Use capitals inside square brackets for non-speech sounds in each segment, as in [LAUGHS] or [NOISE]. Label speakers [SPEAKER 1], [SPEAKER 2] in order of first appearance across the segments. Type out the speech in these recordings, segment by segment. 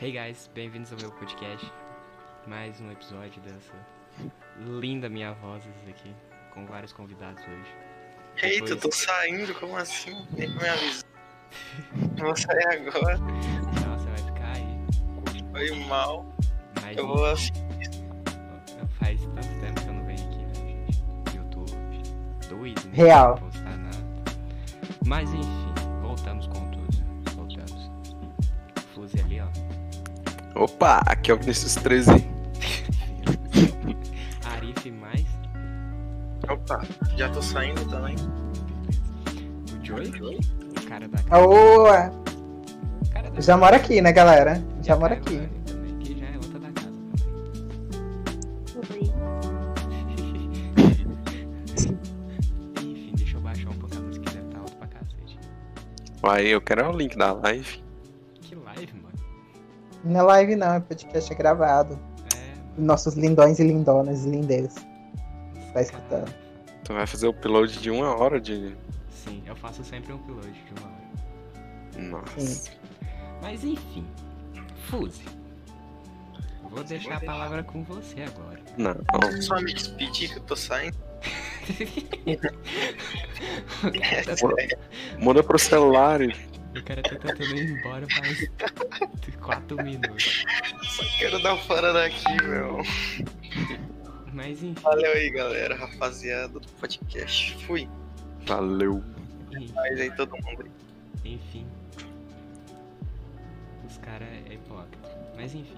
[SPEAKER 1] Hey guys, bem-vindos ao meu podcast. Mais um episódio dessa linda minha voz aqui, com vários convidados hoje.
[SPEAKER 2] Eita, eu tô saindo, como assim? Nem me avisou. Vou sair agora,
[SPEAKER 1] Então você vai ficar aí.
[SPEAKER 2] foi mal.
[SPEAKER 1] Mais
[SPEAKER 2] Eu
[SPEAKER 1] um-
[SPEAKER 2] vou assim.
[SPEAKER 1] Faz tanto tempo que eu não venho aqui, né, gente? YouTube. Doido, né?
[SPEAKER 3] Real.
[SPEAKER 1] Não postar nada. Mas enfim, voltamos com tudo. né? Voltamos. Fuse ali, ó.
[SPEAKER 4] Opa, aqui é o Vinicius 13.
[SPEAKER 1] Arif mais.
[SPEAKER 2] Opa, já tô saindo também.
[SPEAKER 1] O Joy? O cara da casa.
[SPEAKER 3] Ô, é.
[SPEAKER 1] O cara da
[SPEAKER 3] Ah, já mora aqui, né, galera? Já mora aqui.
[SPEAKER 1] Caio também, que já é outra da casa também. Enfim, deixa eu baixar um pouco a música que deve tá alto pra cacete.
[SPEAKER 4] Aí eu quero é o link da live.
[SPEAKER 1] Que live, mano.
[SPEAKER 3] Não é live não, é podcast gravado.
[SPEAKER 1] É,
[SPEAKER 3] Nossos lindões e lindonas e lindezas. Tá escutando.
[SPEAKER 4] Tu vai fazer o upload de uma hora de.
[SPEAKER 1] sim, eu faço sempre um upload de uma hora.
[SPEAKER 4] Nossa.
[SPEAKER 1] Mas enfim, Fuse. Vou deixar a palavra com você agora. [LAUGHS]
[SPEAKER 4] Não.
[SPEAKER 2] Só me despedir que eu tô saindo. [LAUGHS]
[SPEAKER 1] tá-
[SPEAKER 4] Manda pro celular.
[SPEAKER 1] O cara tá tentando ir embora faz quatro minutos.
[SPEAKER 2] Só quero dar um fora daqui, meu.
[SPEAKER 1] Mas enfim,
[SPEAKER 2] Valeu aí, galera, rapaziada do podcast. Fui.
[SPEAKER 4] Valeu.
[SPEAKER 2] Mas aí todo mundo. aí.
[SPEAKER 1] enfim. Os caras é hipócrita. Mas enfim.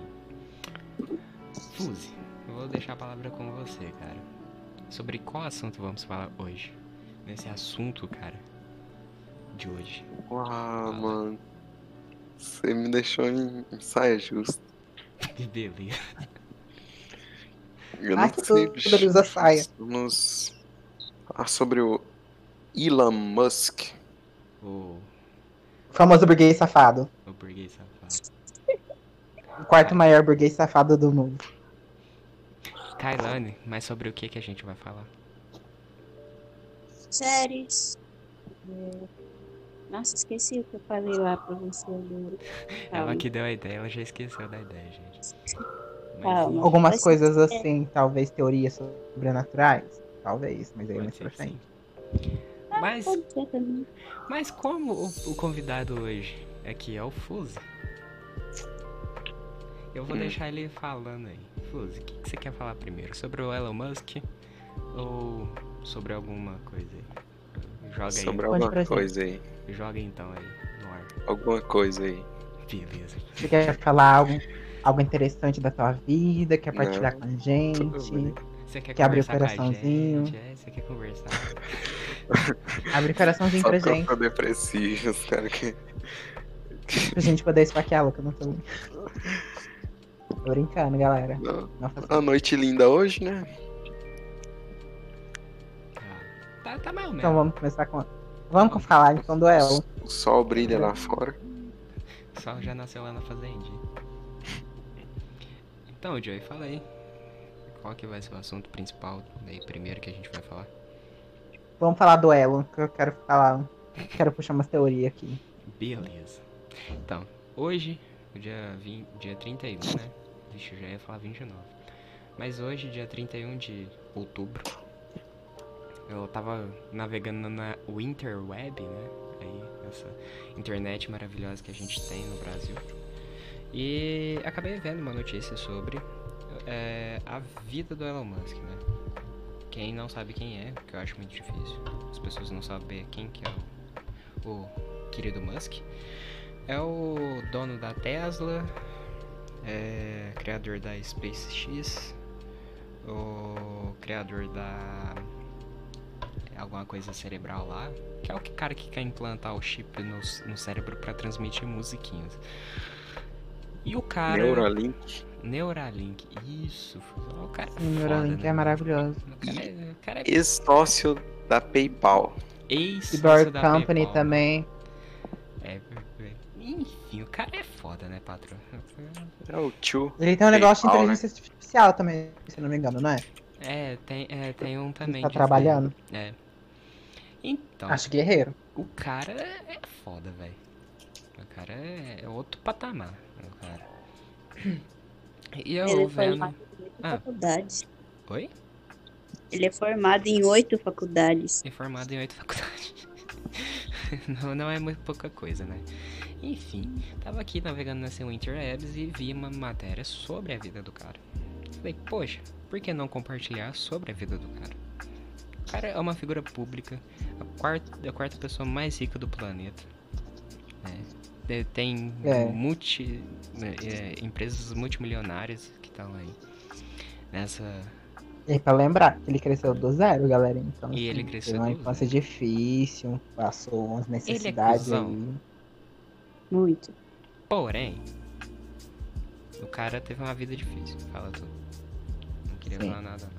[SPEAKER 1] Fuse, eu vou deixar a palavra com você, cara. Sobre qual assunto vamos falar hoje? Nesse assunto, cara. De hoje. [LAUGHS]
[SPEAKER 4] Uau, Ah, mano. Você me deixou em em saia justa.
[SPEAKER 1] Que beleza.
[SPEAKER 4] Eu
[SPEAKER 3] Ah,
[SPEAKER 4] não
[SPEAKER 3] que
[SPEAKER 4] sei,
[SPEAKER 3] tudo
[SPEAKER 4] bicho.
[SPEAKER 3] usa saia.
[SPEAKER 4] Vamos falar sobre o Elon Musk.
[SPEAKER 1] O,
[SPEAKER 3] O famoso burguês safado.
[SPEAKER 1] o burguês safado.
[SPEAKER 3] O quarto maior burguês safado do mundo.
[SPEAKER 1] Kailane, mas sobre o que, que a gente vai falar?
[SPEAKER 5] séries. É. Nossa, esqueci o que eu falei lá pra você agora.
[SPEAKER 1] Ela
[SPEAKER 5] Calma.
[SPEAKER 1] É, que deu a ideia, ela já esqueceu da ideia, gente. Mas,
[SPEAKER 5] Calma.
[SPEAKER 1] enfim,
[SPEAKER 3] Algumas
[SPEAKER 5] Mas-
[SPEAKER 3] coisas assim, talvez teorias sobrenaturais. Talvez, mas aí é
[SPEAKER 1] pode
[SPEAKER 3] mais
[SPEAKER 1] ser
[SPEAKER 3] pra
[SPEAKER 1] que
[SPEAKER 3] frente.
[SPEAKER 1] sim. Mas,
[SPEAKER 5] Ah, Pode ser também.
[SPEAKER 1] mas como o, o convidado hoje aqui é o Fuse, eu vou
[SPEAKER 4] Hum.
[SPEAKER 1] deixar ele falando aí. Fuse, o que, que você quer falar primeiro? Sobre o Elon Musk ou sobre alguma coisa aí? Joga aí,
[SPEAKER 4] Sobre
[SPEAKER 3] Pode
[SPEAKER 4] alguma
[SPEAKER 3] trazer.
[SPEAKER 4] coisa aí.
[SPEAKER 1] joga então aí no ar.
[SPEAKER 4] Alguma coisa aí.
[SPEAKER 1] Beleza.
[SPEAKER 3] Você quer falar algo, algo interessante da tua vida? Quer partilhar com a
[SPEAKER 4] Tudo bem.
[SPEAKER 3] gente?
[SPEAKER 1] Você quer,
[SPEAKER 3] Quer abrir o
[SPEAKER 1] conversar com a
[SPEAKER 3] coraçãozinho?
[SPEAKER 1] gente? É, você quer conversar?
[SPEAKER 3] Abre o coraçãozinho
[SPEAKER 4] Só
[SPEAKER 3] pra
[SPEAKER 4] porque eu
[SPEAKER 3] gente,
[SPEAKER 4] tô depressivo, [LAUGHS] os caras que.
[SPEAKER 3] pra gente poder esfaquear, Luca. Não tô... tô brincando, galera.
[SPEAKER 4] Não.
[SPEAKER 3] Não faça
[SPEAKER 4] Uma noite linda hoje, né?
[SPEAKER 1] Ah, tá, tá mal
[SPEAKER 3] Então
[SPEAKER 1] mesmo.
[SPEAKER 3] vamos começar com. Vamos com- falar então do Elon.
[SPEAKER 4] O sol brilha lá fora.
[SPEAKER 1] O Sol já nasceu lá na fazenda. Então, Joey, fala aí. Qual que vai ser o assunto principal aí primeiro que a gente vai falar?
[SPEAKER 3] Vamos falar do Elon, que eu quero falar. Quero puxar umas teorias aqui.
[SPEAKER 1] Beleza. Então, hoje, o dia, 20, dia 31, né? Vixe, eu já ia falar 29. Mas hoje, dia 31 de outubro, eu tava navegando na Winterweb, né? Aí, essa internet maravilhosa que a gente tem no Brasil. E acabei vendo uma notícia sobre é, a vida do Elon Musk, né? Quem não sabe quem é, que eu acho muito difícil as pessoas não saber quem que é o- o querido Musk. É o dono da Tesla, é criador da SpaceX, o criador da alguma coisa cerebral lá, que é o que- cara que quer implantar o chip no, c- no cérebro pra transmitir musiquinhas. E o cara
[SPEAKER 4] Neuralink.
[SPEAKER 1] Neuralink, isso. O cara é
[SPEAKER 3] O Neuralink
[SPEAKER 1] foda, né?
[SPEAKER 3] é maravilhoso.
[SPEAKER 1] O cara é, o cara é
[SPEAKER 4] ex-sócio da PayPal.
[SPEAKER 1] ex
[SPEAKER 3] Cyber Company
[SPEAKER 1] PayPal.
[SPEAKER 3] também.
[SPEAKER 1] É, é. enfim, o cara é foda, né, patrão?
[SPEAKER 4] É o tio.
[SPEAKER 3] Ele tem um negócio de
[SPEAKER 4] PayPal,
[SPEAKER 1] né?
[SPEAKER 3] inteligência artificial também, se eu não me engano, não é?
[SPEAKER 1] É, tem, é, tem um
[SPEAKER 3] Ele
[SPEAKER 1] também.
[SPEAKER 3] tá
[SPEAKER 1] de-
[SPEAKER 3] trabalhando.
[SPEAKER 1] É. Então,
[SPEAKER 3] Acho guerreiro.
[SPEAKER 1] o cara é foda, velho. O cara é é outro patamar. O cara. E eu
[SPEAKER 5] Ele é
[SPEAKER 1] vendo.
[SPEAKER 5] formado em oito
[SPEAKER 1] Ah.
[SPEAKER 5] faculdades.
[SPEAKER 1] Oi?
[SPEAKER 5] Ele é formado em oito faculdades.
[SPEAKER 1] É formado em oito faculdades. [LAUGHS] não, não é muito pouca coisa, né? Enfim, tava aqui navegando nessa Interwebs e vi uma matéria sobre a vida do cara. Falei, poxa, por que não compartilhar sobre a vida do cara? O cara é uma figura pública, a quarta, a quarta pessoa mais rica do planeta. né? De- Tem
[SPEAKER 3] É.
[SPEAKER 1] multi, né, é, empresas multimilionárias que estão aí nessa
[SPEAKER 3] E pra lembrar, que ele cresceu do zero, galera. Então,
[SPEAKER 1] E ele
[SPEAKER 3] assim,
[SPEAKER 1] cresceu
[SPEAKER 3] teve uma
[SPEAKER 1] do é
[SPEAKER 3] infância difícil, passou umas necessidades
[SPEAKER 1] cuzão.
[SPEAKER 3] aí.
[SPEAKER 5] Muito.
[SPEAKER 1] Porém, o cara teve uma vida difícil. Fala tudo. Não queria
[SPEAKER 3] Sim.
[SPEAKER 1] falar nada.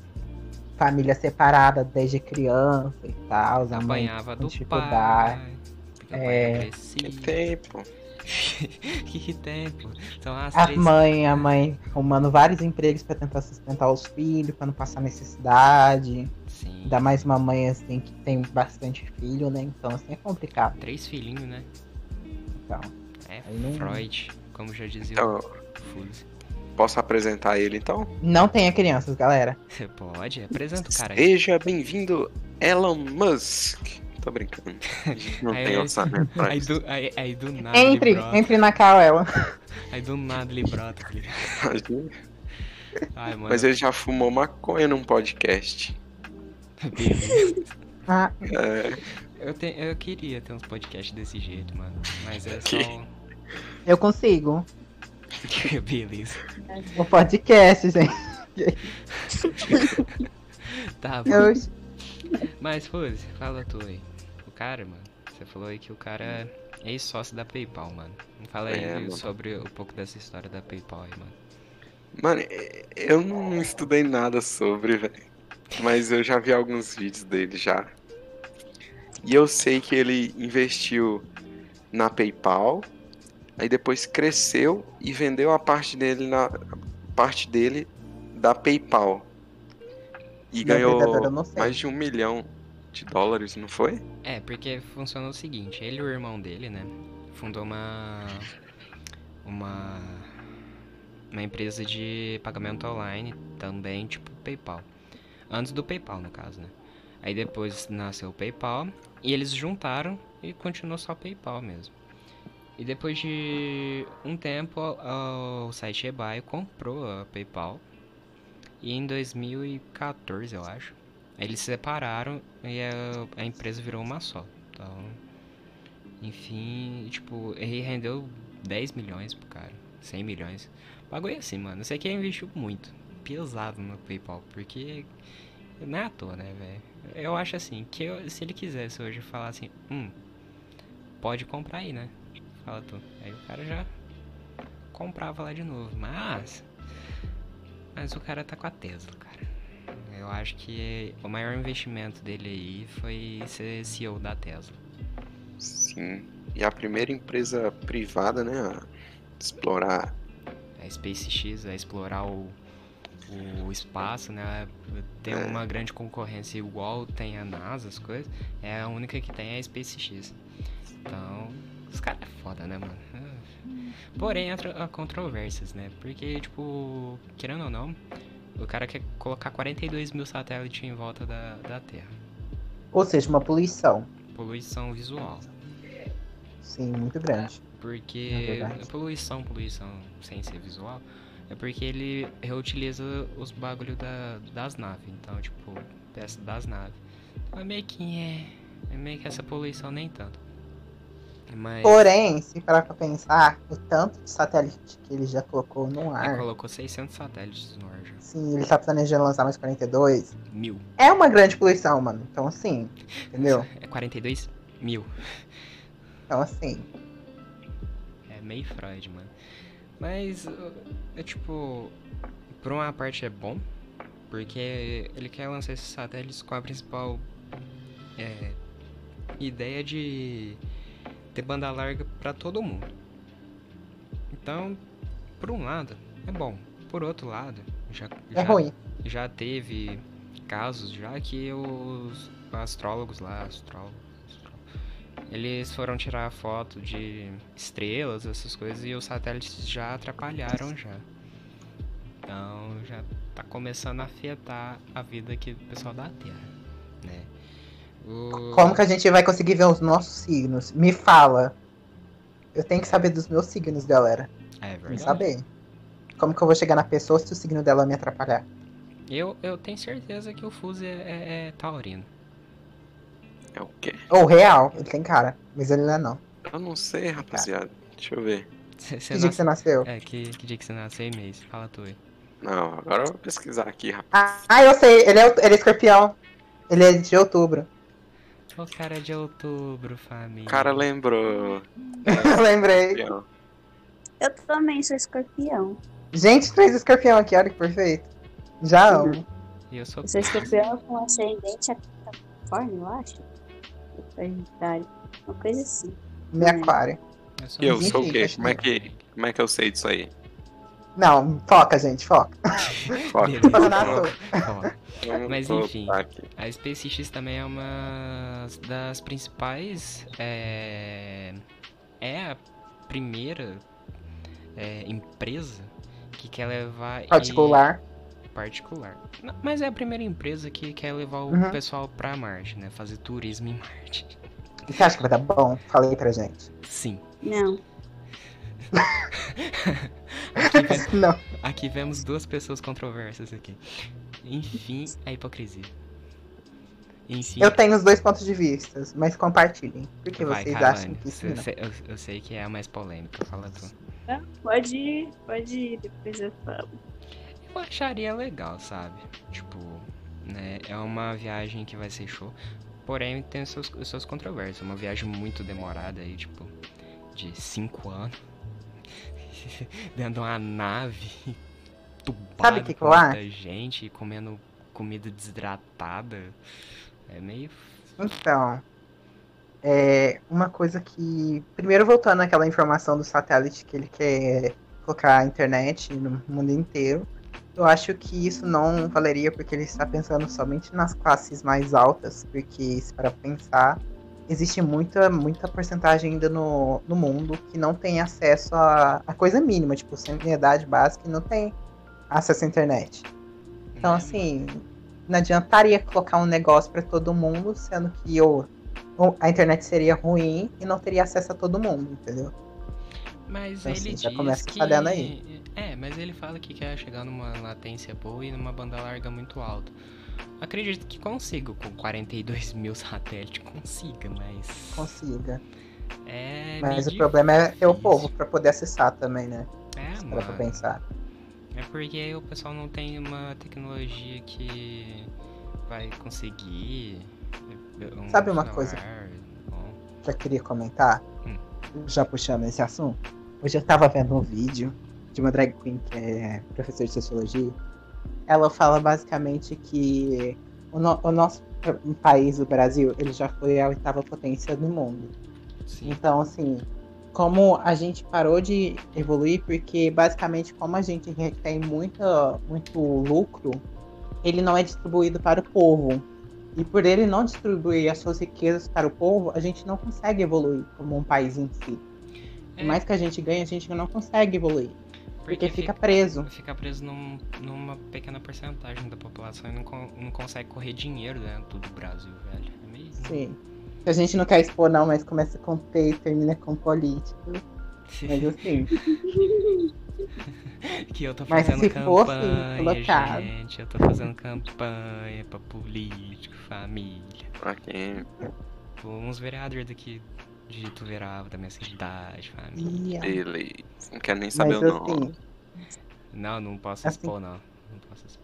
[SPEAKER 3] Família separada desde criança e tal. a mãe
[SPEAKER 1] Apanhava
[SPEAKER 3] com
[SPEAKER 1] do
[SPEAKER 3] dificuldade.
[SPEAKER 1] pai. Porque o pai
[SPEAKER 3] tipo É.
[SPEAKER 1] é agressivo.
[SPEAKER 4] Que tempo.
[SPEAKER 1] que tempo. Então, as
[SPEAKER 3] A
[SPEAKER 1] três...
[SPEAKER 3] mãe, a mãe arrumando vários empregos pra tentar sustentar os filhos, pra não passar necessidade.
[SPEAKER 1] Sim.
[SPEAKER 3] Ainda mais uma mãe assim que tem bastante filho, né? Então assim é complicado.
[SPEAKER 1] Três filhinhos, né?
[SPEAKER 3] Então,
[SPEAKER 1] É,
[SPEAKER 3] Aí não-
[SPEAKER 1] Freud. Como já dizia
[SPEAKER 4] Então,
[SPEAKER 1] o Fuse.
[SPEAKER 4] posso apresentar ele então?
[SPEAKER 3] não tenha crianças, galera.
[SPEAKER 1] Você pode? Apresenta o cara é aí.
[SPEAKER 4] Seja bem-vindo, Elon Musk. Tô brincando. A
[SPEAKER 1] [LAUGHS]
[SPEAKER 4] gente Não
[SPEAKER 1] Aí
[SPEAKER 4] tem
[SPEAKER 1] eu-
[SPEAKER 4] orçamento pra
[SPEAKER 1] Aí
[SPEAKER 4] isso.
[SPEAKER 1] do, aí, aí do nada ele
[SPEAKER 3] Entre,
[SPEAKER 1] brota.
[SPEAKER 3] entre na Cauela.
[SPEAKER 1] Aí do nada ele brota. tá ligado? [LAUGHS] Ai, mano.
[SPEAKER 4] Mas ele já fumou maconha num podcast.
[SPEAKER 1] [LAUGHS] Beleza.
[SPEAKER 3] Ah,
[SPEAKER 4] É,
[SPEAKER 1] Eu, te- eu queria ter uns podcasts desse jeito, mano. Mas é só.
[SPEAKER 3] eu consigo.
[SPEAKER 1] [LAUGHS] Beleza.
[SPEAKER 3] O podcast, gente.
[SPEAKER 1] Tá bom.
[SPEAKER 3] Eu-
[SPEAKER 1] Mas, Fuse, fala tu aí. O cara, mano, você falou aí que o cara é ex-sócio da PayPal, mano. Me Fala aí
[SPEAKER 4] É, mano.
[SPEAKER 1] sobre um pouco dessa história da PayPal aí, mano.
[SPEAKER 4] Mano, é- eu não estudei nada sobre, velho. Mas eu já vi alguns vídeos dele já. E eu sei que ele investiu na PayPal, aí depois cresceu e vendeu a parte dele na a parte dele da PayPal. E
[SPEAKER 3] Meu predador, eu
[SPEAKER 4] ganhou
[SPEAKER 3] não sei.
[SPEAKER 4] mais de um milhão de dólares, não foi?
[SPEAKER 1] É, porque funciona o seguinte: ele e o irmão dele, né? Fundou uma. Uma. Uma empresa de pagamento online, também, tipo PayPal. Antes do PayPal, no caso, né? Aí depois nasceu o PayPal e eles juntaram e continuou só o PayPal mesmo. E depois de um tempo, a- o site eBay comprou a PayPal. E em 2014, eu acho, eles se separaram e a, a empresa virou uma só. Então, enfim, tipo, ele rendeu 10 milhões pro cara, 100 milhões. Bagulho assim, mano. Eu sei que ele investiu muito, pesado no PayPal, porque não é à toa, né, velho? Eu acho assim, que eu- se ele quisesse hoje falar assim, hum, pode comprar aí, né? Fala tu. Aí o cara já comprava lá de novo. Mas. Mas o cara tá com a Tesla, cara. Eu acho que o maior investimento dele aí foi ser CEO da Tesla.
[SPEAKER 4] Sim. E a primeira empresa privada, né, a explorar
[SPEAKER 1] A SpaceX vai explorar o, o espaço, né? Tem
[SPEAKER 4] É.
[SPEAKER 1] uma grande concorrência igual tem a NASA, as coisas. É a única que tem é a SpaceX. Então, os caras é foda, né, mano? Porém, entra a controvérsias, né? Porque, tipo, querendo ou não, o cara quer colocar 42 mil satélites em volta da, da Terra.
[SPEAKER 3] Ou seja, uma poluição.
[SPEAKER 1] Poluição visual.
[SPEAKER 3] Sim, muito grande.
[SPEAKER 1] É
[SPEAKER 3] Na
[SPEAKER 1] Porque
[SPEAKER 3] É verdade.
[SPEAKER 1] a poluição, poluição sem ser visual, é porque ele reutiliza os bagulho da, das naves, então tipo, peça das naves. Então é meio que é, é meio que essa poluição nem tanto. Mas
[SPEAKER 3] Porém, se parar pra pensar, o tanto de satélite que ele já colocou no
[SPEAKER 1] ele
[SPEAKER 3] ar,
[SPEAKER 1] colocou 600 satélites no ar já.
[SPEAKER 3] sim, ele tá planejando lançar mais 42,
[SPEAKER 1] Mil.
[SPEAKER 3] é uma grande poluição, mano. Então, assim, entendeu?
[SPEAKER 1] É 42 mil.
[SPEAKER 3] Então, assim,
[SPEAKER 1] É meio Freud, mano. Mas, é tipo, por uma parte é bom, porque ele quer lançar esses satélites com a principal é, ideia de ter banda larga pra todo mundo. Então, por um lado, é bom. Por outro lado, já,
[SPEAKER 3] é
[SPEAKER 1] já,
[SPEAKER 3] ruim.
[SPEAKER 1] já teve casos já que os astrólogos lá, astrólogos, Eles foram tirar foto de estrelas, essas coisas, e os satélites já atrapalharam já. Então já tá começando a afetar a vida aqui do pessoal da Terra, né? O-
[SPEAKER 3] Como que a gente vai conseguir ver os nossos signos? Me fala. Eu tenho que saber dos meus signos, galera.
[SPEAKER 1] É
[SPEAKER 3] Tem que
[SPEAKER 1] verdade.
[SPEAKER 3] saber. Como que eu vou chegar na pessoa se o signo dela me atrapalhar?
[SPEAKER 1] Eu, eu tenho certeza que o Fuso é, é, é taurino. [LAUGHS]
[SPEAKER 4] É o quê?
[SPEAKER 3] Ou real, ele tem cara, mas ele não é não.
[SPEAKER 4] Eu não sei, rapaziada. Deixa eu ver.
[SPEAKER 1] Você- você
[SPEAKER 3] Que dia que você nasceu?
[SPEAKER 1] É, que, que dia que você nasceu e mês? Fala tu aí.
[SPEAKER 4] Não, agora eu vou pesquisar aqui, rapaz.
[SPEAKER 3] Ah, eu sei, ele é, o- ele é escorpião. Ele é de outubro. [LAUGHS]
[SPEAKER 1] O cara é de outubro, família.
[SPEAKER 4] O cara lembrou.
[SPEAKER 3] Lembrei.
[SPEAKER 5] Eu também sou escorpião.
[SPEAKER 3] Gente, três escorpião aqui, olha que perfeito. Já amo.
[SPEAKER 1] E eu sou
[SPEAKER 5] Eu sou escorpião com ascendente a Capricórnio, eu acho. Sagitário. Uma coisa assim.
[SPEAKER 3] Meu aquário.
[SPEAKER 1] Eu sou,
[SPEAKER 4] Eu
[SPEAKER 1] um-
[SPEAKER 4] sou o quê?
[SPEAKER 3] Sim,
[SPEAKER 4] Como é que, como é que eu sei disso aí?
[SPEAKER 3] Não, foca, gente, foca.
[SPEAKER 1] [LAUGHS]
[SPEAKER 4] Foca.
[SPEAKER 1] Beleza,
[SPEAKER 3] Foca na
[SPEAKER 1] ó,
[SPEAKER 3] sua.
[SPEAKER 1] ó.
[SPEAKER 4] Vamos
[SPEAKER 1] Mas
[SPEAKER 4] voltar
[SPEAKER 1] enfim.
[SPEAKER 4] aqui.
[SPEAKER 1] A SpaceX também é uma das principais. É, é a primeira é, empresa que quer levar. e-
[SPEAKER 3] Particular.
[SPEAKER 1] particular. Não, mas é a primeira empresa que quer levar o
[SPEAKER 3] Uhum.
[SPEAKER 1] pessoal pra Marte, né? Fazer turismo em Marte.
[SPEAKER 3] Você acha que vai dar bom? Fala aí pra gente. [LAUGHS]
[SPEAKER 1] Sim.
[SPEAKER 5] Não.
[SPEAKER 1] Aqui vai
[SPEAKER 3] [LAUGHS] Não.
[SPEAKER 1] Aqui vemos duas pessoas controversas aqui. Enfim, a hipocrisia. Enfim,
[SPEAKER 3] Eu tenho os dois pontos de vista, mas compartilhem. Porque
[SPEAKER 1] vai,
[SPEAKER 3] vocês
[SPEAKER 1] Carlane.
[SPEAKER 3] acham que isso
[SPEAKER 1] eu,
[SPEAKER 3] não.
[SPEAKER 1] sei, eu- eu sei que é a mais polêmica, fala tu.
[SPEAKER 5] Pode ir, pode ir, depois eu falo.
[SPEAKER 1] Eu acharia legal, sabe? Tipo, né? É uma viagem que vai ser show. Porém, tem suas, suas controvérsias. Uma viagem muito demorada aí, tipo, de 5 anos. [LAUGHS] Dentro de uma nave. Tubada
[SPEAKER 3] que que
[SPEAKER 1] com
[SPEAKER 3] eu
[SPEAKER 1] muita gente, comendo comida desidratada. É meio.
[SPEAKER 3] Então, é uma coisa que. Primeiro, voltando àquela informação do satélite que ele quer colocar a internet no mundo inteiro, eu acho que isso não valeria porque ele está pensando somente nas classes mais altas, porque se para pensar, existe muita, muita porcentagem ainda no, no mundo que não tem acesso a, a coisa mínima, tipo, sanidade básica e não tem acesso à internet. Então,
[SPEAKER 1] né?
[SPEAKER 3] assim, não adiantaria colocar um negócio pra todo mundo, sendo que eu, ou a internet seria ruim e não teria acesso a todo mundo, entendeu?
[SPEAKER 1] Mas
[SPEAKER 3] Então,
[SPEAKER 1] ele
[SPEAKER 3] assim,
[SPEAKER 1] diz
[SPEAKER 3] já começa
[SPEAKER 1] que...
[SPEAKER 3] falhando aí.
[SPEAKER 1] É, mas ele fala que quer chegar numa latência boa e numa banda larga muito alta. Acredito que consigo, com 42 mil satélites, consiga, mas...
[SPEAKER 3] Consiga.
[SPEAKER 1] É
[SPEAKER 3] Mas o
[SPEAKER 1] meio
[SPEAKER 3] problema é ter o
[SPEAKER 1] difícil.
[SPEAKER 3] povo pra poder acessar também, né?
[SPEAKER 1] É,
[SPEAKER 3] Se parar pra
[SPEAKER 1] mano.
[SPEAKER 3] pensar.
[SPEAKER 1] É porque o pessoal não tem uma tecnologia que vai conseguir... um
[SPEAKER 3] Sabe uma coisa?
[SPEAKER 1] celular bom.
[SPEAKER 3] Já queria comentar,
[SPEAKER 1] Hum.
[SPEAKER 3] já puxando esse assunto. Hoje eu tava vendo um vídeo de uma drag queen que é professora de sociologia. Ela fala basicamente que o, no- o nosso pa- país, o Brasil, ele já foi a oitava potência do mundo.
[SPEAKER 1] Sim.
[SPEAKER 3] Então, assim, como a gente parou de evoluir, porque basicamente como a gente retém muita, muito lucro, ele não é distribuído para o povo. E por ele não distribuir as suas riquezas para o povo, a gente não consegue evoluir como um país em si.
[SPEAKER 1] É.
[SPEAKER 3] Por mais que a gente ganhe, a gente não consegue evoluir, porque fica
[SPEAKER 1] fica-
[SPEAKER 3] preso.
[SPEAKER 1] ficar preso num- numa pequena porcentagem da população e não, con- não consegue correr dinheiro dentro do Brasil, velho. É meio.
[SPEAKER 3] Sim. Que a gente não quer expor não, mas começa com P e termina com político.
[SPEAKER 1] [LAUGHS]
[SPEAKER 3] Mas assim,
[SPEAKER 1] que eu tô
[SPEAKER 3] mas
[SPEAKER 1] fazendo
[SPEAKER 3] se fosse
[SPEAKER 1] campanha,
[SPEAKER 3] colocado-
[SPEAKER 1] gente. Eu tô fazendo campanha pra político, família.
[SPEAKER 4] Aqui.
[SPEAKER 1] Uns vereadores daqui de Ituverava, da minha cidade, família.
[SPEAKER 3] ia.
[SPEAKER 4] Ele. Não quero nem
[SPEAKER 3] mas
[SPEAKER 4] saber o nome.
[SPEAKER 3] assim,
[SPEAKER 1] Não, não posso
[SPEAKER 3] Assim.
[SPEAKER 1] expor, não. Não posso expor.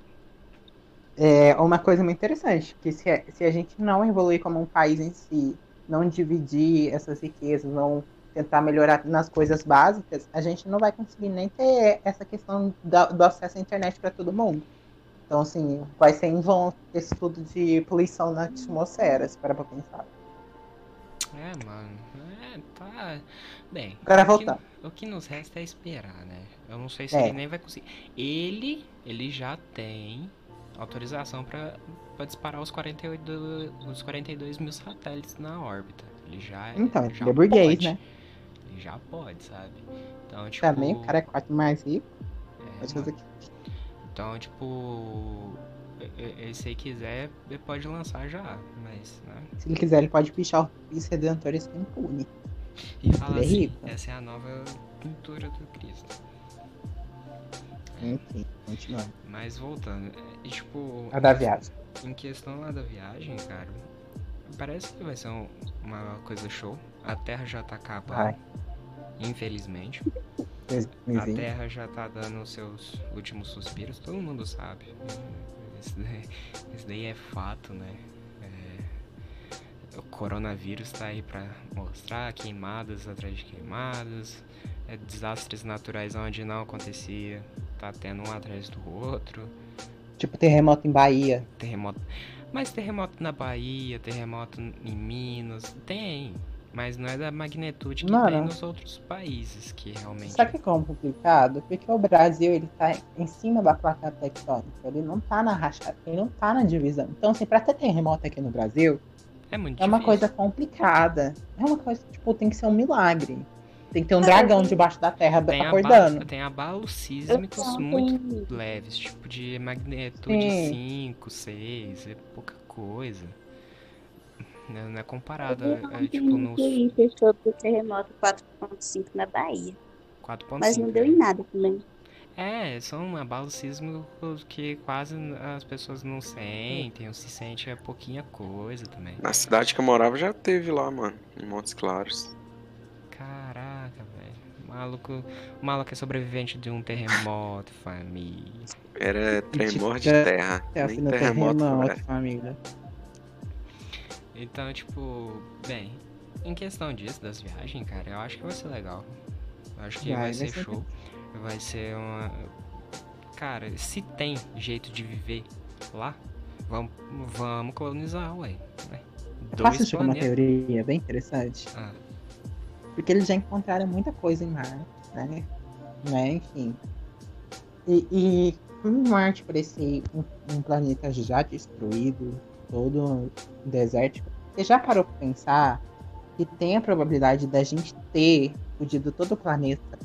[SPEAKER 3] é uma coisa muito interessante, que se a, se a gente não evoluir como um país em si, não dividir essas riquezas, não tentar melhorar nas coisas básicas, a gente não vai conseguir nem ter essa questão da- do acesso à internet para todo mundo. Então, assim, vai ser em vão esse estudo de poluição na atmosfera, se parar pra pensar.
[SPEAKER 1] É, mano. É, tá. Bem.
[SPEAKER 3] Agora,
[SPEAKER 1] o que-
[SPEAKER 3] voltando.
[SPEAKER 1] O que nos resta é esperar, né? Eu não sei se
[SPEAKER 3] É.
[SPEAKER 1] ele nem vai conseguir. Ele, ele já tem autorização pra, pra disparar os 48, do- os 42 mil satélites na órbita. Ele já
[SPEAKER 3] Então,
[SPEAKER 1] já
[SPEAKER 3] ele é burguês,
[SPEAKER 1] pode.
[SPEAKER 3] né?
[SPEAKER 1] Ele já pode, sabe? Então, tipo.
[SPEAKER 3] Também, o cara é quatro mais rico.
[SPEAKER 1] é,
[SPEAKER 3] Pode
[SPEAKER 1] mano.
[SPEAKER 3] fazer o que
[SPEAKER 1] Então, tipo, e- e- e se quiser, ele pode lançar já, mas, né?
[SPEAKER 3] Se ele quiser, ele pode pichar o Cristo Redentor e ser impune.
[SPEAKER 1] E fala
[SPEAKER 3] ele é
[SPEAKER 1] assim,
[SPEAKER 3] rico.
[SPEAKER 1] essa é a nova pintura do Cristo.
[SPEAKER 3] Enfim, continuando.
[SPEAKER 1] Mas voltando, é, e, tipo,
[SPEAKER 3] A da viagem.
[SPEAKER 1] em questão lá da viagem, cara, parece que vai ser um- uma coisa show. A Terra já tá acabando, infelizmente. A
[SPEAKER 3] 2020.
[SPEAKER 1] Terra já tá dando os seus últimos suspiros, todo mundo sabe. Isso daí, isso daí é fato, né? É, o coronavírus tá aí pra mostrar queimadas atrás de queimadas, é, desastres naturais onde não acontecia, tá tendo um atrás do outro,
[SPEAKER 3] Tipo terremoto em Bahia.
[SPEAKER 1] terremoto. Mas terremoto na Bahia, terremoto em Minas, tem. Mas não é da magnitude que tem
[SPEAKER 3] Mano.
[SPEAKER 1] nos outros países que realmente.
[SPEAKER 3] Sabe como é complicado? Porque o Brasil, ele tá em cima da placa tectônica, ele não tá na rachada, ele não tá na divisão. Então, assim, pra ter terremoto aqui no Brasil,
[SPEAKER 1] É muito
[SPEAKER 3] é uma
[SPEAKER 1] difícil.
[SPEAKER 3] coisa complicada. É uma coisa, tipo, tem que ser um milagre. Tem que ter um dragão debaixo da terra
[SPEAKER 1] É, Tem
[SPEAKER 3] acordando.
[SPEAKER 1] abalo, tem abalos
[SPEAKER 5] Eu
[SPEAKER 1] sísmicos
[SPEAKER 5] só
[SPEAKER 1] muito
[SPEAKER 5] tenho-
[SPEAKER 1] leves, tipo de magnitude
[SPEAKER 3] Sim.
[SPEAKER 1] 5, 6, é pouca coisa. Não não é comparado,
[SPEAKER 5] eu
[SPEAKER 1] é,
[SPEAKER 5] vi
[SPEAKER 1] é, tipo
[SPEAKER 5] um
[SPEAKER 1] nos
[SPEAKER 5] Twitter sobre o terremoto 4.5 na Bahia.
[SPEAKER 1] 4.5.
[SPEAKER 5] Mas não deu em nada também.
[SPEAKER 1] né? É, são abalos sísmicos que quase as pessoas não sentem, ou se sente é pouquinha coisa também.
[SPEAKER 4] Na cidade que eu morava já teve lá, mano. Em Montes Claros.
[SPEAKER 1] Caraca, velho. O Maluco, o maluco é sobrevivente de um terremoto, [LAUGHS] família.
[SPEAKER 4] Era tremor de
[SPEAKER 3] fica-
[SPEAKER 4] terra.
[SPEAKER 3] tipo, É, assim,
[SPEAKER 4] Nem
[SPEAKER 3] no é.
[SPEAKER 4] terremoto, né?
[SPEAKER 3] terremoto,
[SPEAKER 4] velho.
[SPEAKER 3] família.
[SPEAKER 1] Então, tipo, bem, em questão disso, das viagens, cara, eu acho que vai ser legal. Eu acho que vai,
[SPEAKER 3] Vai, vai
[SPEAKER 1] ser,
[SPEAKER 3] ser
[SPEAKER 1] show. Vai ser uma. Cara, se tem jeito de viver lá, vamos, vamos colonizar, ué. né?
[SPEAKER 3] Posso te uma teoria bem interessante?
[SPEAKER 1] Ah,
[SPEAKER 3] Porque eles já encontraram muita coisa em Marte, né? né? Enfim. E, e como Marte parecia um, um planeta já destruído, todo desértico, você já parou pra pensar que tem a probabilidade da gente ter fudido todo o planeta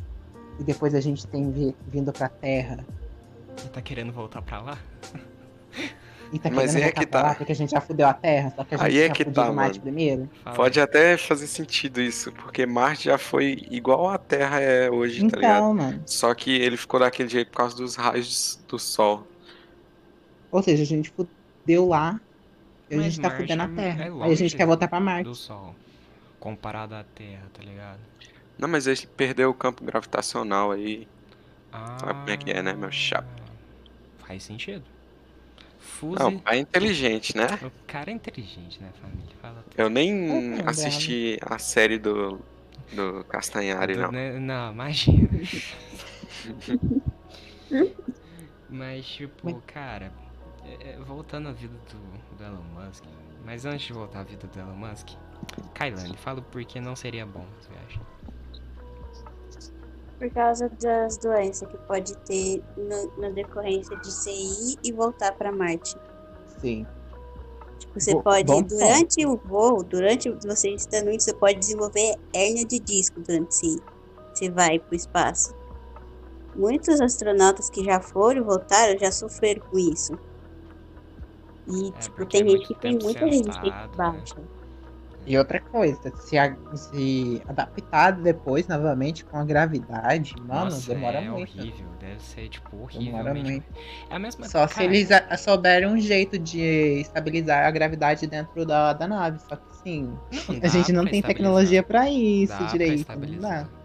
[SPEAKER 3] e depois a gente tem vi- vindo pra Terra
[SPEAKER 1] você tá querendo voltar pra lá?
[SPEAKER 3] e tá
[SPEAKER 4] Mas
[SPEAKER 3] querendo
[SPEAKER 4] aí é
[SPEAKER 3] voltar
[SPEAKER 4] que
[SPEAKER 3] pra
[SPEAKER 4] tá.
[SPEAKER 3] lá porque a gente já fudeu a Terra, só que a gente
[SPEAKER 4] Aí é
[SPEAKER 3] tinha
[SPEAKER 4] que tá,
[SPEAKER 3] fudido Marte
[SPEAKER 4] mano. Tá
[SPEAKER 3] primeiro?
[SPEAKER 1] Fala.
[SPEAKER 4] Pode até fazer sentido isso, porque Marte já foi igual a Terra é hoje, tá ligado?
[SPEAKER 3] Então, mano.
[SPEAKER 4] Só que ele ficou daquele jeito por causa dos raios do Sol.
[SPEAKER 3] Ou seja, a gente fudeu lá. E a
[SPEAKER 1] Mas
[SPEAKER 3] gente tá
[SPEAKER 1] Marte
[SPEAKER 3] fudendo
[SPEAKER 1] é
[SPEAKER 3] a
[SPEAKER 1] mu-
[SPEAKER 3] Terra.
[SPEAKER 1] é
[SPEAKER 3] Aí a gente
[SPEAKER 1] longe
[SPEAKER 3] quer voltar pra
[SPEAKER 1] Do
[SPEAKER 3] Marte.
[SPEAKER 1] Sol. Comparado à Terra, tá ligado?
[SPEAKER 4] Não, mas ele perdeu o campo gravitacional aí.
[SPEAKER 1] Ah,
[SPEAKER 4] Sabe como é que é, né, meu chapa?
[SPEAKER 1] Faz sentido. Fuse.
[SPEAKER 4] Não, é inteligente, né?
[SPEAKER 1] O cara é inteligente, né, família? Fala tudo.
[SPEAKER 4] Eu
[SPEAKER 3] Ai,
[SPEAKER 4] nem
[SPEAKER 3] cara.
[SPEAKER 4] assisti a série do, do Castanhari,
[SPEAKER 1] Do-
[SPEAKER 4] não.
[SPEAKER 1] né, Não,
[SPEAKER 4] [LAUGHS]
[SPEAKER 1] imagina. mas, tipo, cara, é, é, voltando à vida do, do Elon Musk. Mas antes de voltar à vida do Elon Musk, Kailane, fala por que não seria bom, você acha?
[SPEAKER 5] Por causa das doenças que pode ter no, na decorrência de você ir e voltar pra Marte.
[SPEAKER 3] Sim.
[SPEAKER 5] Tipo, você
[SPEAKER 3] Bo-
[SPEAKER 5] pode,
[SPEAKER 3] bom
[SPEAKER 5] durante o voo, durante você estando indo, você pode desenvolver hérnia de disco durante se você vai pro espaço. Muitos astronautas que já foram e voltaram já sofreram com isso. E,
[SPEAKER 1] É,
[SPEAKER 5] tipo,
[SPEAKER 1] porque é
[SPEAKER 5] tem gente
[SPEAKER 1] muito
[SPEAKER 5] que tem
[SPEAKER 1] tempo
[SPEAKER 5] muita resistência
[SPEAKER 1] sentado, né?
[SPEAKER 5] baixa.
[SPEAKER 3] E outra coisa, se, a- se adaptar depois novamente com a gravidade, mano,
[SPEAKER 1] Nossa,
[SPEAKER 3] demora
[SPEAKER 1] é
[SPEAKER 3] muito.
[SPEAKER 1] horrível. Deve ser, tipo, horrível.
[SPEAKER 3] Demora
[SPEAKER 1] mesmo.
[SPEAKER 3] muito.
[SPEAKER 1] É a mesma
[SPEAKER 3] Só se
[SPEAKER 1] cara,
[SPEAKER 3] eles a- souberam um jeito de estabilizar a gravidade dentro da, da nave. Só que sim,
[SPEAKER 1] não
[SPEAKER 3] [LAUGHS] a
[SPEAKER 1] dá
[SPEAKER 3] gente não
[SPEAKER 1] pra
[SPEAKER 3] tem
[SPEAKER 1] estabilizar.
[SPEAKER 3] tecnologia pra isso
[SPEAKER 1] Dá pra
[SPEAKER 3] direito. Não
[SPEAKER 1] estabilizar.
[SPEAKER 3] dá.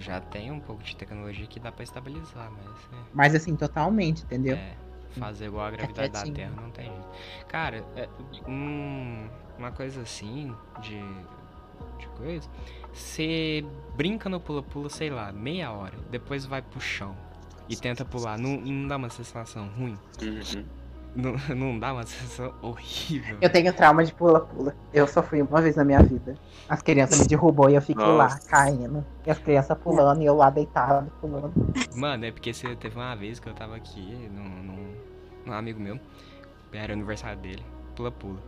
[SPEAKER 1] Já tem um pouco de tecnologia que dá pra estabilizar, mas. é,
[SPEAKER 3] Mas assim, totalmente, entendeu?
[SPEAKER 1] É, fazer igual a gravidade da
[SPEAKER 3] quietinho.
[SPEAKER 1] Terra não tem jeito. Cara, é, um- uma coisa assim de, de coisa. Você brinca no pula-pula, sei lá, meia hora, depois vai pro chão e tenta pular. Não, não dá uma sensação ruim.
[SPEAKER 4] Uhum.
[SPEAKER 1] Não, [LAUGHS] não dá uma sensação horrível.
[SPEAKER 3] Eu tenho trauma de pula-pula. Eu só fui uma vez na minha vida. As crianças me derrubou e eu fiquei lá,
[SPEAKER 4] Nossa.
[SPEAKER 3] caindo. E as crianças pulando e eu lá deitado, pulando.
[SPEAKER 1] Mano, é porque você teve uma vez que eu tava aqui num, num, num amigo meu, era o aniversário dele, pula-pula.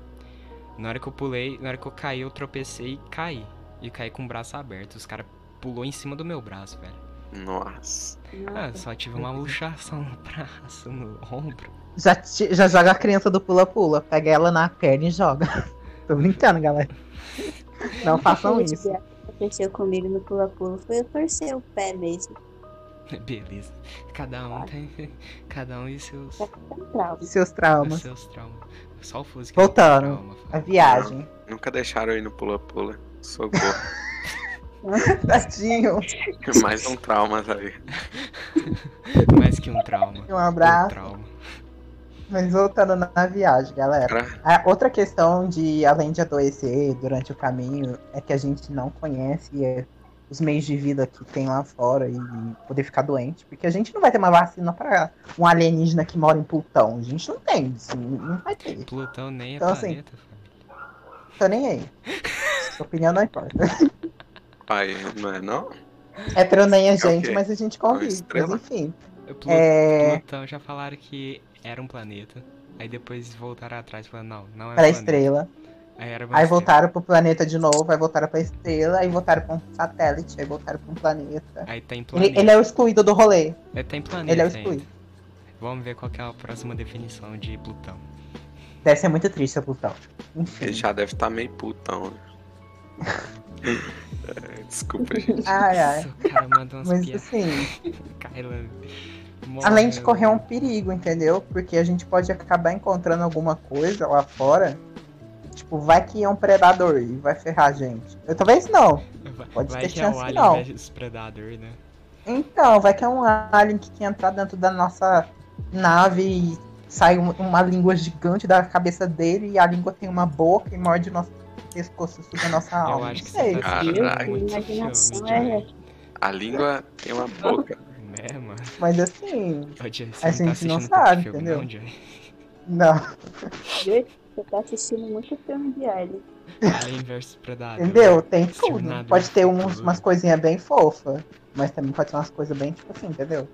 [SPEAKER 1] Na hora que eu pulei, na hora que eu caí, eu tropecei e caí. E caí com o braço aberto. Os caras pulou em cima do meu braço, velho.
[SPEAKER 4] Nossa.
[SPEAKER 1] Ah, só tive uma luxação no braço, no ombro. [LAUGHS]
[SPEAKER 3] Já, ti- já joga a criança do pula-pula. Pega ela na perna e joga. [LAUGHS] Tô brincando, galera. Não façam
[SPEAKER 5] Gente,
[SPEAKER 3] isso.
[SPEAKER 5] o que aconteceu comigo no pula-pula foi eu torcer o pé mesmo.
[SPEAKER 1] Beleza. Cada um tem. [LAUGHS] Cada um e seus,
[SPEAKER 5] Um trauma.
[SPEAKER 3] Seus traumas.
[SPEAKER 1] seus traumas. Só o Fusca. tem
[SPEAKER 3] Voltaram.
[SPEAKER 1] trauma, fala.
[SPEAKER 3] A viagem.
[SPEAKER 4] Nunca deixaram eu ir no pula-pula. Socorro. [LAUGHS]
[SPEAKER 3] Tadinho.
[SPEAKER 4] Mais um trauma, sabe?
[SPEAKER 1] Mais que um trauma.
[SPEAKER 3] Um abraço.
[SPEAKER 1] trauma.
[SPEAKER 3] Mas voltando na na viagem, galera.
[SPEAKER 4] Cara,
[SPEAKER 3] A outra questão de, além de adoecer durante o caminho, é que a gente não conhece é, os meios de vida que tem lá fora e poder ficar doente. Porque a gente não vai ter uma vacina pra um alienígena que mora em Plutão. A gente não tem isso. Não vai ter.
[SPEAKER 1] Plutão nem é
[SPEAKER 3] Então, assim,
[SPEAKER 1] planeta, família.
[SPEAKER 3] Tô nem aí. Sua opinião não importa.
[SPEAKER 4] pai, não é não?
[SPEAKER 3] É pra eu nem a
[SPEAKER 4] o
[SPEAKER 3] gente,
[SPEAKER 4] quê?
[SPEAKER 3] mas a gente convive.
[SPEAKER 4] estrela?
[SPEAKER 3] Mas enfim.
[SPEAKER 1] Plu-
[SPEAKER 3] É.
[SPEAKER 1] Plutão Então, já falaram que era um planeta. Aí depois voltaram atrás e falaram, não, não é um
[SPEAKER 3] Pra
[SPEAKER 1] planeta.
[SPEAKER 3] estrela.
[SPEAKER 1] Aí era uma
[SPEAKER 3] Aí
[SPEAKER 1] estrela.
[SPEAKER 3] voltaram pro planeta de novo, aí voltaram pra estrela, aí voltaram pra um satélite, aí voltaram pra um planeta.
[SPEAKER 1] Aí tá em planeta.
[SPEAKER 3] Ele, ele é o excluído do rolê.
[SPEAKER 1] Ele tá em planeta.
[SPEAKER 3] Ele é o
[SPEAKER 1] ainda.
[SPEAKER 3] excluído.
[SPEAKER 1] Vamos ver qual que é a próxima definição de Plutão.
[SPEAKER 3] Deve ser muito triste a Plutão. Enfim.
[SPEAKER 4] Ele já deve estar meio putão. né? É, Desculpa, gente.
[SPEAKER 3] Ai, ai.
[SPEAKER 1] Nossa, O cara manda umas
[SPEAKER 3] Mas
[SPEAKER 1] piadas. é
[SPEAKER 3] assim,
[SPEAKER 1] Kyla.
[SPEAKER 3] além de correr um
[SPEAKER 1] morreu.
[SPEAKER 3] perigo, entendeu? Porque a gente pode acabar encontrando alguma coisa lá fora. Tipo, vai que é um predador e vai ferrar a gente. Eu talvez não.
[SPEAKER 1] Vai-
[SPEAKER 3] pode
[SPEAKER 1] Vai
[SPEAKER 3] ter
[SPEAKER 1] que é o
[SPEAKER 3] chance,
[SPEAKER 1] alien
[SPEAKER 3] não.
[SPEAKER 1] versus predador, né?
[SPEAKER 3] Então, vai que é um alien que quer entrar dentro da nossa nave e sai um- uma língua gigante da cabeça dele e a língua tem uma boca e morde nosso pescoço, suga nossa
[SPEAKER 1] Eu
[SPEAKER 3] alma.
[SPEAKER 1] acho que
[SPEAKER 3] não sei.
[SPEAKER 1] você tá
[SPEAKER 4] Caralho.
[SPEAKER 1] assistindo muito
[SPEAKER 5] Imaginação
[SPEAKER 1] filme,
[SPEAKER 5] é-
[SPEAKER 1] Jack.
[SPEAKER 4] A língua tem uma boca.
[SPEAKER 1] Né, mano?
[SPEAKER 3] Mas assim,
[SPEAKER 1] Ô, Jack,
[SPEAKER 3] A
[SPEAKER 1] você não tá
[SPEAKER 3] gente não
[SPEAKER 1] assistindo tanto
[SPEAKER 3] sabe,
[SPEAKER 1] filme,
[SPEAKER 3] entendeu?
[SPEAKER 1] não, Jack?
[SPEAKER 3] não.
[SPEAKER 5] Gente, Você tá assistindo muito filme de alien.
[SPEAKER 1] Alien versus predador.
[SPEAKER 3] Entendeu? Tem tudo.
[SPEAKER 1] Exterminador.
[SPEAKER 3] Pode ter uns- umas coisinhas bem fofas, mas também pode ter umas coisas bem tipo assim, entendeu?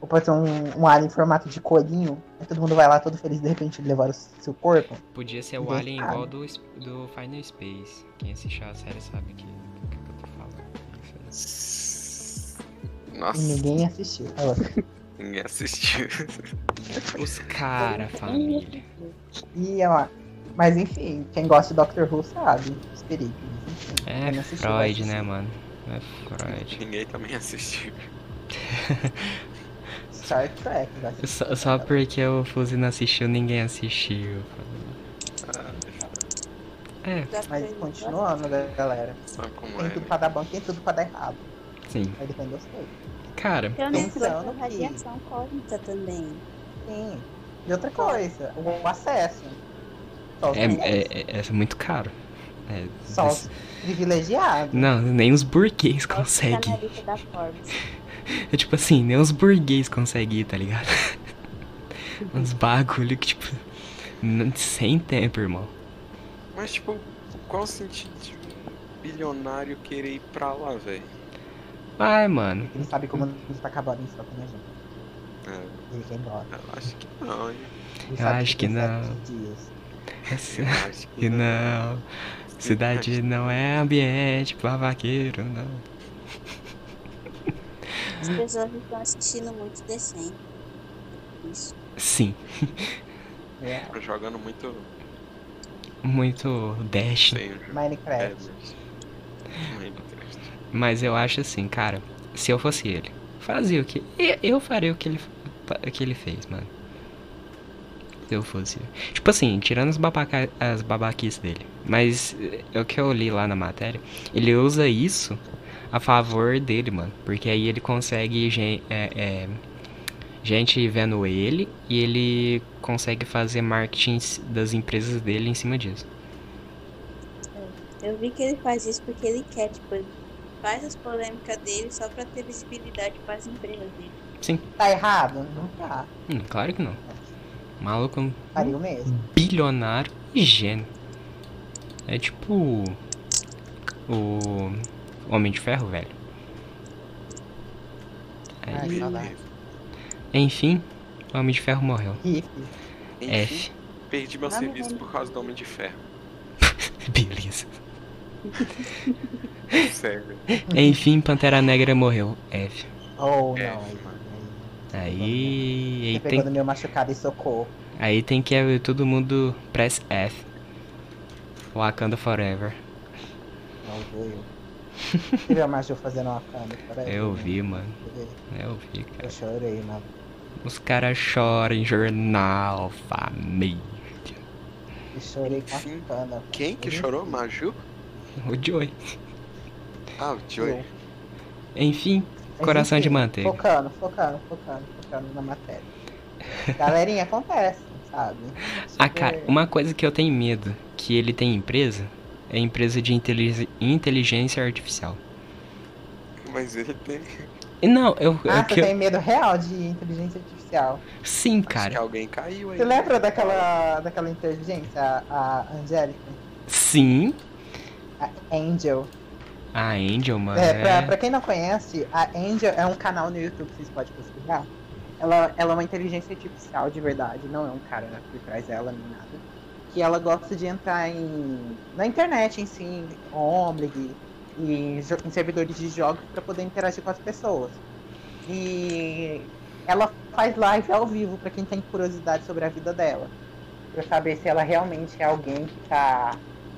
[SPEAKER 3] Ou pode ter um, um alien em formato de colinho, aí todo mundo vai lá todo feliz, de repente ele levar o seu corpo.
[SPEAKER 1] Podia ser o
[SPEAKER 3] Ninguém
[SPEAKER 1] alien
[SPEAKER 3] sabe.
[SPEAKER 1] igual do, Sp- do Final Space. Quem assistiu a série sabe que, do que, que eu tô falando. Isso
[SPEAKER 3] E
[SPEAKER 4] Nossa,
[SPEAKER 3] ninguém assistiu. Olha lá.
[SPEAKER 4] ninguém assistiu. [LAUGHS]
[SPEAKER 1] aí. Os cara, família.
[SPEAKER 3] E olha lá. Mas enfim, quem gosta do Doctor Who sabe os perigos. enfim.
[SPEAKER 1] É
[SPEAKER 3] Quem assistiu, vai
[SPEAKER 1] Freud, né,
[SPEAKER 3] assistir.
[SPEAKER 1] mano? É Freud.
[SPEAKER 4] Ninguém também assistiu.
[SPEAKER 3] Star Trek, vai assistir.
[SPEAKER 1] Só, só
[SPEAKER 3] é.
[SPEAKER 1] porque o Fuzzy não assistiu, ninguém assistiu. É,
[SPEAKER 3] Mas continuando, né, galera.
[SPEAKER 4] Sabe como
[SPEAKER 3] Tem
[SPEAKER 4] é?
[SPEAKER 3] tudo
[SPEAKER 4] Né?
[SPEAKER 3] pra dar bom, tem tudo pra dar errado.
[SPEAKER 1] sim.
[SPEAKER 3] Aí depende das coisas.
[SPEAKER 1] Cara,
[SPEAKER 5] Tem um
[SPEAKER 3] Pensando
[SPEAKER 5] negócio da
[SPEAKER 3] que-
[SPEAKER 5] radiação cósmica também.
[SPEAKER 3] Sim. E outra coisa, o acesso. Só os
[SPEAKER 1] é,
[SPEAKER 3] ricos,
[SPEAKER 1] é, é, é muito caro. É,
[SPEAKER 3] só os privilegiados.
[SPEAKER 1] Não, nem os burguês [LAUGHS]
[SPEAKER 5] Olha o
[SPEAKER 1] conseguem.
[SPEAKER 5] jornalista tá da Forbes.
[SPEAKER 1] É tipo assim, nem os burguês conseguem ir, tá ligado?
[SPEAKER 3] Uhum.
[SPEAKER 1] Uns bagulho que, tipo, n- sem tempo, irmão.
[SPEAKER 4] Mas, tipo, qual o sentido de um bilionário querer ir pra lá, velho?
[SPEAKER 1] Vai, mano.
[SPEAKER 3] Ele sabe como ele tá acabando isso pra minha gente.
[SPEAKER 4] É,
[SPEAKER 3] Ele quer ir embora.
[SPEAKER 4] eu acho que não, hein?
[SPEAKER 3] Ele
[SPEAKER 1] Eu
[SPEAKER 3] sabe
[SPEAKER 1] acho que
[SPEAKER 3] tem
[SPEAKER 1] não.
[SPEAKER 3] sete Dias.
[SPEAKER 1] Essa-
[SPEAKER 4] Eu
[SPEAKER 1] [LAUGHS]
[SPEAKER 4] acho
[SPEAKER 1] né?
[SPEAKER 4] que
[SPEAKER 1] E não,
[SPEAKER 4] [LAUGHS]
[SPEAKER 1] cidade não é ambiente pra vaqueiro, não.
[SPEAKER 5] As pessoas estão assistindo muito desenho. Isso.
[SPEAKER 1] Sim,
[SPEAKER 3] É,
[SPEAKER 4] Tô jogando muito
[SPEAKER 1] muito dash.
[SPEAKER 4] sem o jogo. É,
[SPEAKER 3] Minecraft.
[SPEAKER 4] mas- Minecraft.
[SPEAKER 1] Mas eu acho assim, cara, se eu fosse ele, fazia o que. e- Eu faria o que ele, fa- o que ele fez, mano. Se eu fosse. ele. Tipo assim, tirando as, babaca, as babaquices dele. Mas eh, é o que eu li lá na matéria. Ele usa isso a favor dele, mano. Porque aí ele consegue gen- é, é, gente vendo ele e ele consegue fazer marketing das empresas dele em cima disso.
[SPEAKER 5] Eu vi que ele faz isso porque ele quer, tipo, ele faz as polêmicas dele só pra ter visibilidade para as empresas dele.
[SPEAKER 3] Tá errado? Não tá.
[SPEAKER 1] Hum, claro que não. Maluco não
[SPEAKER 3] Faria o mesmo.
[SPEAKER 1] Hum. bilionário e gênio. É tipo o- o Homem de Ferro, velho.
[SPEAKER 3] Ai,
[SPEAKER 1] Aí,
[SPEAKER 3] saudade.
[SPEAKER 1] enfim, o Homem de Ferro morreu.
[SPEAKER 3] Hip.
[SPEAKER 4] Enfim,
[SPEAKER 1] F.
[SPEAKER 4] perdi meu
[SPEAKER 5] Nada
[SPEAKER 4] serviço
[SPEAKER 3] [LAUGHS]
[SPEAKER 5] bem.
[SPEAKER 4] por causa do Homem de Ferro.
[SPEAKER 1] Beleza.
[SPEAKER 4] Sério.
[SPEAKER 1] Enfim, Pantera Negra morreu. F.
[SPEAKER 3] Oh,
[SPEAKER 4] É.
[SPEAKER 3] não, aí, mano.
[SPEAKER 1] Aí.
[SPEAKER 3] Aí,
[SPEAKER 1] Aí
[SPEAKER 3] tá
[SPEAKER 1] tem,
[SPEAKER 3] pegando meu machucado e socorro.
[SPEAKER 1] aí tem que eh, todo mundo press F. Wakanda Forever.
[SPEAKER 3] Não
[SPEAKER 1] [LAUGHS]
[SPEAKER 3] vou eu. Você viu a Maju fazendo uma câmera? Peraí,
[SPEAKER 1] Eu
[SPEAKER 3] mano.
[SPEAKER 1] vi, mano.
[SPEAKER 3] Eu vi.
[SPEAKER 1] Eu vi, cara.
[SPEAKER 3] Eu chorei, mano.
[SPEAKER 1] Os caras choram em jornal, família.
[SPEAKER 3] Eu chorei com
[SPEAKER 4] Sim.
[SPEAKER 3] a cana.
[SPEAKER 4] Quem
[SPEAKER 3] Uhum.
[SPEAKER 4] que chorou? Maju?
[SPEAKER 1] O Joey.
[SPEAKER 4] Ah, o Joey.
[SPEAKER 1] Enfim, Coração de manteiga.
[SPEAKER 3] Focando, focando, focando, focando na matéria. Galerinha, acontece, sabe? Tipo,
[SPEAKER 1] ah,
[SPEAKER 3] Super-
[SPEAKER 1] cara, uma coisa que eu tenho medo que ele tem empresa é empresa de inteliz- inteligência artificial.
[SPEAKER 3] É.
[SPEAKER 4] Mas ele tem.
[SPEAKER 1] E Não, eu.
[SPEAKER 3] Ah,
[SPEAKER 1] eu,
[SPEAKER 3] você
[SPEAKER 1] que eu-
[SPEAKER 3] tem medo real de inteligência artificial.
[SPEAKER 1] sim,
[SPEAKER 4] Acho que
[SPEAKER 1] cara.
[SPEAKER 4] alguém caiu aí. né?
[SPEAKER 3] Você lembra daquela, daquela inteligência, a, a Angélica?
[SPEAKER 1] Sim.
[SPEAKER 3] A Angel.
[SPEAKER 1] A Angel, mano.
[SPEAKER 3] É, pra,
[SPEAKER 1] é-
[SPEAKER 3] pra quem não conhece, a Angel é um canal no YouTube, vocês podem pesquisar. Ela, ela é uma inteligência artificial de verdade, não é um cara por trás dela nem nada. Que ela gosta de entrar em. na internet em si, em Omlig, em, jo- em servidores de jogos pra poder interagir com as pessoas. E ela faz live ao vivo pra quem tem curiosidade sobre a vida dela. Pra saber se ela realmente é alguém que tá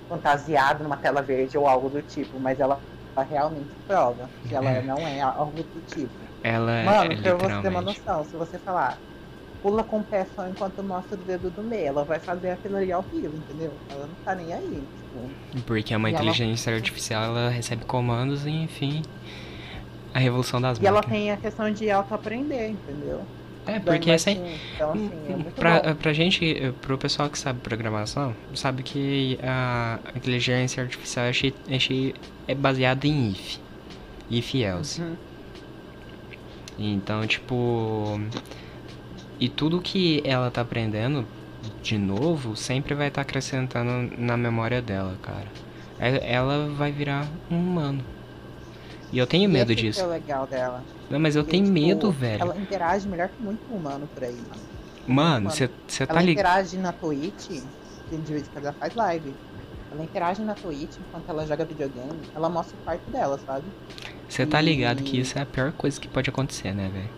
[SPEAKER 3] fantasiado numa tela verde ou algo do tipo, mas ela ela realmente prova que ela
[SPEAKER 1] É.
[SPEAKER 3] não é algo do tipo.
[SPEAKER 1] Ela é-
[SPEAKER 3] Mano,
[SPEAKER 1] é
[SPEAKER 3] pra você ter uma
[SPEAKER 1] literalmente.
[SPEAKER 3] noção, se você falar pula com o pé só enquanto mostra o dedo do meio, ela vai fazer aquilo ali ao vivo, entendeu? Ela não tá nem aí. Tipo,
[SPEAKER 1] Porque é uma
[SPEAKER 3] E ela-
[SPEAKER 1] inteligência artificial, ela recebe comandos e, enfim. A revolução das
[SPEAKER 3] e ela
[SPEAKER 1] máquinas.
[SPEAKER 3] tem a questão de auto-aprender, entendeu?
[SPEAKER 1] É, porque essa é.
[SPEAKER 3] Então, assim, é muito bom.
[SPEAKER 1] Pra, pra gente, pro pessoal que sabe programação, sabe que a inteligência artificial é, che- é che- é baseada em if. If else.
[SPEAKER 3] Uhum.
[SPEAKER 1] Então, tipo. E tudo que ela tá aprendendo de novo sempre vai estar acrescentando na memória dela, cara. E- Ela vai virar um humano. E eu tenho
[SPEAKER 3] E
[SPEAKER 1] medo
[SPEAKER 3] esse que
[SPEAKER 1] disso.
[SPEAKER 3] é o legal dela.
[SPEAKER 1] Não, mas eu
[SPEAKER 3] Porque,
[SPEAKER 1] tenho
[SPEAKER 3] tipo,
[SPEAKER 1] medo, velho.
[SPEAKER 3] Ela interage melhor que muito humano por aí.
[SPEAKER 1] Mano,
[SPEAKER 3] Mano,
[SPEAKER 1] você tá
[SPEAKER 3] Ela
[SPEAKER 1] ligado.
[SPEAKER 3] interage na Twitch, tem de vez que ela faz live. Ela interage na Twitch enquanto ela joga videogame, ela mostra o quarto dela, sabe?
[SPEAKER 1] Você tá ligado que
[SPEAKER 3] Hum.
[SPEAKER 1] isso é a pior coisa que pode acontecer, né, velho?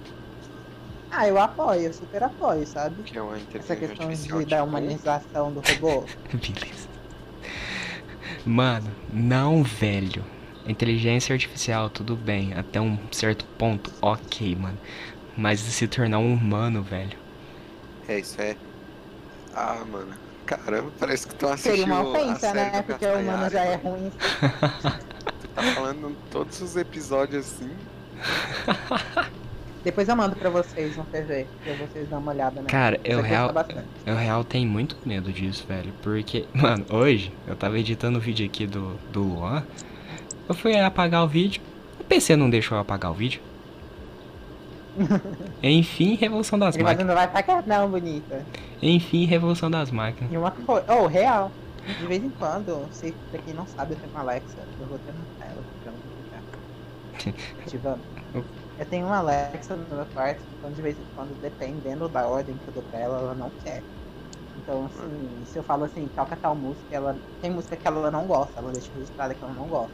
[SPEAKER 3] Ah, eu apoio, eu super apoio, sabe?
[SPEAKER 4] Que é uma
[SPEAKER 3] Essa
[SPEAKER 4] inteligência
[SPEAKER 3] questão
[SPEAKER 4] artificial. tipo,
[SPEAKER 3] de, da humanização do
[SPEAKER 4] [LAUGHS]
[SPEAKER 3] robô.
[SPEAKER 1] Beleza. Mano, não, velho. Inteligência artificial, tudo bem. Até um certo ponto, ok, mano. Mas se tornar um humano, velho.
[SPEAKER 4] É, isso é. Ah, mano. Caramba, parece que tu assistiu.
[SPEAKER 3] Seria uma
[SPEAKER 4] a
[SPEAKER 3] ofensa,
[SPEAKER 4] série
[SPEAKER 3] né?
[SPEAKER 4] do
[SPEAKER 3] Porque o humano
[SPEAKER 4] Castanhari,
[SPEAKER 3] já é
[SPEAKER 4] mano.
[SPEAKER 3] ruim.
[SPEAKER 4] Tu tá falando todos os episódios assim.
[SPEAKER 3] Depois eu mando pra vocês no TV, pra vocês darem uma olhada, né?
[SPEAKER 1] Cara, eu
[SPEAKER 3] Você
[SPEAKER 1] real,
[SPEAKER 3] gosta bastante.
[SPEAKER 1] eu real tenho muito medo disso, velho. Porque, [LAUGHS] mano, hoje eu tava editando o vídeo aqui do, do Luan. Eu fui apagar o vídeo. O PC não deixou eu apagar o
[SPEAKER 3] [LAUGHS]
[SPEAKER 1] vídeo. Enfim, Revolução das
[SPEAKER 3] Ele vai-
[SPEAKER 1] Máquinas.
[SPEAKER 3] não vai tacar não, bonita.
[SPEAKER 1] Enfim, Revolução das Máquinas.
[SPEAKER 3] E uma coisa. Oh, real. De vez em quando, sei, pra quem não sabe, eu tenho uma Alexa. Eu vou ter uma tela pra não ficar ativando. Eu tenho uma Alexa no meu quarto, então de vez em quando, dependendo da ordem que eu dou pra ela, ela não quer. Então, assim, se eu falo assim, toca tal música, ela. Tem música que ela não gosta, ela deixa registrada que ela não gosta.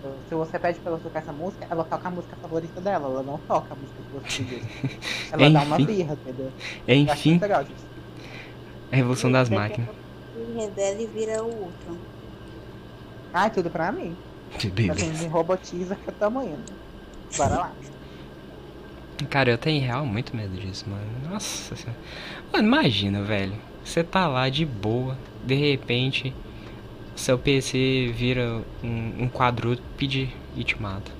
[SPEAKER 3] Então, se você pede pra ela tocar essa música, ela toca a música favorita dela, ela não toca a música que você pediu.
[SPEAKER 1] [LAUGHS]
[SPEAKER 3] Ela dá uma
[SPEAKER 1] Enfim.
[SPEAKER 3] birra, entendeu? Eu acho
[SPEAKER 1] Enfim,
[SPEAKER 3] muito legal disso.
[SPEAKER 1] Revolução das
[SPEAKER 5] Daqui a
[SPEAKER 1] Máquinas.
[SPEAKER 5] pouco Se rebela e vira o Ultron.
[SPEAKER 3] Ah, tudo pra mim.
[SPEAKER 1] [LAUGHS] Beleza.
[SPEAKER 3] Assim, me robotiza que eu tamo indo. Bora lá.
[SPEAKER 1] Cara, eu tenho real muito medo disso, mano. Nossa senhora. Mano, imagina, velho. Você tá lá de boa, de repente, seu PC vira um, um quadrúpede e te mata.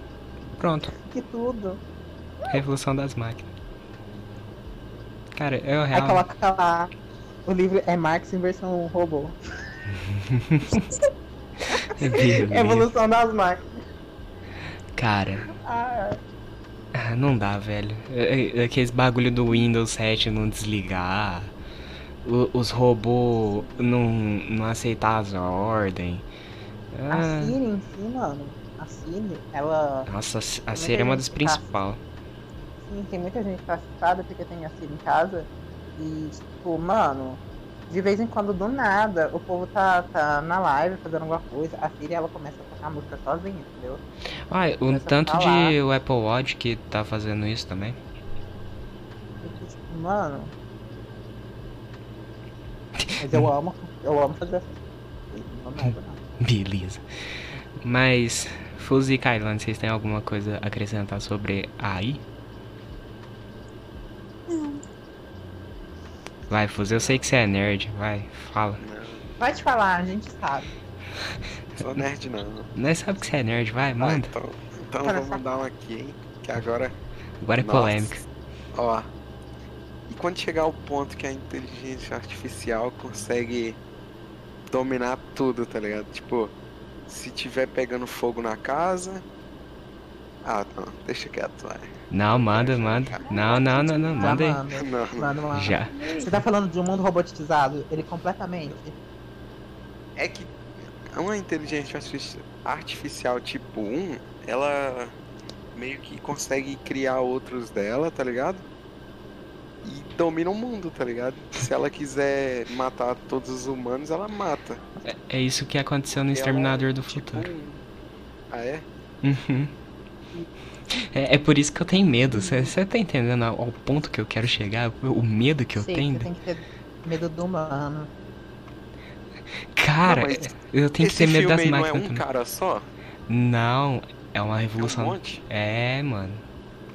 [SPEAKER 1] Pronto,
[SPEAKER 3] Que tudo.
[SPEAKER 1] revolução das máquinas. Cara, eu
[SPEAKER 3] Aí
[SPEAKER 1] [LAUGHS] real.
[SPEAKER 3] coloca lá. O livro é Marx em versão robô.
[SPEAKER 1] Beleza.
[SPEAKER 3] Evolução das máquinas.
[SPEAKER 1] Cara,
[SPEAKER 3] Ah,
[SPEAKER 1] ah, não dá, velho. É- é- Aqueles bagulho do Windows 7 não desligar. o- Os robôs não, não aceitar as ordens. Ah.
[SPEAKER 3] a Siri em si, mano. A Siri, ela.
[SPEAKER 1] Nossa, a C- a
[SPEAKER 3] Como é
[SPEAKER 1] Siri
[SPEAKER 3] que
[SPEAKER 1] é
[SPEAKER 3] a
[SPEAKER 1] uma
[SPEAKER 3] gente
[SPEAKER 1] das
[SPEAKER 3] faz?
[SPEAKER 1] principais.
[SPEAKER 3] Sim, tem muita gente que tá assustada porque tem a Siri em casa. E, tipo, mano. De vez em quando, do nada, o povo tá, tá na live fazendo alguma coisa, a Siri ela começa a tocar música sozinha, entendeu?
[SPEAKER 1] Ah, o
[SPEAKER 3] Começa a
[SPEAKER 1] tanto
[SPEAKER 3] falar.
[SPEAKER 1] de o Apple Watch que tá fazendo isso também. [LAUGHS]
[SPEAKER 3] Eu tô tipo, mano. Mas eu amo, eu amo fazer essas coisas. Não nego, não.
[SPEAKER 1] Beleza. Mas, Fuzzy e Kailan, vocês têm alguma coisa a acrescentar sobre AI?
[SPEAKER 5] Não.
[SPEAKER 1] Vai, Fuzzy, eu sei que você é nerd, vai, fala.
[SPEAKER 4] Não,
[SPEAKER 3] Vai te falar, a gente sabe.
[SPEAKER 1] [LAUGHS]
[SPEAKER 4] sou nerd não. né?
[SPEAKER 1] Nós sabemos que você é nerd, vai,
[SPEAKER 4] Ah,
[SPEAKER 1] manda.
[SPEAKER 4] então, então vou mandar um aqui, hein? Que agora.
[SPEAKER 1] Agora é
[SPEAKER 4] Nossa.
[SPEAKER 1] polêmica.
[SPEAKER 4] Ó. E quando chegar ao ponto que a inteligência artificial consegue dominar tudo, tá ligado? Tipo, se tiver pegando fogo na casa. Ah, não, deixa quieto, vai. [LAUGHS]
[SPEAKER 1] Não, manda, manda. Não, não, não, não, Ah, manda aí.
[SPEAKER 3] manda,
[SPEAKER 4] Não,
[SPEAKER 3] manda, manda.
[SPEAKER 1] Já.
[SPEAKER 3] Você tá falando de um mundo robotizado? Ele completamente.
[SPEAKER 4] É que uma inteligência artifici- artificial tipo 1, ela meio que consegue criar outros dela, tá ligado? E domina o mundo, tá ligado? Se ela quiser matar todos os humanos, ela mata.
[SPEAKER 1] É- É isso que aconteceu no
[SPEAKER 4] Ela,
[SPEAKER 1] Exterminador do
[SPEAKER 4] tipo,
[SPEAKER 1] Futuro.
[SPEAKER 4] um- Ah, é?
[SPEAKER 1] Uhum. É, é por isso que eu tenho medo. Você tá entendendo ao, ao ponto que eu quero chegar? O medo que eu
[SPEAKER 3] Sim,
[SPEAKER 1] tenho?
[SPEAKER 3] Você tem que ter medo do humano.
[SPEAKER 1] Cara,
[SPEAKER 4] Não, mas
[SPEAKER 1] eu tenho que
[SPEAKER 4] Esse
[SPEAKER 1] ter medo
[SPEAKER 4] filme
[SPEAKER 1] das
[SPEAKER 4] aí não é
[SPEAKER 1] máquinas
[SPEAKER 4] um
[SPEAKER 1] também.
[SPEAKER 4] cara só?
[SPEAKER 1] Não, é uma
[SPEAKER 4] É um
[SPEAKER 1] revolução.
[SPEAKER 4] monte?
[SPEAKER 1] É, mano.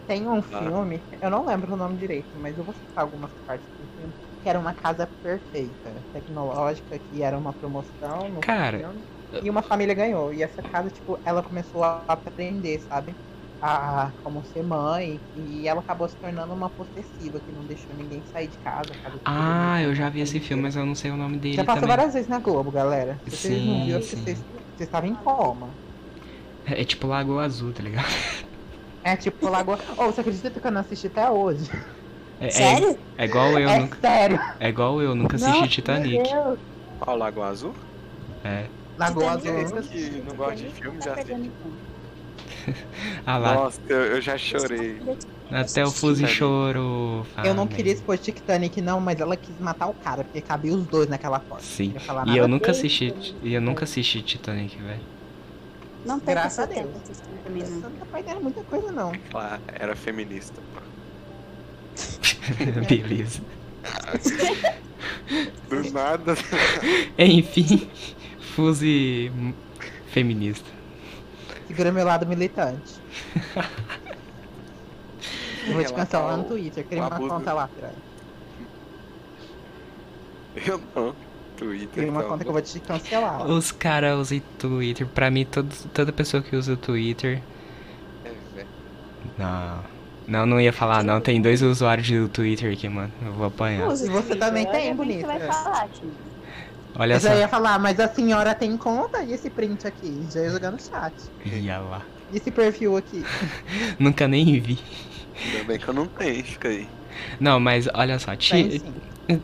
[SPEAKER 3] Tem
[SPEAKER 1] Ah.
[SPEAKER 3] um filme, eu não lembro o nome direito, mas eu vou citar algumas partes do filme, que era uma casa perfeita, tecnológica, que era uma promoção no
[SPEAKER 1] Cara,
[SPEAKER 3] filme, e uma família ganhou. E essa casa, tipo, ela começou a aprender, sabe? A como ser mãe, e ela acabou se tornando uma possessiva, que não deixou ninguém sair de casa. a casa
[SPEAKER 1] Ah,
[SPEAKER 3] ficou
[SPEAKER 1] eu já vi esse filme, mas eu não sei o nome dele
[SPEAKER 3] né. Já passou
[SPEAKER 1] também.
[SPEAKER 3] várias vezes na Globo, galera. Se vocês
[SPEAKER 1] Sim,
[SPEAKER 3] não viram,
[SPEAKER 1] sim.
[SPEAKER 3] vocês, vocês estavam em coma.
[SPEAKER 1] É tipo Lagoa Azul, tá ligado?
[SPEAKER 3] É tipo Lagoa. Ô, você acredita que eu não assisti até hoje?
[SPEAKER 1] É, é-
[SPEAKER 5] Sério?
[SPEAKER 1] é igual eu,
[SPEAKER 3] é
[SPEAKER 1] nunca,
[SPEAKER 3] sério.
[SPEAKER 1] é igual eu, nunca assisti
[SPEAKER 3] Não,
[SPEAKER 1] Titanic.
[SPEAKER 3] meu Deus.
[SPEAKER 4] Ó, o Lago Azul?
[SPEAKER 1] É.
[SPEAKER 3] Lagoa
[SPEAKER 5] Titanic
[SPEAKER 3] Azul.
[SPEAKER 5] é
[SPEAKER 4] Esse que não gosta de filme, já
[SPEAKER 5] Tá
[SPEAKER 4] assisti.
[SPEAKER 5] pegando tudo.
[SPEAKER 1] Ah lá,
[SPEAKER 4] Nossa, eu, eu já chorei.
[SPEAKER 1] até o Fuzzy
[SPEAKER 4] Titanic.
[SPEAKER 1] chorou.
[SPEAKER 3] Eu não
[SPEAKER 1] amém.
[SPEAKER 3] queria expor Titanic, não, mas ela quis matar o cara, porque cabia os dois naquela porta.
[SPEAKER 1] Sim.
[SPEAKER 3] Não ia falar
[SPEAKER 1] E eu
[SPEAKER 3] nada.
[SPEAKER 1] nunca
[SPEAKER 5] dele,
[SPEAKER 1] assisti,
[SPEAKER 5] também.
[SPEAKER 1] e eu nunca assisti Titanic,
[SPEAKER 3] [LAUGHS]
[SPEAKER 1] velho.
[SPEAKER 5] Não perca
[SPEAKER 3] Graças
[SPEAKER 5] seu
[SPEAKER 3] a Deus.
[SPEAKER 5] tempo assistindo assim, também, né?
[SPEAKER 3] Você
[SPEAKER 5] não.
[SPEAKER 3] não tá perdendo muita coisa, não.
[SPEAKER 4] Ela era feminista, pô.
[SPEAKER 1] Beleza. É.
[SPEAKER 4] Do nada. [LAUGHS]
[SPEAKER 1] Enfim, [LAUGHS] Fuzzy hum, feminista.
[SPEAKER 3] Segura meu
[SPEAKER 1] [LAUGHS]
[SPEAKER 3] lado militante. eu vou te
[SPEAKER 4] Ela
[SPEAKER 3] cancelar
[SPEAKER 4] tá
[SPEAKER 3] no
[SPEAKER 4] o-
[SPEAKER 3] Twitter, criei uma
[SPEAKER 4] abuso-
[SPEAKER 3] conta lá atrás.
[SPEAKER 4] Eu não. Twitter. então,
[SPEAKER 3] Criei uma conta que eu vou te cancelar.
[SPEAKER 1] Os caras usam Twitter. Pra mim, todo, toda pessoa que usa Twitter.
[SPEAKER 4] é,
[SPEAKER 1] Não. Não, não ia falar, não. Tem dois usuários do Twitter aqui, mano. Eu vou apanhar.
[SPEAKER 5] Usa o
[SPEAKER 3] E você
[SPEAKER 5] Twitter,
[SPEAKER 3] também
[SPEAKER 5] olha
[SPEAKER 3] tem,
[SPEAKER 5] bem o que
[SPEAKER 3] bonita. É.
[SPEAKER 5] Você né? vai falar,
[SPEAKER 4] [LAUGHS]
[SPEAKER 5] assim. Tim.
[SPEAKER 1] Olha
[SPEAKER 3] Eu
[SPEAKER 1] só.
[SPEAKER 3] já ia falar, mas a senhora tem conta e esse print aqui? Já ia jogar no chat.
[SPEAKER 1] Ia lá.
[SPEAKER 3] E esse perfil aqui? Tá
[SPEAKER 1] Nunca nem vi.
[SPEAKER 4] Ainda bem que eu não tenho, fica aí.
[SPEAKER 1] Não, mas olha só. ti-
[SPEAKER 3] Tem sim.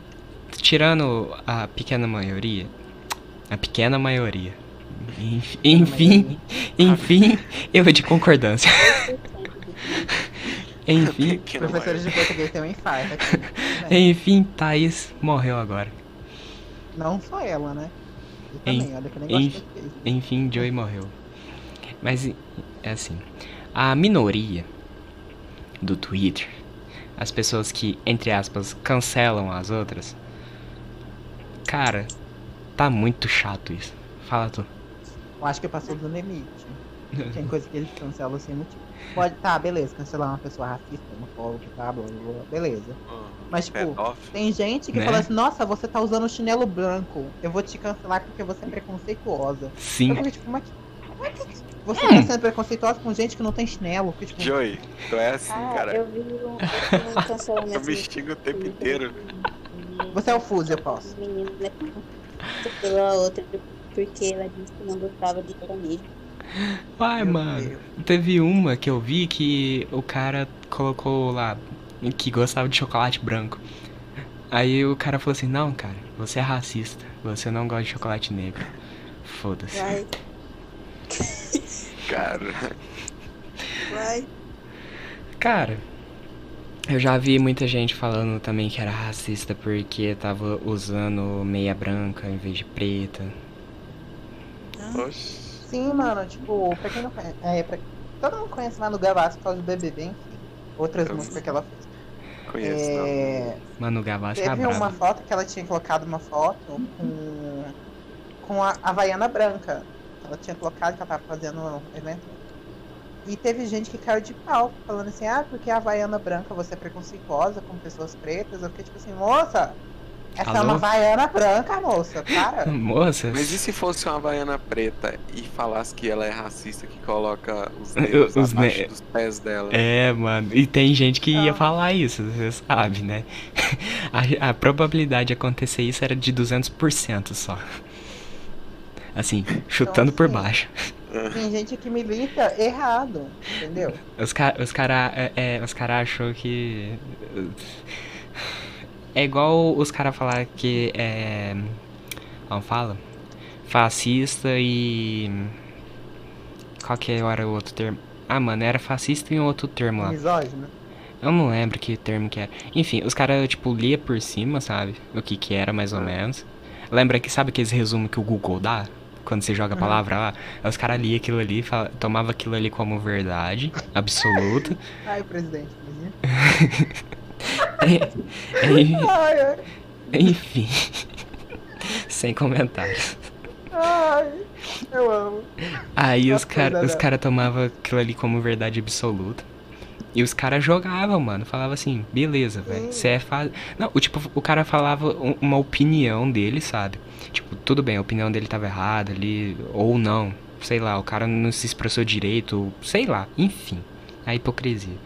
[SPEAKER 1] tirando a pequena maioria. A pequena maioria. Enf- Enfim, enfim, eu de concordância. Enfim,
[SPEAKER 4] [LAUGHS] Que não é.
[SPEAKER 3] Professores de português têm um infarto aqui. Tudo bem.
[SPEAKER 1] enfim, Thaís morreu agora.
[SPEAKER 3] Não só ela, né? Eu
[SPEAKER 1] Em-
[SPEAKER 3] também, olha que eu nem
[SPEAKER 1] em-
[SPEAKER 3] gosto de português.
[SPEAKER 1] Enfim, Joey morreu. Mas é assim, a minoria do Twitter, as pessoas que, entre aspas, cancelam as outras, cara, tá muito chato isso. Fala tu.
[SPEAKER 3] Eu acho que passou do limite. Tem coisa que eles cancelam assim, sem motivo. Pode, tá, beleza, cancelar uma pessoa racista, homofóbica, tá, blá, blá, blá, beleza.
[SPEAKER 4] Hum,
[SPEAKER 3] Mas,
[SPEAKER 4] é
[SPEAKER 3] tipo,
[SPEAKER 4] Pedófilo.
[SPEAKER 3] tem gente que
[SPEAKER 1] Né?
[SPEAKER 3] fala assim, nossa, você tá usando chinelo branco, eu vou te cancelar porque você é preconceituosa. Eu
[SPEAKER 1] Sim, Hum.
[SPEAKER 3] fico, tipo, mas, mas você tá sendo preconceituosa com gente que não tem chinelo? Porque, tipo,
[SPEAKER 4] Joey, tu é assim,
[SPEAKER 5] Ah,
[SPEAKER 4] cara.
[SPEAKER 5] eu vi um, eu vi um cancelamento
[SPEAKER 4] [LAUGHS]
[SPEAKER 5] um
[SPEAKER 4] Eu me
[SPEAKER 5] no
[SPEAKER 4] xingo o tempo
[SPEAKER 5] Twitter.
[SPEAKER 4] inteiro.
[SPEAKER 3] você é o Fuzzy, eu posso.
[SPEAKER 5] menina pela né? outra porque ela disse que não gostava de sertanejo.
[SPEAKER 1] vai,
[SPEAKER 3] Meu
[SPEAKER 1] mano.
[SPEAKER 3] Deus.
[SPEAKER 1] Teve uma que eu vi que o cara colocou lá que gostava de chocolate branco. Aí o cara falou assim: Não, cara, você é racista. Você não gosta de chocolate negro. Foda-se.
[SPEAKER 5] Vai,
[SPEAKER 4] Cara,
[SPEAKER 5] vai.
[SPEAKER 1] Cara, Eu já vi muita gente falando também que era racista porque tava usando meia branca em vez de preta.
[SPEAKER 5] Ah.
[SPEAKER 4] Oxi.
[SPEAKER 3] Sim, mano, tipo, pra quem não conhece. É, pra... Todo mundo conhece Manu Gavassi por causa do BBB, enfim. Outras
[SPEAKER 4] Eu-
[SPEAKER 3] músicas que ela fez.
[SPEAKER 4] Conheço, não.
[SPEAKER 3] É,
[SPEAKER 1] Mano, o Gavassi tá
[SPEAKER 3] Teve
[SPEAKER 1] brabo. [LAUGHS]
[SPEAKER 3] uma foto que ela tinha colocado uma foto com, com a Havaiana branca. Ela tinha colocado que ela tava fazendo um evento. E teve gente que caiu de pau, falando assim, ah, porque a Havaiana branca você é preconceituosa com pessoas pretas. Eu fiquei tipo assim, moça, essa é
[SPEAKER 1] Alô?
[SPEAKER 3] uma Havaiana branca, moça, para.
[SPEAKER 1] Moças?
[SPEAKER 4] Mas e se fosse uma baiana preta e falasse que ela é racista que coloca os
[SPEAKER 1] Os
[SPEAKER 4] dedos
[SPEAKER 1] ne-
[SPEAKER 4] abaixo dos pés dela?
[SPEAKER 1] É, mano. E tem gente que ia
[SPEAKER 3] Ah.
[SPEAKER 1] falar isso, você sabe, né? [LAUGHS] A, a probabilidade de acontecer isso era de 200% só. Assim, chutando por
[SPEAKER 3] assim,
[SPEAKER 1] baixo.
[SPEAKER 3] Tem gente que milita errado, entendeu?
[SPEAKER 1] Os caras os cara, é, é, os cara achou que. É igual os caras falar que é. Como fala? Fascista e. Qual que era o outro termo? Ah, mano, era fascista e um outro termo
[SPEAKER 3] É.
[SPEAKER 1] lá.
[SPEAKER 3] Misógino.
[SPEAKER 1] Eu não lembro que termo que era. Enfim, os caras, tipo, lia por cima, sabe? O que que era, mais ou menos. Lembra que, sabe aqueles resumos que o Google dá? Quando você joga a
[SPEAKER 3] Uhum.
[SPEAKER 1] palavra lá? Aí Os caras liam aquilo ali, fala- tomava aquilo ali como verdade absoluta.
[SPEAKER 3] Ai, presidente. menino.
[SPEAKER 1] E-
[SPEAKER 3] Ai, ai,
[SPEAKER 1] [LAUGHS] Enfim. Sem comentários.
[SPEAKER 3] ai. Eu amo.
[SPEAKER 1] Aí os
[SPEAKER 3] Nossa,
[SPEAKER 1] caras os
[SPEAKER 3] Dada.
[SPEAKER 1] cara tomavam aquilo ali como verdade absoluta. E os caras jogavam, mano. Falava assim, beleza, velho.
[SPEAKER 3] Sim.
[SPEAKER 1] Você é fa... Não, o, tipo, o cara falava um- uma opinião dele, sabe? Tipo, tudo bem, a opinião dele tava errada ali, ou não. Sei lá, o cara não se expressou direito, ou sei lá, enfim. A hipocrisia.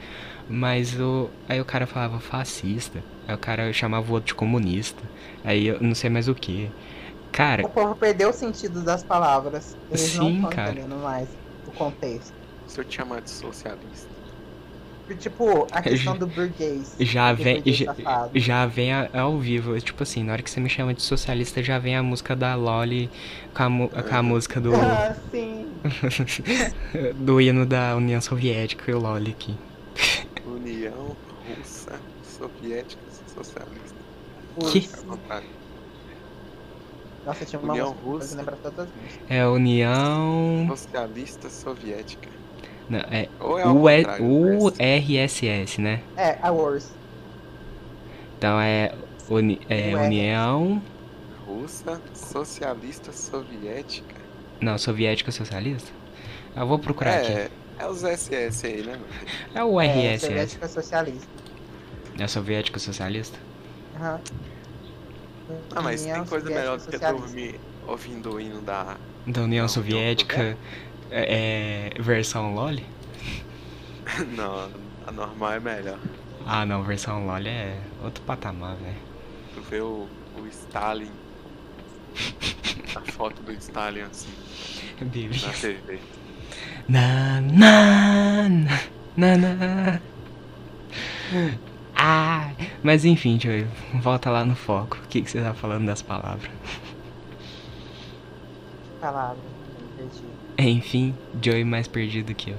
[SPEAKER 1] Mas o. Aí o cara falava fascista. Aí o cara chamava o outro de comunista. Aí eu não sei mais o que. Cara,
[SPEAKER 3] O povo perdeu o sentido das palavras. Eles
[SPEAKER 1] É. Sim,
[SPEAKER 3] não estão
[SPEAKER 1] cara.
[SPEAKER 3] entendendo mais o contexto.
[SPEAKER 4] Se eu te chamar de socialista.
[SPEAKER 3] E, Tipo, a
[SPEAKER 1] É, já-
[SPEAKER 3] questão do burguês.
[SPEAKER 1] Já
[SPEAKER 3] Aquele
[SPEAKER 1] vem,
[SPEAKER 3] burguês
[SPEAKER 1] já,
[SPEAKER 3] safado.
[SPEAKER 1] já vem a- ao vivo. Tipo assim, na hora que você me chama de socialista, já vem a música da Loli com a, mu- com a música do, [LAUGHS]
[SPEAKER 3] [LAUGHS] Ah, sim.
[SPEAKER 1] do hino da União Soviética e o Loli aqui.
[SPEAKER 4] União Russa Soviética Socialista.
[SPEAKER 1] Que?
[SPEAKER 4] Fica à vontade.
[SPEAKER 3] Nossa, tinha uma
[SPEAKER 4] União
[SPEAKER 3] música pra
[SPEAKER 4] Russa.
[SPEAKER 3] lembrar todas as músicas.
[SPEAKER 1] É a União.
[SPEAKER 4] Socialista Soviética.
[SPEAKER 1] Não, é
[SPEAKER 4] Ou é ao
[SPEAKER 1] UE
[SPEAKER 4] contrário,
[SPEAKER 1] uh,
[SPEAKER 4] parece.
[SPEAKER 1] URSS, né?
[SPEAKER 3] É, a Wars.
[SPEAKER 1] Então é, uni, é
[SPEAKER 3] URSS.
[SPEAKER 1] União. é.
[SPEAKER 4] Russa Socialista Soviética.
[SPEAKER 1] Não, Soviética Socialista? Eu vou procurar aqui.
[SPEAKER 4] É, é os SS aí, né, meu filho?
[SPEAKER 1] É o
[SPEAKER 3] É,
[SPEAKER 1] URSS.
[SPEAKER 3] soviética socialista.
[SPEAKER 1] É Soviética Socialista?
[SPEAKER 3] Aham.
[SPEAKER 4] Ah, mas
[SPEAKER 3] União
[SPEAKER 4] tem coisa
[SPEAKER 3] Soviética é
[SPEAKER 4] melhor do que
[SPEAKER 3] Socialista.
[SPEAKER 4] dormir ouvindo o hino da. [LAUGHS]
[SPEAKER 1] Da União
[SPEAKER 4] Não,
[SPEAKER 1] Soviética. É, é, versão Loli?
[SPEAKER 4] Não, a normal é melhor.
[SPEAKER 1] Ah, não, versão LoL é outro patamar, velho.
[SPEAKER 4] Tu vê o, o Stalin. A foto do Stalin assim,
[SPEAKER 1] [LAUGHS]
[SPEAKER 4] na
[SPEAKER 3] Tá
[SPEAKER 1] Beleza.
[SPEAKER 4] TV.
[SPEAKER 1] É Na, na, na, na, na. Ah, mas enfim, Joey, volta lá no foco. O que, que você tá falando das palavras?
[SPEAKER 3] Palavra. Entendi.
[SPEAKER 1] Enfim, Joey é mais perdido que eu.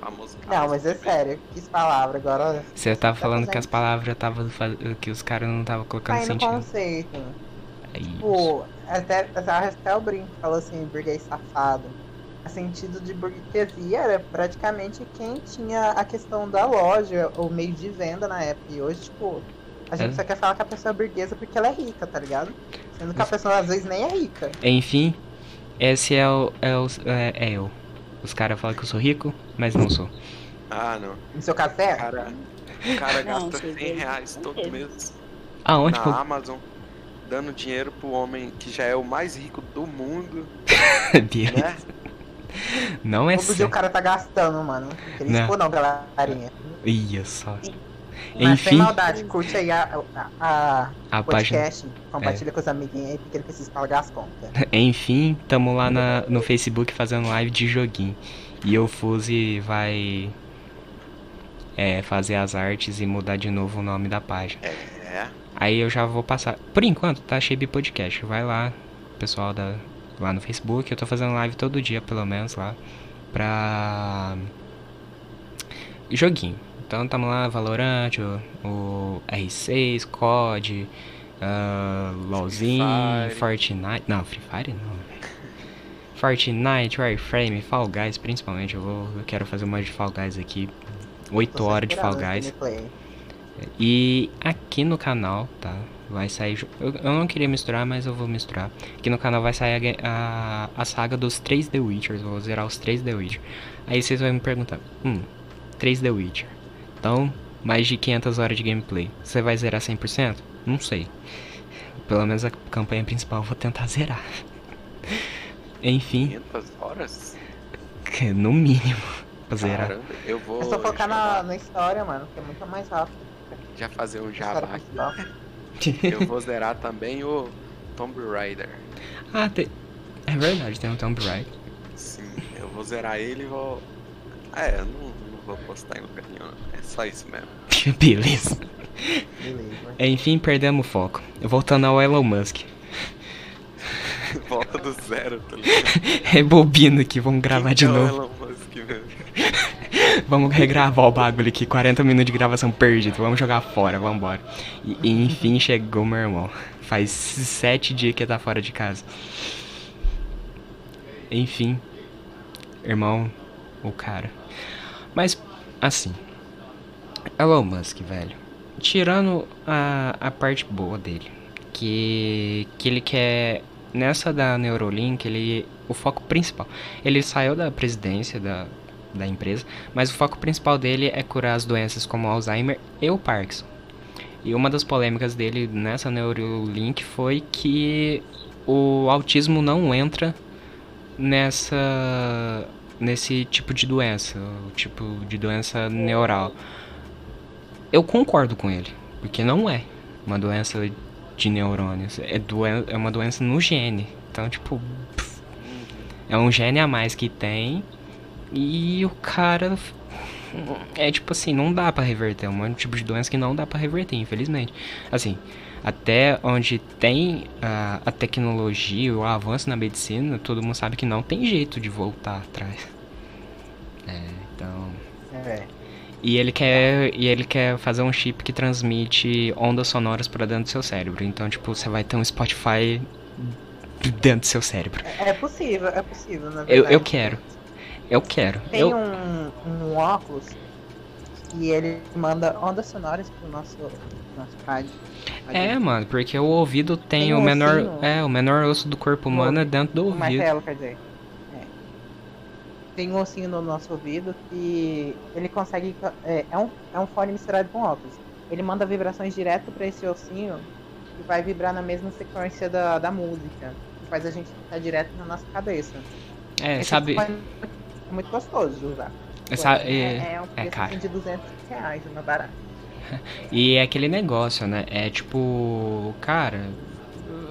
[SPEAKER 4] Famoso cara.
[SPEAKER 3] Não, mas é sério, eu quis palavra agora.
[SPEAKER 1] Você tava falando que as
[SPEAKER 3] fazendo-
[SPEAKER 1] palavras tava fa- que os caras não tava colocando
[SPEAKER 3] Caindo
[SPEAKER 1] sentido.
[SPEAKER 3] conceito.
[SPEAKER 1] É isso.
[SPEAKER 3] Tipo, até, até o Brinco falou assim, burguês safado. O sentido de burguesia era praticamente quem tinha a questão da loja, ou meio de venda na época. E hoje, tipo, a gente
[SPEAKER 1] É.
[SPEAKER 3] só quer falar que a pessoa é burguesa porque ela é rica, tá ligado? Sendo que a
[SPEAKER 1] Mas-
[SPEAKER 3] pessoa às vezes nem é rica.
[SPEAKER 1] Enfim, esse é o. É, o, é, é eu. Os caras falam que eu sou rico, mas não sou.
[SPEAKER 4] Ah, não.
[SPEAKER 3] No seu é. café,
[SPEAKER 4] Cara, o cara
[SPEAKER 5] Não,
[SPEAKER 4] gasta 100
[SPEAKER 5] você vê.
[SPEAKER 4] reais todo mês
[SPEAKER 1] Aonde
[SPEAKER 3] Ah.
[SPEAKER 1] que eu
[SPEAKER 4] na Amazon, dando dinheiro pro homem que já é o mais rico do mundo,
[SPEAKER 1] [LAUGHS] sabia?
[SPEAKER 4] né?
[SPEAKER 1] Não é
[SPEAKER 3] todo dia o
[SPEAKER 1] certo.
[SPEAKER 3] cara tá gastando, mano. Ele
[SPEAKER 1] Né?
[SPEAKER 3] expor não, galerinha.
[SPEAKER 1] Ia só.
[SPEAKER 3] Mas sem
[SPEAKER 1] Enfim.
[SPEAKER 3] maldade, curte aí a, a, a
[SPEAKER 1] A página. É.
[SPEAKER 3] podcast, compartilha com os amiguinhos aí, porque ele precisa pagar as contas.
[SPEAKER 1] [LAUGHS] Enfim, tamo lá na- no Facebook fazendo live de joguinho. E o Fuse vai é, fazer as artes e mudar de novo o nome da página.
[SPEAKER 4] É.
[SPEAKER 1] Aí eu já vou passar. Por enquanto, tá Shape Podcast. Vai lá, pessoal da, lá no Facebook. Eu tô fazendo live todo dia, pelo menos lá. Pra. Joguinho. Então tamo lá, Valorant, o, o R6, COD, ah, LOLzinho,
[SPEAKER 6] Fire.
[SPEAKER 1] Fortnite. Não, Free Fire não. Fortnite, Warframe, Fall Guys, principalmente. Eu, vou, eu quero fazer uma de Fall Guys aqui. 8 horas de Fall Guys.
[SPEAKER 3] né?
[SPEAKER 1] E aqui no canal, tá? Vai sair. ju- Eu, eu não queria misturar, mas eu vou misturar. Aqui no canal vai sair a, ge- a, a saga dos 3 The Witchers. Vou zerar os 3 The Witcher. Aí vocês vão me perguntar: Hum, 3 The Witcher. Então, mais de 500 horas de gameplay. Você vai zerar 100%? Não sei. Pelo menos a campanha principal eu vou tentar [LAUGHS] zerar. Enfim,
[SPEAKER 4] 500 horas?
[SPEAKER 1] no mínimo, pra zerar.
[SPEAKER 4] Caramba, eu vou
[SPEAKER 3] É só focar na,
[SPEAKER 4] já,
[SPEAKER 3] na história, mano, que é muito mais rápido.
[SPEAKER 4] já fazer um
[SPEAKER 3] que a história
[SPEAKER 4] jabá aqui.
[SPEAKER 3] principal.
[SPEAKER 4] Eu vou zerar também o Tomb Raider.
[SPEAKER 1] Ah, tem... é verdade, tem um Tomb Raider.
[SPEAKER 4] Sim, eu vou zerar ele e vou. Ah, é, eu não, não vou postar em lugar nenhum. não. É só isso mesmo.
[SPEAKER 1] [LAUGHS]
[SPEAKER 4] [LAUGHS]
[SPEAKER 1] Beleza.
[SPEAKER 3] Beleza.
[SPEAKER 1] Enfim, perdemos o foco. Voltando ao Elon Musk. [LAUGHS]
[SPEAKER 4] Volta do zero, tá ligado?
[SPEAKER 1] É Rebobina aqui, vamos gravar de
[SPEAKER 4] Então,
[SPEAKER 1] novo.
[SPEAKER 4] Elon Musk mesmo.
[SPEAKER 1] Vamos regravar o bagulho aqui. 40 minutos de gravação perdido. Vamos jogar fora, vambora. E, e enfim, chegou meu irmão. Faz sete dias que ele tá fora de casa. Enfim, irmão, o cara. Mas, assim. Elon Musk, velho. Tirando a, a parte boa dele. Que, que ele quer. Nessa da Neurolink, ele. O foco principal. Ele saiu da presidência da, da empresa. Mas o foco principal dele é curar as doenças como Alzheimer e o Parkinson. E uma das polêmicas dele nessa Neurolink foi que o autismo não entra nessa nesse tipo de doença, o tipo de doença neural. Eu concordo com ele, porque não é uma doença de neurônios, é, doen é uma doença no gene. Então, tipo, pff, é um gene a mais que tem e o cara. f- É tipo assim, não dá pra reverter. É um tipo de doença que não dá pra reverter, infelizmente. Assim, até onde tem ah, a tecnologia, o avanço na medicina, todo mundo sabe que não tem jeito de voltar atrás. É, então.
[SPEAKER 3] É.
[SPEAKER 1] E ele quer, e ele quer fazer um chip que transmite ondas sonoras pra dentro do seu cérebro. Então, tipo, você vai ter um Spotify dentro do seu cérebro.
[SPEAKER 3] É possível, é possível, na
[SPEAKER 1] Eu,
[SPEAKER 3] verdade.
[SPEAKER 1] eu quero. Eu quero.
[SPEAKER 3] Tem
[SPEAKER 1] Eu,
[SPEAKER 3] um, um óculos e ele manda ondas sonoras pro nosso, pro nosso rádio.
[SPEAKER 1] É, mano, porque o ouvido tem,
[SPEAKER 3] Tem
[SPEAKER 1] o
[SPEAKER 3] um
[SPEAKER 1] menor,
[SPEAKER 3] ossinho.
[SPEAKER 1] é, o menor osso do corpo
[SPEAKER 3] Um
[SPEAKER 1] humano é
[SPEAKER 3] ouvido.
[SPEAKER 1] dentro do
[SPEAKER 3] O
[SPEAKER 1] ouvido.
[SPEAKER 3] martelo, quer dizer. É. Tem um ossinho no nosso ouvido que ele consegue. É, é um, é um fone misturado com óculos. Ele manda vibrações direto pra esse ossinho que vai vibrar na mesma sequência da, da música. Que faz a gente ficar direto na nossa cabeça.
[SPEAKER 1] É,
[SPEAKER 3] Esse
[SPEAKER 1] sabe,
[SPEAKER 3] fone É muito gostoso de usar.
[SPEAKER 1] é, sa- é-
[SPEAKER 3] é, é um preço
[SPEAKER 1] caro.
[SPEAKER 3] assim, de 200 reais, uma barata.
[SPEAKER 1] E é aquele negócio, né? É tipo, cara,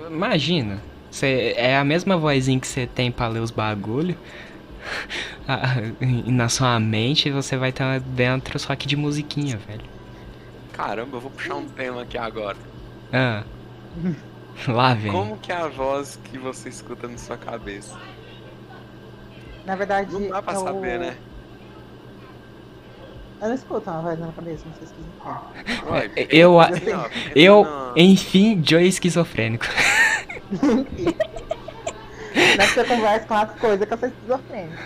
[SPEAKER 1] imagina. Cê, é a mesma vozinha que você tem pra ler os bagulho. [LAUGHS] Ah, Na sua mente você vai estar dentro só que de musiquinha, velho.
[SPEAKER 4] Caramba, eu vou puxar um tema aqui agora.
[SPEAKER 1] Ah. Lá vem.
[SPEAKER 4] Como que é a voz que você escuta na sua cabeça?
[SPEAKER 3] Na verdade,
[SPEAKER 4] Não dá pra
[SPEAKER 3] eu...
[SPEAKER 4] saber, né?
[SPEAKER 3] Eu não escuto uma voz na minha cabeça, não sei se vocês entendem.
[SPEAKER 4] Ué,
[SPEAKER 1] É, eu-
[SPEAKER 4] assim, ó, pensa
[SPEAKER 1] [LAUGHS] eu-
[SPEAKER 4] na-
[SPEAKER 1] Enfim, Joey esquizofrênico. [LAUGHS]
[SPEAKER 3] Não é que você conversa com as coisas que eu sou esquizofrênica.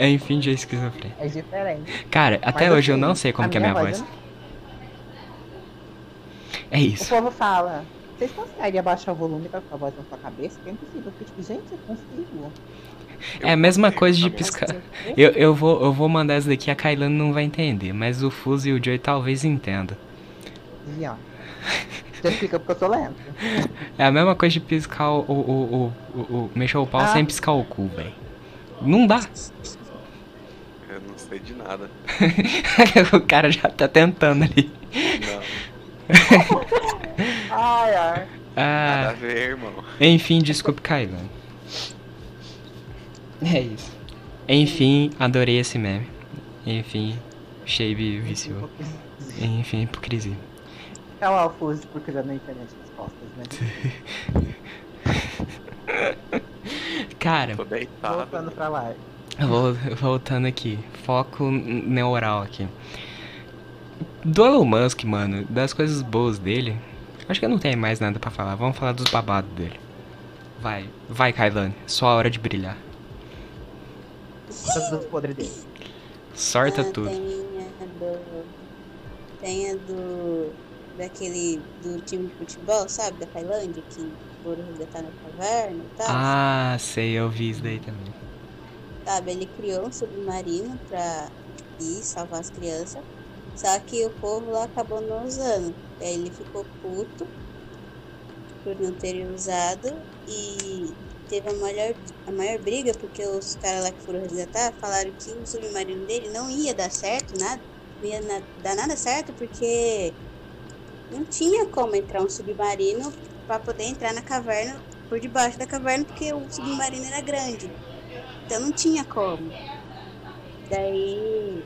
[SPEAKER 1] Enfim, Joey esquizofrênico.
[SPEAKER 3] É diferente.
[SPEAKER 1] Cara, até
[SPEAKER 3] Mas,
[SPEAKER 1] hoje eu
[SPEAKER 3] assim,
[SPEAKER 1] não sei como que é a minha voz.
[SPEAKER 3] eu
[SPEAKER 1] É
[SPEAKER 3] não- O
[SPEAKER 1] isso.
[SPEAKER 3] povo fala, vocês conseguem abaixar o volume pra ficar a voz na sua cabeça? Que é impossível. Porque, tipo, gente, eu
[SPEAKER 1] [LAUGHS]
[SPEAKER 3] consigo.
[SPEAKER 1] É a mesma coisa de
[SPEAKER 4] bom.
[SPEAKER 1] piscar.
[SPEAKER 3] Você-
[SPEAKER 1] Eu, eu, vou, eu vou mandar isso daqui, a Kailana não vai entender, mas o Fuso e o Joey talvez entendam.
[SPEAKER 3] E, ó. Já fica porque eu sou lento.
[SPEAKER 1] É a mesma coisa de piscar o. o, o, o, o- o- mexer o pau
[SPEAKER 3] Ah.
[SPEAKER 1] sem piscar o cu, velho. Não dá. [LAUGHS]
[SPEAKER 4] Eu não sei de nada.
[SPEAKER 1] o cara já tá tentando ali.
[SPEAKER 4] Não,
[SPEAKER 3] Ai, ai.
[SPEAKER 4] nada a
[SPEAKER 1] Ah,
[SPEAKER 4] ver, irmão.
[SPEAKER 1] enfim, desculpe, Kailana. É isso. Enfim, adorei esse meme. Enfim, Shabe viciou. Enfim, hipocrisia.
[SPEAKER 3] Tá lá o Fuzz procurando na internet respostas, né?
[SPEAKER 1] Cara,
[SPEAKER 4] Tô deitado.
[SPEAKER 3] tá Voltando pra lá.
[SPEAKER 1] Vol- Voltando aqui, foco n- neural aqui. Do Elon Musk, mano, das coisas boas dele, acho que eu não tenho mais nada pra falar. Vamos falar dos babados dele. Vai, vai, Kailan. Só a hora de brilhar.
[SPEAKER 3] Só do podre dele.
[SPEAKER 1] Sorta
[SPEAKER 5] Ah,
[SPEAKER 1] tudo.
[SPEAKER 5] Tem a do. Tem a do. Daquele. Do time de futebol, sabe? Da Tailândia, que foram resgatar tá na caverna e tal.
[SPEAKER 1] Ah, sei, eu vi isso daí também.
[SPEAKER 5] Sabe? Ele criou um submarino pra tipo, ir salvar as crianças. Só que o povo lá acabou não usando. E aí ele ficou puto por não terem usado. E teve a maior, a maior briga, porque os caras lá que foram resgatar falaram que o submarino dele não ia dar certo, nada. Não ia na- dar nada certo, porque não tinha como entrar um submarino pra poder entrar na caverna, por debaixo da caverna, porque o submarino era grande. Então não tinha como. Daí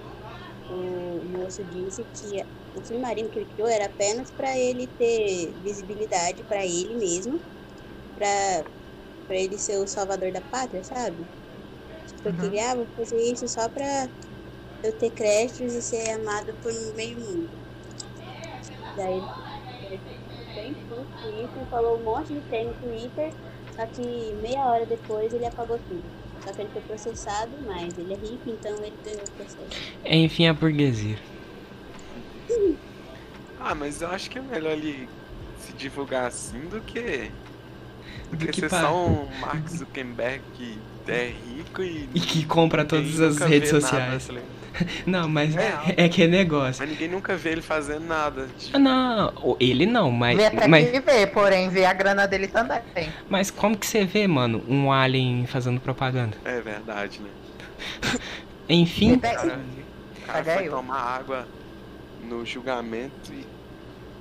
[SPEAKER 5] o moço disse que o submarino que ele criou era apenas para ele ter visibilidade para ele mesmo, para para ele ser o salvador da pátria, sabe? Tipo, eu
[SPEAKER 3] Uhum.
[SPEAKER 5] queria, ah, vou fazer isso só para eu ter créditos e ser amado por meio mundo. Daí ele ficou bem puto com isso, falou um monte de trem no Twitter, só que meia hora depois ele apagou tudo. Só que ele foi processado, mas ele é rico, então ele ganhou o processo.
[SPEAKER 1] Enfim, a burguesia.
[SPEAKER 4] Ah, mas eu acho que é melhor ele se divulgar assim do que. Do
[SPEAKER 1] Do
[SPEAKER 4] que,
[SPEAKER 1] que
[SPEAKER 4] ser
[SPEAKER 1] pa-
[SPEAKER 4] só um Mark Zuckerberg que é rico e.
[SPEAKER 1] E que compra todas
[SPEAKER 4] ninguém
[SPEAKER 1] as
[SPEAKER 4] nunca
[SPEAKER 1] redes
[SPEAKER 4] vê nada,
[SPEAKER 1] sociais.
[SPEAKER 4] tá ligado?
[SPEAKER 1] Não, mas [LAUGHS]
[SPEAKER 4] É.
[SPEAKER 1] é que é negócio.
[SPEAKER 4] Mas ninguém nunca vê ele fazendo nada. tipo,
[SPEAKER 1] Ah, Não, o- ele não, mas,
[SPEAKER 3] Vê até
[SPEAKER 1] mas,
[SPEAKER 3] que vê, porém, vê a grana dele também.
[SPEAKER 1] mas como que você vê, mano, um alien fazendo propaganda?
[SPEAKER 4] É verdade, né?
[SPEAKER 3] Vê
[SPEAKER 1] Enfim,
[SPEAKER 3] até-
[SPEAKER 4] Cara, O cara
[SPEAKER 3] Pagar
[SPEAKER 4] foi
[SPEAKER 3] É, eu.
[SPEAKER 4] tomar água no julgamento e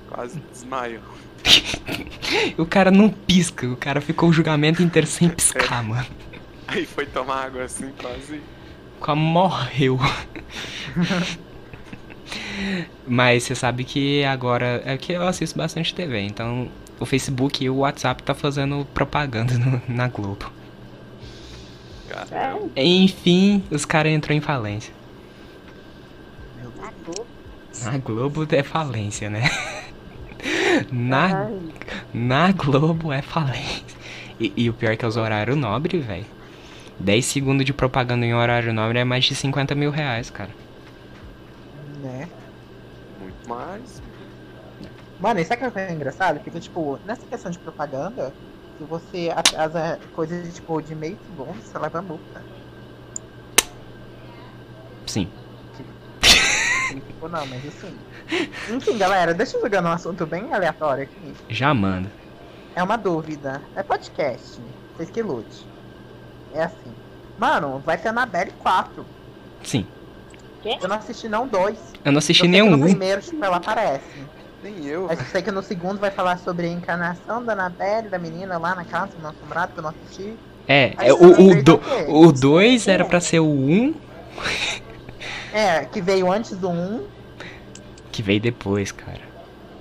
[SPEAKER 4] quase desmaiou. [LAUGHS]
[SPEAKER 1] o cara não pisca, o cara ficou o julgamento inteiro sem piscar, mano.
[SPEAKER 4] Aí foi tomar água assim, quase.
[SPEAKER 1] Como morreu. Mas você sabe que agora. É que eu assisto bastante TV, então o Facebook e o WhatsApp tá fazendo propaganda no- na Globo.
[SPEAKER 4] Cara, é eu-
[SPEAKER 1] Enfim, os caras entrou em falência.
[SPEAKER 3] Tá
[SPEAKER 5] Acabou.
[SPEAKER 1] Na Globo é falência, né? Na, na Globo é falência. E, e o pior é que é os horários nobres, velho. 10 segundos de propaganda em horário nobre é mais de 50 mil reais, cara.
[SPEAKER 3] Né?
[SPEAKER 4] muito mais.
[SPEAKER 3] Mano, e sabe o que é engraçado? Porque, tipo, nessa questão de propaganda, se você atrasa coisas, tipo, de meio segundo, você leva multa.
[SPEAKER 1] Sim.
[SPEAKER 3] Tipo, não, mas assim... Enfim, galera, deixa eu jogar um assunto bem aleatório aqui.
[SPEAKER 1] Já manda.
[SPEAKER 3] É uma dúvida. É podcast. Vocês que lute. É assim. Mano, vai ter Anabelle 4.
[SPEAKER 1] Sim.
[SPEAKER 3] Eu não assisti não dois.
[SPEAKER 1] Eu não
[SPEAKER 3] Eu
[SPEAKER 1] assisti
[SPEAKER 3] sei que
[SPEAKER 1] nenhum. um.
[SPEAKER 3] no primeiro, tipo, ela aparece.
[SPEAKER 4] Nem eu.
[SPEAKER 3] Mas eu sei que no segundo vai falar sobre a encarnação da Anabelle, da menina lá na casa do nosso namorado, que eu não assisti.
[SPEAKER 1] É,
[SPEAKER 3] Aí
[SPEAKER 1] é,
[SPEAKER 3] você vai
[SPEAKER 1] o, o,
[SPEAKER 3] ver
[SPEAKER 1] do,
[SPEAKER 3] qual que é.
[SPEAKER 1] o 2 era pra ser o 1, um,
[SPEAKER 3] É, que veio antes do 1,
[SPEAKER 1] que veio depois, cara.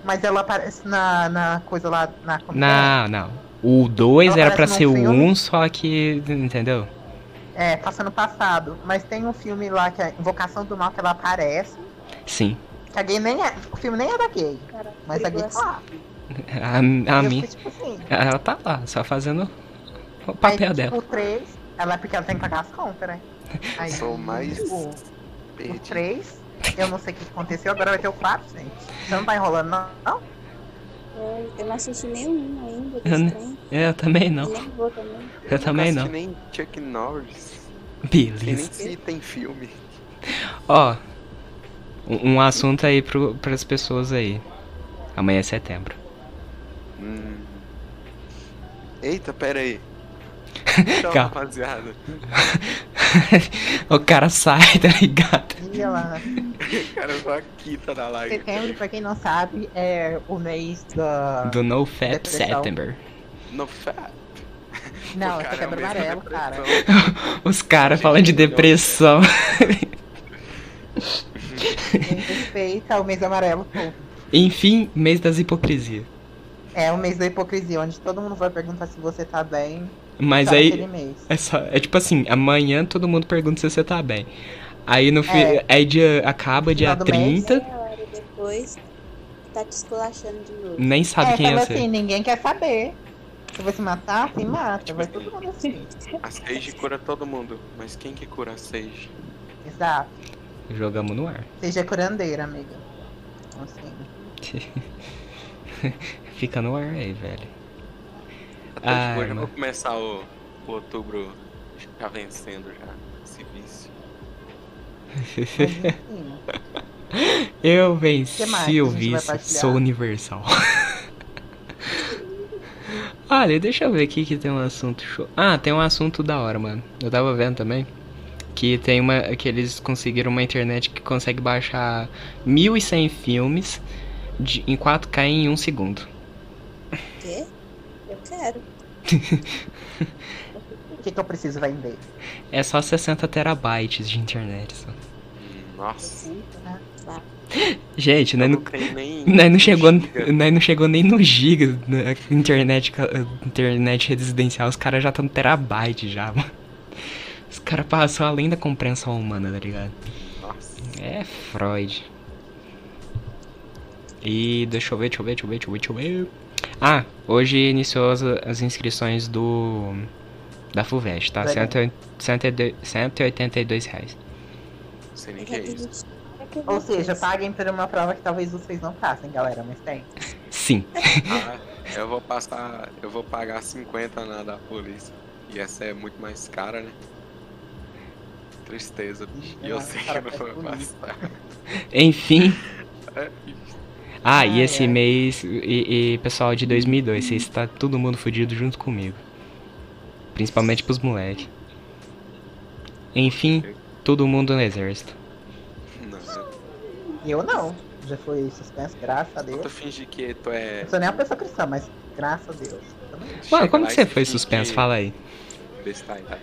[SPEAKER 3] mas ela aparece na, na coisa lá na como é?
[SPEAKER 1] Não, não. O 2
[SPEAKER 3] Ela
[SPEAKER 1] era pra
[SPEAKER 3] aparece
[SPEAKER 1] ser o
[SPEAKER 3] num
[SPEAKER 1] 1,
[SPEAKER 3] filme?
[SPEAKER 1] um, só que. Entendeu?
[SPEAKER 3] É, É, passa no passado. Mas tem um filme lá que é Invocação do Mal que ela aparece.
[SPEAKER 1] Sim.
[SPEAKER 3] Que a gay nem é. O filme nem é da gay. Mas a gay tá lá.
[SPEAKER 1] A, a
[SPEAKER 3] E eu
[SPEAKER 1] mim.
[SPEAKER 3] fiquei, tipo assim.
[SPEAKER 1] Ela tá lá, só fazendo o papel
[SPEAKER 3] aí,
[SPEAKER 1] dela.
[SPEAKER 3] Tipo, o 3, ela porque ela tem que pagar as
[SPEAKER 1] [LAUGHS]
[SPEAKER 3] contas, né? Aí,
[SPEAKER 4] Sou mais
[SPEAKER 3] tipo, o
[SPEAKER 4] Perdi.
[SPEAKER 3] 3, eu não sei o que aconteceu, agora vai ter o 4, gente. Você não tá enrolando, não? não?
[SPEAKER 5] é, Eu, eu não assisti nenhum ainda
[SPEAKER 1] Eu
[SPEAKER 5] desse
[SPEAKER 1] não-
[SPEAKER 5] trem.
[SPEAKER 3] tipo,
[SPEAKER 1] Eu também não.
[SPEAKER 5] Nem vou também.
[SPEAKER 1] Eu também
[SPEAKER 4] Quase
[SPEAKER 1] não.
[SPEAKER 4] Que nem Chuck Norris. Que nem
[SPEAKER 1] Beleza.
[SPEAKER 4] se tem filme.
[SPEAKER 1] Ó. Um, um assunto aí pro, pras pessoas aí. Amanhã é setembro. [LAUGHS]
[SPEAKER 4] Hum. Eita, pera aí. Então,
[SPEAKER 1] Calma.
[SPEAKER 4] rapaziada. [LAUGHS]
[SPEAKER 1] o cara sai, tá ligado?
[SPEAKER 3] E ela.
[SPEAKER 4] [LAUGHS] O cara só quita na live.
[SPEAKER 3] Setembro, pra quem não sabe, é o mês da.
[SPEAKER 1] Do No Fap
[SPEAKER 3] Depressão.
[SPEAKER 1] September.
[SPEAKER 4] No fa...
[SPEAKER 3] Não,
[SPEAKER 4] o
[SPEAKER 3] é
[SPEAKER 4] cara
[SPEAKER 3] setembro
[SPEAKER 4] é o mesmo
[SPEAKER 3] amarelo,
[SPEAKER 4] depressão.
[SPEAKER 3] cara.
[SPEAKER 1] Os caras falam de depressão.
[SPEAKER 3] Quem respeita É o mês amarelo, pô.
[SPEAKER 1] Enfim, mês das hipocrisias.
[SPEAKER 3] É o mês da hipocrisia, onde todo mundo vai perguntar se você tá bem.
[SPEAKER 1] Mas
[SPEAKER 3] só
[SPEAKER 1] aí.
[SPEAKER 3] naquele mês.
[SPEAKER 1] É, só- é tipo assim, amanhã todo mundo pergunta se você tá bem. Aí no fi,
[SPEAKER 3] É.
[SPEAKER 1] aí dia, acaba dia
[SPEAKER 3] Final do mês.
[SPEAKER 1] 30.
[SPEAKER 5] Meia hora depois depois tá te esculachando de novo.
[SPEAKER 1] Nem sabe
[SPEAKER 3] é,
[SPEAKER 1] quem
[SPEAKER 3] sabe
[SPEAKER 1] é
[SPEAKER 3] assim,
[SPEAKER 1] você.
[SPEAKER 3] ninguém quer saber. Você vai se matar? Se mata. Vai todo mundo assim.
[SPEAKER 4] A Sage cura todo mundo, mas quem que cura a Sage?
[SPEAKER 3] Exato.
[SPEAKER 1] Jogamos no ar.
[SPEAKER 3] Seja curandeira, amiga. Então,
[SPEAKER 1] [LAUGHS]
[SPEAKER 3] assim,
[SPEAKER 1] Fica no ar aí, velho.
[SPEAKER 4] Até
[SPEAKER 1] Ai,
[SPEAKER 4] de boa, já
[SPEAKER 1] mano.
[SPEAKER 4] vou começar o, o outubro já vencendo já esse vício.
[SPEAKER 3] mas, enfim.
[SPEAKER 1] Eu
[SPEAKER 3] Que mais
[SPEAKER 1] venci
[SPEAKER 3] que a
[SPEAKER 1] o
[SPEAKER 3] gente vai
[SPEAKER 1] vício,
[SPEAKER 3] partilhar?
[SPEAKER 1] sou universal. [LAUGHS] Olha, deixa eu ver aqui que tem um assunto show. Ah, tem um assunto da hora, mano. Eu tava vendo também que tem uma que eles conseguiram uma internet que consegue baixar 1100 filmes de- em 4K em um segundo.
[SPEAKER 5] O quê? Eu quero.
[SPEAKER 3] O que, que eu preciso vender?
[SPEAKER 1] É só 60 terabytes de internet. Só.
[SPEAKER 4] Hum, Nossa.
[SPEAKER 5] Senta, então,
[SPEAKER 3] Tá.
[SPEAKER 5] vá.
[SPEAKER 1] Gente, né,
[SPEAKER 4] eu
[SPEAKER 1] nós não,
[SPEAKER 4] tem nem. um
[SPEAKER 1] nós não chegou,
[SPEAKER 4] giga.
[SPEAKER 1] nós não chegou nem no giga na internet, ca- internet residencial, os caras já estão no terabyte já, mano. Os caras passam além da compreensão humana, tá ligado?
[SPEAKER 4] Nossa.
[SPEAKER 1] É Freud. E deixa eu ver, deixa eu ver, deixa eu ver, deixa eu ver, deixa eu ver. Ah, hoje iniciou as, as inscrições do. Da FUVEST, tá?
[SPEAKER 3] Do Enem.
[SPEAKER 1] 180 182 182 reais.
[SPEAKER 4] Não sei nem o
[SPEAKER 5] Eu
[SPEAKER 4] que é
[SPEAKER 5] já
[SPEAKER 4] isso.
[SPEAKER 5] desisti. Eu já
[SPEAKER 3] Ou seja, tá
[SPEAKER 5] desisti.
[SPEAKER 3] paguem por uma prova que talvez vocês não passem, galera, mas tem.
[SPEAKER 1] Sim.
[SPEAKER 4] Ah, eu vou passar. Eu vou pagar 50 na da polícia. E essa é muito mais cara, né? Tristeza, bicho. E eu
[SPEAKER 3] Nossa,
[SPEAKER 4] sei que
[SPEAKER 3] cara, é
[SPEAKER 4] eu não vou
[SPEAKER 3] parece
[SPEAKER 4] passar. [LAUGHS]
[SPEAKER 1] Enfim. Ah, e
[SPEAKER 3] Ai,
[SPEAKER 1] esse
[SPEAKER 3] ai.
[SPEAKER 1] mês, e, e pessoal de 2002, vocês está todo mundo fudido junto comigo. Principalmente pros moleques. Enfim, todo mundo no exército.
[SPEAKER 4] Não.
[SPEAKER 3] E eu não. Já fui suspenso, graças a Deus.
[SPEAKER 4] Tu finge que tu é.
[SPEAKER 3] Não sou nem uma pessoa cristã, mas graças a Deus. Eu não-
[SPEAKER 1] Mano,
[SPEAKER 4] Chega
[SPEAKER 1] como
[SPEAKER 4] lá
[SPEAKER 1] que
[SPEAKER 4] e
[SPEAKER 1] você foi
[SPEAKER 4] finge
[SPEAKER 1] suspenso?
[SPEAKER 4] que- tá?
[SPEAKER 1] Fala aí.
[SPEAKER 4] Besteira.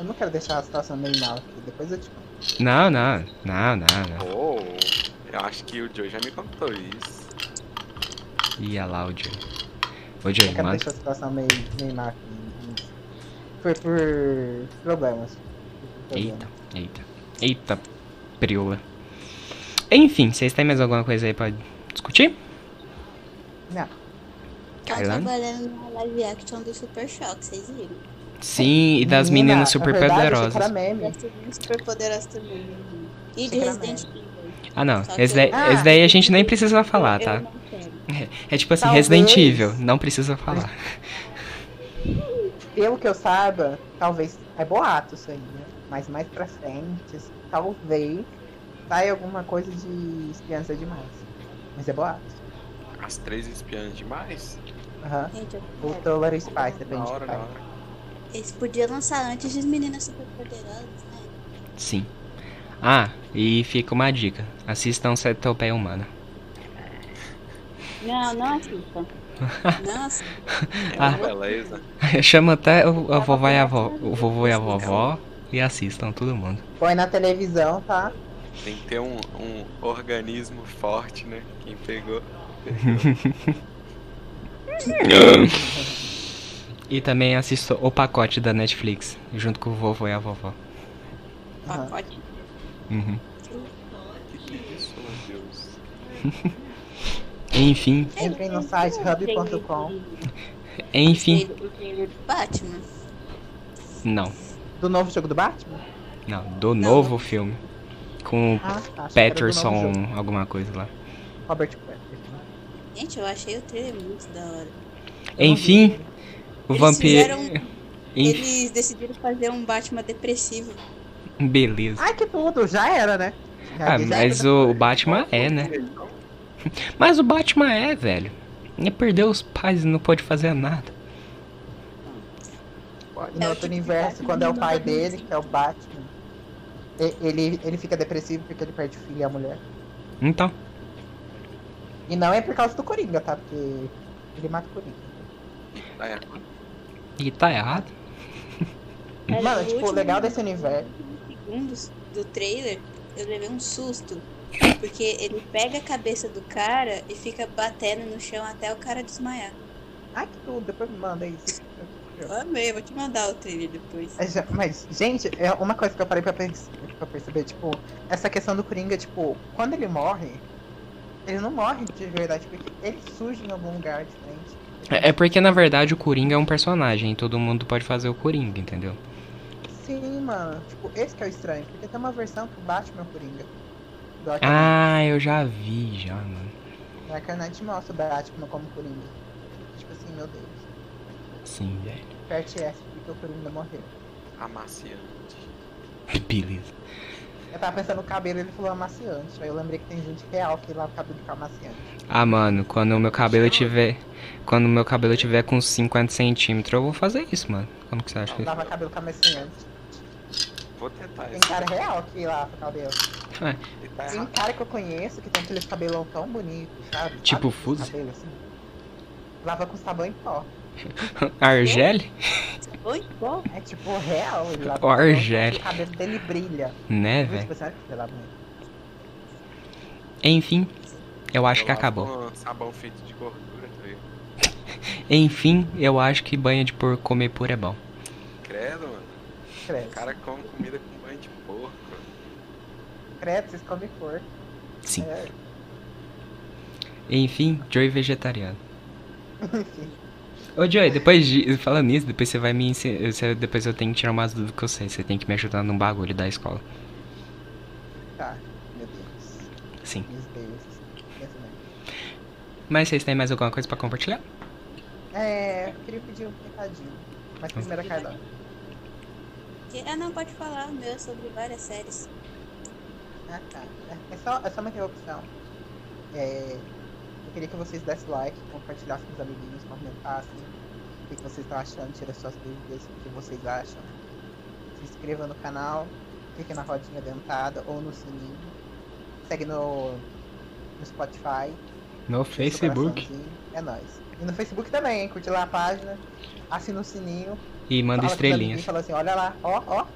[SPEAKER 3] Eu não quero deixar a situação meio mal aqui, depois eu te conto.
[SPEAKER 1] Não, não, não, não,
[SPEAKER 4] Oh, eu acho que o Joe já me contou isso.
[SPEAKER 1] não. Ia lá o Joey. Ô
[SPEAKER 3] Eu
[SPEAKER 1] Joey,
[SPEAKER 3] quero
[SPEAKER 1] manda,
[SPEAKER 3] deixar a situação meio, meio mal aqui. Foi por problemas. Por problemas.
[SPEAKER 1] Eita, eita, eita, priola. Enfim, vocês têm mais alguma coisa aí pra discutir?
[SPEAKER 3] Não.
[SPEAKER 5] Tá
[SPEAKER 1] Carlão?
[SPEAKER 5] trabalhando na live action do Super Choque, vocês viram?
[SPEAKER 1] Sim, e das
[SPEAKER 3] Menina,
[SPEAKER 1] meninas
[SPEAKER 3] na
[SPEAKER 1] super
[SPEAKER 3] verdade, eu achei que
[SPEAKER 1] poderosas.
[SPEAKER 3] era meme. Tipo,
[SPEAKER 5] Super poderoso também. menino. E de
[SPEAKER 3] Super
[SPEAKER 5] Resident Evil.
[SPEAKER 1] Ah, não.
[SPEAKER 5] Só
[SPEAKER 1] Esse
[SPEAKER 5] que-
[SPEAKER 1] daí, esse daí a gente nem precisa falar,
[SPEAKER 5] eu
[SPEAKER 1] tá?
[SPEAKER 5] não quero.
[SPEAKER 1] É tipo assim,
[SPEAKER 3] Talvez.
[SPEAKER 1] Resident Evil, não precisa falar.
[SPEAKER 3] Pelo que eu saiba, talvez. É boato isso aí, né? Mas mais pra frente, assim, talvez saia alguma coisa de espiança demais. Mas é boato.
[SPEAKER 4] As três espiãs demais?
[SPEAKER 3] Aham.
[SPEAKER 5] Gente, eu não
[SPEAKER 3] Ou
[SPEAKER 5] quero.
[SPEAKER 3] Toller Spice,
[SPEAKER 4] Na
[SPEAKER 3] depende
[SPEAKER 4] hora,
[SPEAKER 3] do
[SPEAKER 4] na
[SPEAKER 3] pai.
[SPEAKER 4] hora.
[SPEAKER 5] Eles podiam lançar antes das meninas super poderosas, né?
[SPEAKER 1] Sim. Ah, e fica uma dica. Assistam Cetopeia Humana.
[SPEAKER 5] Não, não assistam. Não assistam.
[SPEAKER 4] É
[SPEAKER 1] Ah.
[SPEAKER 4] uma beleza.
[SPEAKER 1] [LAUGHS] Chama até o, a vovó e a vovó, o vovô e a vovó e assistam todo mundo.
[SPEAKER 3] Põe na televisão, tá?
[SPEAKER 4] Tem que ter um, um organismo forte, né? Quem pegou.
[SPEAKER 1] [LAUGHS] E também assista o pacote da Netflix, junto com o vovô e a vovó.
[SPEAKER 3] Aham.
[SPEAKER 5] Pacote.
[SPEAKER 1] Uhum.
[SPEAKER 4] Que que é isso, meu Deus?
[SPEAKER 1] Enfim,
[SPEAKER 3] Entrem no site hub.com.
[SPEAKER 1] enfim.
[SPEAKER 5] O trailer do Batman.
[SPEAKER 1] Não,
[SPEAKER 3] Do novo jogo do Batman?
[SPEAKER 1] não, do novo filme. Com o
[SPEAKER 3] Ah, tá. achei que era do novo
[SPEAKER 1] Patterson,
[SPEAKER 3] jogo.
[SPEAKER 1] alguma coisa lá.
[SPEAKER 3] Robert Patterson.
[SPEAKER 5] Gente, eu achei o trailer muito da hora.
[SPEAKER 1] Enfim, o
[SPEAKER 5] Eles
[SPEAKER 1] vampiro.
[SPEAKER 5] fizeram-
[SPEAKER 1] Enfim,
[SPEAKER 5] Eles decidiram fazer um Batman depressivo.
[SPEAKER 1] beleza.
[SPEAKER 3] Ai, que tudo, já era, né? Já-
[SPEAKER 1] Ah,
[SPEAKER 3] já
[SPEAKER 1] mas o Batman é, né? [LAUGHS] Mas o Batman é, velho. Ele perdeu os pais e não pode fazer nada.
[SPEAKER 3] No outro universo, quando é o pai dele, que é o Batman, e- ele, ele fica depressivo porque ele perde o filho e a mulher.
[SPEAKER 1] Então,
[SPEAKER 3] E não é por causa do Coringa, tá? Porque ele mata o Coringa.
[SPEAKER 4] Ah, é.
[SPEAKER 1] e tá errado.
[SPEAKER 5] Mas
[SPEAKER 3] Mano,
[SPEAKER 5] no
[SPEAKER 3] tipo, o
[SPEAKER 5] último
[SPEAKER 3] legal desse universo.
[SPEAKER 5] segundos do trailer, eu levei um susto. Porque ele pega a cabeça do cara e fica batendo no chão até o cara desmaiar.
[SPEAKER 3] Ai, que tudo, depois me manda isso.
[SPEAKER 5] Eu amei, eu vou te mandar o trailer depois.
[SPEAKER 3] É, já- Mas, gente, é uma coisa que eu parei pra, pers- pra perceber, tipo, essa questão do Coringa, tipo, quando ele morre, Ele não morre de verdade, porque ele surge em algum lugar diferente.
[SPEAKER 1] É é porque, na verdade, o Coringa é um personagem. Todo mundo pode fazer o Coringa, entendeu?
[SPEAKER 3] Sim, mano. Tipo, esse que é o estranho. Porque tem uma versão que bate meu Coringa. Do Arcanite.
[SPEAKER 1] Ah, eu já vi, já, mano.
[SPEAKER 3] O Arcanite mostra o Batman como Coringa. Tipo assim, meu Deus.
[SPEAKER 1] Sim, velho. [LAUGHS]
[SPEAKER 3] Aperte S porque o Coringa morreu.
[SPEAKER 4] Amaciante.
[SPEAKER 1] Beleza.
[SPEAKER 3] Eu tava pensando no cabelo, ele falou amaciante. Aí eu lembrei que tem gente real que lava o cabelo com amaciante.
[SPEAKER 1] Ah, mano, quando o meu cabelo tiver. Quando o meu cabelo tiver com 50 centímetros, eu vou fazer isso, mano. Como que você acha?
[SPEAKER 3] Lava cabelo com amaciante.
[SPEAKER 4] Vou tentar
[SPEAKER 3] Tem
[SPEAKER 4] isso.
[SPEAKER 3] cara real que lava o cabelo.
[SPEAKER 4] Ele tá
[SPEAKER 3] Tem um
[SPEAKER 4] errado.
[SPEAKER 3] cara que eu conheço que tem aquele cabelão tão bonito, sabe?
[SPEAKER 1] Tipo
[SPEAKER 3] Sabe?
[SPEAKER 1] Fuzzy?
[SPEAKER 3] Cabelo assim. Lava com sabão em pó.
[SPEAKER 1] [LAUGHS] Argele?
[SPEAKER 5] Oi? Bom,
[SPEAKER 3] É tipo real. Ele lava com
[SPEAKER 1] Orgele.
[SPEAKER 3] sabão em pó, O cabelo dele brilha.
[SPEAKER 1] Né,
[SPEAKER 3] Viu?
[SPEAKER 1] velho?
[SPEAKER 3] Tipo, sabe que ele lava muito?
[SPEAKER 1] Enfim, eu acho
[SPEAKER 4] Eu
[SPEAKER 1] que
[SPEAKER 4] lavo
[SPEAKER 1] acabou.
[SPEAKER 4] com um Sabão feito de gordura, tá ligado?
[SPEAKER 1] Enfim, eu acho que banho de porco comer puro é bom.
[SPEAKER 4] Credo, mano. O
[SPEAKER 3] Credo.
[SPEAKER 4] cara come comida com banho de porco.
[SPEAKER 3] Credo, vocês comem porco.
[SPEAKER 1] Sim.
[SPEAKER 3] É,
[SPEAKER 1] Enfim, Joey vegetariano.
[SPEAKER 3] enfim.
[SPEAKER 1] Ô Joey, depois de. Falando nisso, depois você vai me ensinar. Depois eu tenho que tirar umas dúvidas que eu sei. Você tem que me ajudar num bagulho da escola.
[SPEAKER 3] Tá. Meu Deus.
[SPEAKER 1] Sim.
[SPEAKER 3] Meus deuses. Pensa mesmo.
[SPEAKER 1] Mas vocês têm mais alguma coisa pra compartilhar?
[SPEAKER 3] É, eu queria pedir um recadinho. Mas primeiro a Carla.
[SPEAKER 5] que- ah, não, pode falar, o meu é sobre várias séries.
[SPEAKER 3] Ah, tá. É- É só, é só uma interrupção. É, eu queria que vocês dessem like, compartilhassem com os amiguinhos, comentassem o que que vocês estão achando, tirem suas dúvidas, o que vocês acham. Se inscreva no canal, clique na rodinha dentada ou no sininho. Segue no, no Spotify.
[SPEAKER 1] No
[SPEAKER 3] deixa o coraçãozinho. É nóis. E no Facebook também, hein? Curte lá a página, assina o sininho,
[SPEAKER 1] E manda
[SPEAKER 3] Fala com os amiguinhos,
[SPEAKER 1] estrelinhas.
[SPEAKER 3] Fala assim, olha lá, ó, ó.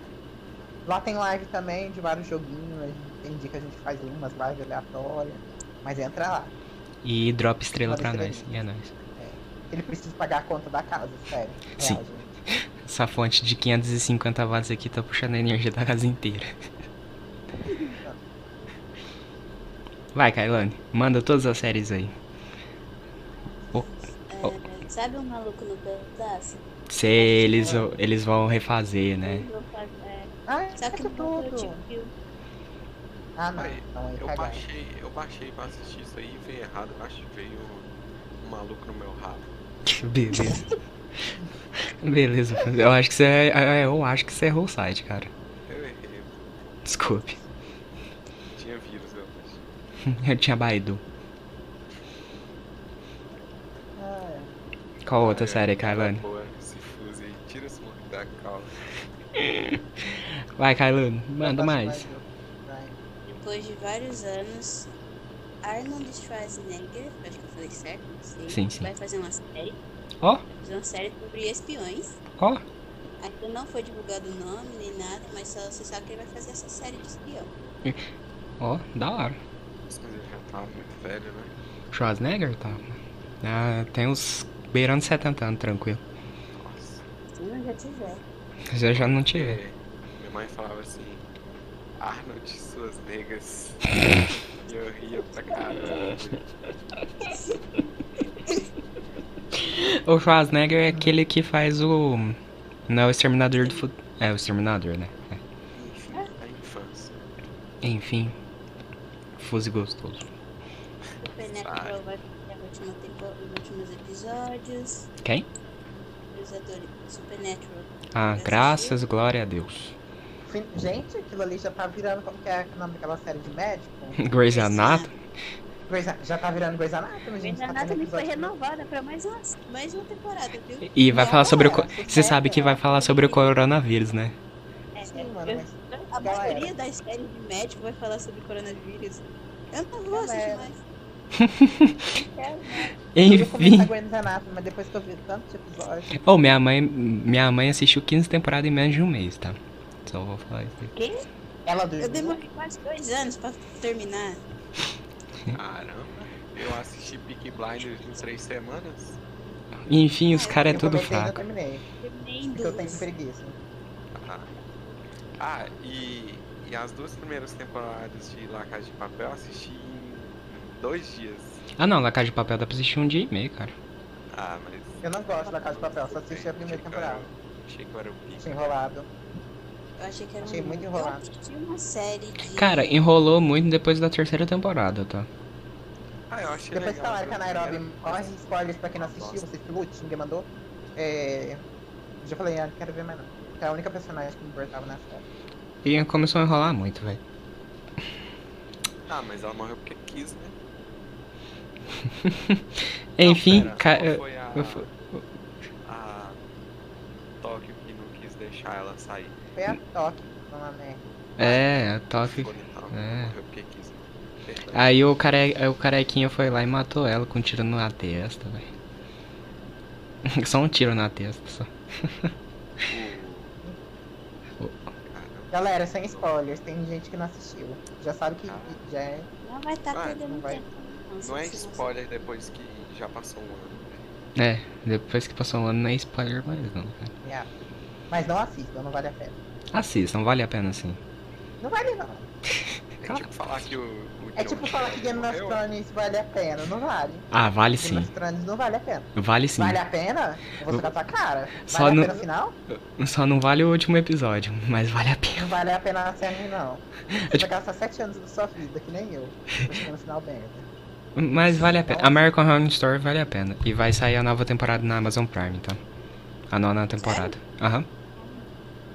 [SPEAKER 3] Lá tem live também de vários joguinhos. a gente- Tem dia que a gente faz umas lives aleatórias. Mas entra lá.
[SPEAKER 1] E drop estrela
[SPEAKER 3] Manda
[SPEAKER 1] pra nós. E
[SPEAKER 3] estrelinha.
[SPEAKER 1] é nóis.
[SPEAKER 3] Ele precisa pagar a conta da casa, sério. Real,
[SPEAKER 1] Sim.
[SPEAKER 3] gente.
[SPEAKER 1] Essa fonte de 550 watts aqui tá puxando a energia da casa inteira. Vai, Kailane. Manda todas as séries aí.
[SPEAKER 5] É, Sabe o maluco no pedaço?
[SPEAKER 1] Se eles, eles vão refazer, né?
[SPEAKER 5] Eu faço- é,
[SPEAKER 3] Ah, é
[SPEAKER 5] Só que
[SPEAKER 3] que
[SPEAKER 5] não eu
[SPEAKER 3] tudo.
[SPEAKER 5] tipo,
[SPEAKER 3] Ah, não.
[SPEAKER 4] Aí,
[SPEAKER 3] Não, aí
[SPEAKER 4] Eu
[SPEAKER 3] cagaram.
[SPEAKER 4] baixei, eu baixei pra assistir isso aí e veio errado, eu acho que veio um maluco no meu rabo.
[SPEAKER 1] [LAUGHS] Beleza. Beleza. Eu acho que você, eu acho que você errou o site, cara.
[SPEAKER 4] Eu errei,
[SPEAKER 1] Desculpe.
[SPEAKER 4] tinha vírus, eu acho.
[SPEAKER 1] Eu tinha Baidu.
[SPEAKER 3] Ah, é.
[SPEAKER 1] Qual outra
[SPEAKER 4] É,
[SPEAKER 1] série,
[SPEAKER 4] tá
[SPEAKER 1] Kailane?
[SPEAKER 4] boa, Esse fuse aí, tira esse moleque da calma.
[SPEAKER 1] Vai, Kailane. Manda
[SPEAKER 3] Eu faço
[SPEAKER 1] mais.
[SPEAKER 3] um. Vai.
[SPEAKER 5] depois de vários anos, Arnold Schwarzenegger, acho que eu falei certo, não sei,
[SPEAKER 1] Sim, sim.
[SPEAKER 5] vai fazer uma série.
[SPEAKER 1] Ó.
[SPEAKER 5] Vai fazer uma série sobre espiões.
[SPEAKER 1] Ó,
[SPEAKER 5] Ainda não foi divulgado o nome nem nada, mas só você sabe que ele vai fazer essa série de espião.
[SPEAKER 1] ó, da hora.
[SPEAKER 4] Mas ele já tava muito velho, né?
[SPEAKER 1] Schwarzenegger tá. Ah, tem uns beirando 70 anos, tranquilo.
[SPEAKER 4] Nossa.
[SPEAKER 5] Se não já tiver.
[SPEAKER 1] Se eu já não tiver.
[SPEAKER 4] É, minha mãe falava assim, Arnold e suas negas. e eu ria pra caramba.
[SPEAKER 1] [LAUGHS] O Schwarzenegger é aquele que faz o. Não é o exterminador do futuro. É o exterminador, né?
[SPEAKER 4] Enfim, a infância.
[SPEAKER 1] Enfim. Fuse gostoso.
[SPEAKER 5] Supernatural vai fazer a última temporada, os últimos episódios.
[SPEAKER 1] Quem?
[SPEAKER 5] Os atores Supernatural.
[SPEAKER 1] Ah, graças, glória a Deus. [LAUGHS]
[SPEAKER 3] Fim- Gente, aquilo ali já tá virando como que é o nome daquela série de médico?
[SPEAKER 1] Grey's Anatomy.
[SPEAKER 3] Grey's An- já tá virando Grey's Anatomy, gente.
[SPEAKER 5] Grey's
[SPEAKER 3] tá tendo
[SPEAKER 5] Anatomy foi
[SPEAKER 3] episódio-
[SPEAKER 5] renovada pra mais uma, mais uma temporada, viu?
[SPEAKER 1] E vai
[SPEAKER 5] é
[SPEAKER 1] falar
[SPEAKER 5] uma
[SPEAKER 1] sobre o.
[SPEAKER 5] hora.
[SPEAKER 1] co- Você sabe que vai falar sobre o coronavírus, né?
[SPEAKER 5] É,
[SPEAKER 3] é. Sim,
[SPEAKER 5] é,
[SPEAKER 3] mano,
[SPEAKER 5] eu-
[SPEAKER 3] mas
[SPEAKER 4] Né?
[SPEAKER 5] A
[SPEAKER 3] Galera.
[SPEAKER 5] maioria das séries de médico vai falar sobre coronavírus. Eu não vou assistir
[SPEAKER 3] Galera.
[SPEAKER 5] mais.
[SPEAKER 3] eu comecei a
[SPEAKER 1] Enfim.
[SPEAKER 3] Grey's Anatomy, mas depois que eu vi tanto de episódio,
[SPEAKER 1] Ou minha mãe. Minha mãe assistiu 15 temporadas em menos de um mês, tá? Só vou falar isso. aí.
[SPEAKER 3] ela
[SPEAKER 5] Eu
[SPEAKER 3] dormiu.
[SPEAKER 5] demorei quase dois anos pra terminar.
[SPEAKER 4] Caramba. Eu assisti Peak Blinders em três semanas.
[SPEAKER 1] Enfim, os
[SPEAKER 5] Ah,
[SPEAKER 1] caras é
[SPEAKER 3] Eu
[SPEAKER 1] tudo
[SPEAKER 3] comecei e não
[SPEAKER 1] fraco.
[SPEAKER 3] terminei,
[SPEAKER 5] Terminei em
[SPEAKER 3] porque É eu tenho
[SPEAKER 5] duas.
[SPEAKER 3] preguiça.
[SPEAKER 4] Ah, ah e, e as duas primeiras temporadas de La Casa de Papel eu assisti em dois dias.
[SPEAKER 1] Ah não, La Casa de Papel dá pra assistir um dia e meio, cara.
[SPEAKER 4] Ah, mas.
[SPEAKER 3] Eu não gosto da Casa de Papel, só assisti a primeira
[SPEAKER 4] Achei que eu
[SPEAKER 3] temporada.
[SPEAKER 4] era- Achei que eu era o pico.
[SPEAKER 3] Tinha enrolado.
[SPEAKER 5] Eu achei que era
[SPEAKER 3] Achei
[SPEAKER 5] um-
[SPEAKER 3] muito enrolado.
[SPEAKER 5] Eu assisti uma série de.
[SPEAKER 1] Cara, enrolou muito depois da terceira temporada, tá?
[SPEAKER 4] Ah, eu achei
[SPEAKER 3] Depois que
[SPEAKER 4] legal,
[SPEAKER 3] falaram que a
[SPEAKER 4] mas
[SPEAKER 3] Nairobi
[SPEAKER 4] primeiro-
[SPEAKER 3] morre, spoilers pra quem não
[SPEAKER 4] Ah,
[SPEAKER 3] assistiu,
[SPEAKER 4] nossa.
[SPEAKER 3] você viu, o Tinga mandou. É... eu Já falei, ah, não quero ver mais não. É a única personagem que me importava na série.
[SPEAKER 1] E começou a enrolar muito, velho.
[SPEAKER 4] Ah, mas ela morreu porque quis, né?
[SPEAKER 1] Enfim,
[SPEAKER 4] Não,
[SPEAKER 1] ca-
[SPEAKER 4] pera, qual foi a...
[SPEAKER 1] eu fui-
[SPEAKER 4] a Tóquio que não quis deixar ela sair.
[SPEAKER 3] Foi a Toque, não a Mac.
[SPEAKER 1] É, toque.
[SPEAKER 4] Ficou no tal,
[SPEAKER 1] É. Ah.
[SPEAKER 4] morreu porque quis. né? Perdão.
[SPEAKER 1] Aí o, care... aí o carequinha foi lá e matou ela com um tiro na testa, velho. [LAUGHS] Só um tiro na testa, só.
[SPEAKER 4] O-
[SPEAKER 1] O-
[SPEAKER 4] Caramba.
[SPEAKER 3] Galera, sem spoilers, tem gente que não assistiu. Já sabe que que já é.
[SPEAKER 5] Não vai estar
[SPEAKER 4] Ah,
[SPEAKER 5] perdendo
[SPEAKER 3] não vai.
[SPEAKER 5] tempo. Não, se
[SPEAKER 4] Não é
[SPEAKER 5] você
[SPEAKER 4] spoiler depois que já passou um ano. né?
[SPEAKER 1] É, depois que passou um ano não é spoiler mais não, cara.
[SPEAKER 3] yeah. Mas não assistam, não vale a pena.
[SPEAKER 1] Assistam, vale a pena sim.
[SPEAKER 3] Não vale não.
[SPEAKER 4] É tipo falar que o, o
[SPEAKER 3] É
[SPEAKER 4] John
[SPEAKER 3] tipo falar que
[SPEAKER 4] Sherry
[SPEAKER 3] Game of
[SPEAKER 4] um morreu.
[SPEAKER 3] Thrones vale a pena, não vale.
[SPEAKER 1] Ah, vale
[SPEAKER 3] Game
[SPEAKER 1] sim.
[SPEAKER 3] of Thrones não vale a pena.
[SPEAKER 1] Vale sim.
[SPEAKER 3] Vale a pena? Eu vou socar tua cara. Vale
[SPEAKER 1] Só
[SPEAKER 3] a
[SPEAKER 1] no-
[SPEAKER 3] pena o final?
[SPEAKER 1] [LAUGHS] Só não vale o último episódio, mas vale a pena. [LAUGHS]
[SPEAKER 3] [LAUGHS] Não vale a pena a série,
[SPEAKER 1] É
[SPEAKER 3] não. Você
[SPEAKER 1] tipo-
[SPEAKER 3] vai gastar sete anos da sua vida, que nem eu. Pra chegar no final bem.
[SPEAKER 1] Mas vale a pena. American Horror Story vale a pena. E vai sair a nova temporada na Amazon Prime, tá? A nona temporada. Aham.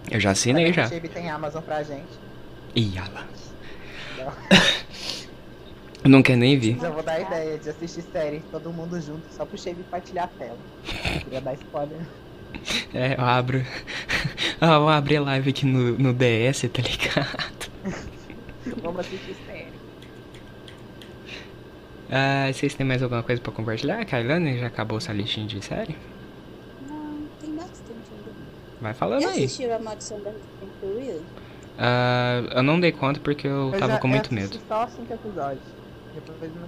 [SPEAKER 1] Eu já assinei já.
[SPEAKER 3] A Chibi tem Amazon pra gente.
[SPEAKER 1] Ih, olha lá.
[SPEAKER 3] Não.
[SPEAKER 1] [LAUGHS] Eu Nunca nem vi.
[SPEAKER 3] Mas eu vou dar a ideia de assistir série todo mundo junto, só pro Chibi partilhar a tela. Eu queria dar spoiler.
[SPEAKER 1] É, eu abro. [LAUGHS] Ah, eu abri live aqui no, no DS, tá ligado? [LAUGHS]
[SPEAKER 3] Vamos assistir série.
[SPEAKER 1] Ah, vocês têm mais alguma coisa pra compartilhar? Kailane, já acabou sua listinha de série?
[SPEAKER 5] Não, tem bastante ainda.
[SPEAKER 1] Vai falando
[SPEAKER 5] Já
[SPEAKER 1] aí.
[SPEAKER 5] assistiu a Maldição da Residência Will?
[SPEAKER 1] Ah, eu não dei conta porque eu tava
[SPEAKER 3] já-
[SPEAKER 1] com muito
[SPEAKER 3] eu
[SPEAKER 1] medo.
[SPEAKER 3] assisti Só cinco episódios. Depois não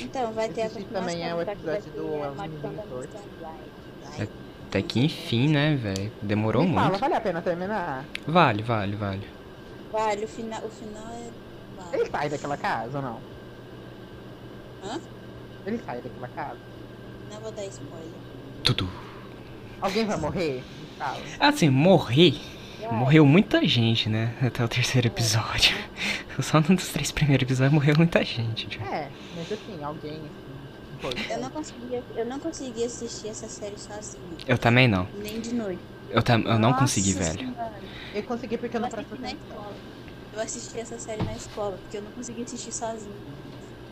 [SPEAKER 5] Então, vai ter a
[SPEAKER 3] Esse
[SPEAKER 5] continuação.
[SPEAKER 3] também é o
[SPEAKER 5] tá? Que vai
[SPEAKER 3] episódio
[SPEAKER 5] ter
[SPEAKER 3] do
[SPEAKER 5] a
[SPEAKER 3] Homem
[SPEAKER 5] Maldição da
[SPEAKER 3] Invisível.
[SPEAKER 5] Residência Vai, vai.
[SPEAKER 1] Até que enfim, né, velho? Demorou
[SPEAKER 3] Me fala,
[SPEAKER 1] muito.
[SPEAKER 3] vale a pena terminar?
[SPEAKER 1] Vale, vale, vale.
[SPEAKER 5] Vale, o final, o final é.
[SPEAKER 3] Ele
[SPEAKER 5] Vale.
[SPEAKER 3] sai daquela casa ou não?
[SPEAKER 5] Hã?
[SPEAKER 3] Ele sai daquela casa?
[SPEAKER 5] Não vou dar spoiler.
[SPEAKER 1] [LAUGHS] Tudo.
[SPEAKER 3] Alguém vai morrer? Me fala.
[SPEAKER 1] Assim, morrer.
[SPEAKER 5] Vai.
[SPEAKER 1] Morreu muita gente, né? Até o terceiro episódio. [LAUGHS] Só num dos três primeiros episódios morreu muita gente. já.
[SPEAKER 3] É, mas assim, alguém assim. importante.
[SPEAKER 5] Eu não conseguia, eu não consegui assistir essa série sozinha.
[SPEAKER 1] Eu também não.
[SPEAKER 5] Nem de noite.
[SPEAKER 1] Eu, tam, eu não
[SPEAKER 5] Nossa
[SPEAKER 1] consegui, velho.
[SPEAKER 5] Senhora.
[SPEAKER 3] Eu consegui porque eu
[SPEAKER 5] Eu
[SPEAKER 3] não presto
[SPEAKER 5] assisti na
[SPEAKER 3] atenção.
[SPEAKER 5] escola. Eu assisti essa série na escola, porque eu não consegui assistir sozinho.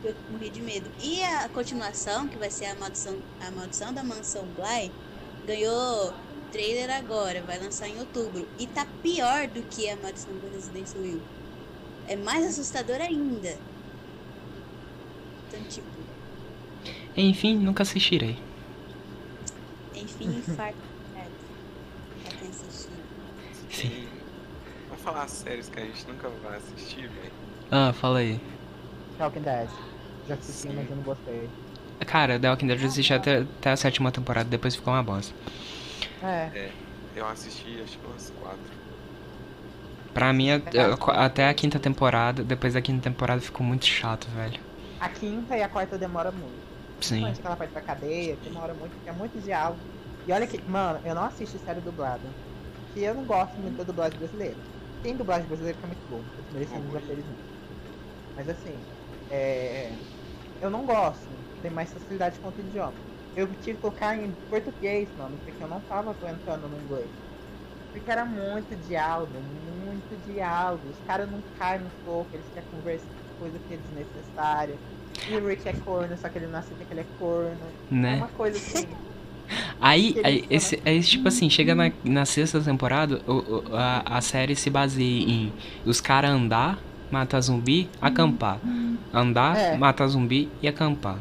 [SPEAKER 5] Eu morri de medo. E a continuação, que vai ser a Maldição, a Maldição da Mansão Bly, ganhou trailer agora, vai lançar em outubro. E tá pior do que a Maldição da Residência Will. É mais assustador ainda. Então, tipo,
[SPEAKER 1] Enfim, nunca assistirei.
[SPEAKER 5] enfim, infarto. cara. Pra quem assistiu.
[SPEAKER 1] Sim.
[SPEAKER 4] Vamos falar as séries que a gente nunca vai assistir, velho.
[SPEAKER 1] Ah, fala aí.
[SPEAKER 3] Talking Dead. Já assisti,
[SPEAKER 4] Sim.
[SPEAKER 3] mas eu não gostei.
[SPEAKER 1] Cara, The Walking Dead eu assisti até, até a sétima temporada, depois ficou uma bosta.
[SPEAKER 3] É.
[SPEAKER 4] Eu assisti acho que umas quatro.
[SPEAKER 1] Pra mim, a- a- até a quinta temporada, depois da quinta temporada ficou muito chato, velho.
[SPEAKER 3] A quinta e a quarta demora muito.
[SPEAKER 1] Sim.
[SPEAKER 3] Principalmente aquela parte da cadeia, demora muito, porque é muito diálogo. E olha que, mano, eu não assisto série dublada. Que eu não gosto muito da dublagem brasileira. Tem dublagem brasileira que é muito boa, eles merecem
[SPEAKER 4] Ui.
[SPEAKER 3] nos muito. Mas assim, é. Eu não gosto, tem mais facilidade com outro idioma. Eu tive que colocar em português, mano, porque eu não tava aguentando no inglês. Porque era muito diálogo, muito diálogo. Os caras não caem no soco, eles querem conversar coisa que é desnecessária. E o Rick é corno, só que ele não aceita que ele é corno. É
[SPEAKER 1] Né?
[SPEAKER 3] uma coisa assim.
[SPEAKER 1] Aí,
[SPEAKER 3] Aquele
[SPEAKER 1] aí
[SPEAKER 3] que
[SPEAKER 1] esse, aí, esse tipo assim, chega
[SPEAKER 3] Uhum.
[SPEAKER 1] na, na sexta temporada, o- o- a, a série se baseia em os caras andar, matar zumbi, acampar. Andar,
[SPEAKER 3] Uhum. É.
[SPEAKER 1] matar zumbi e acampar.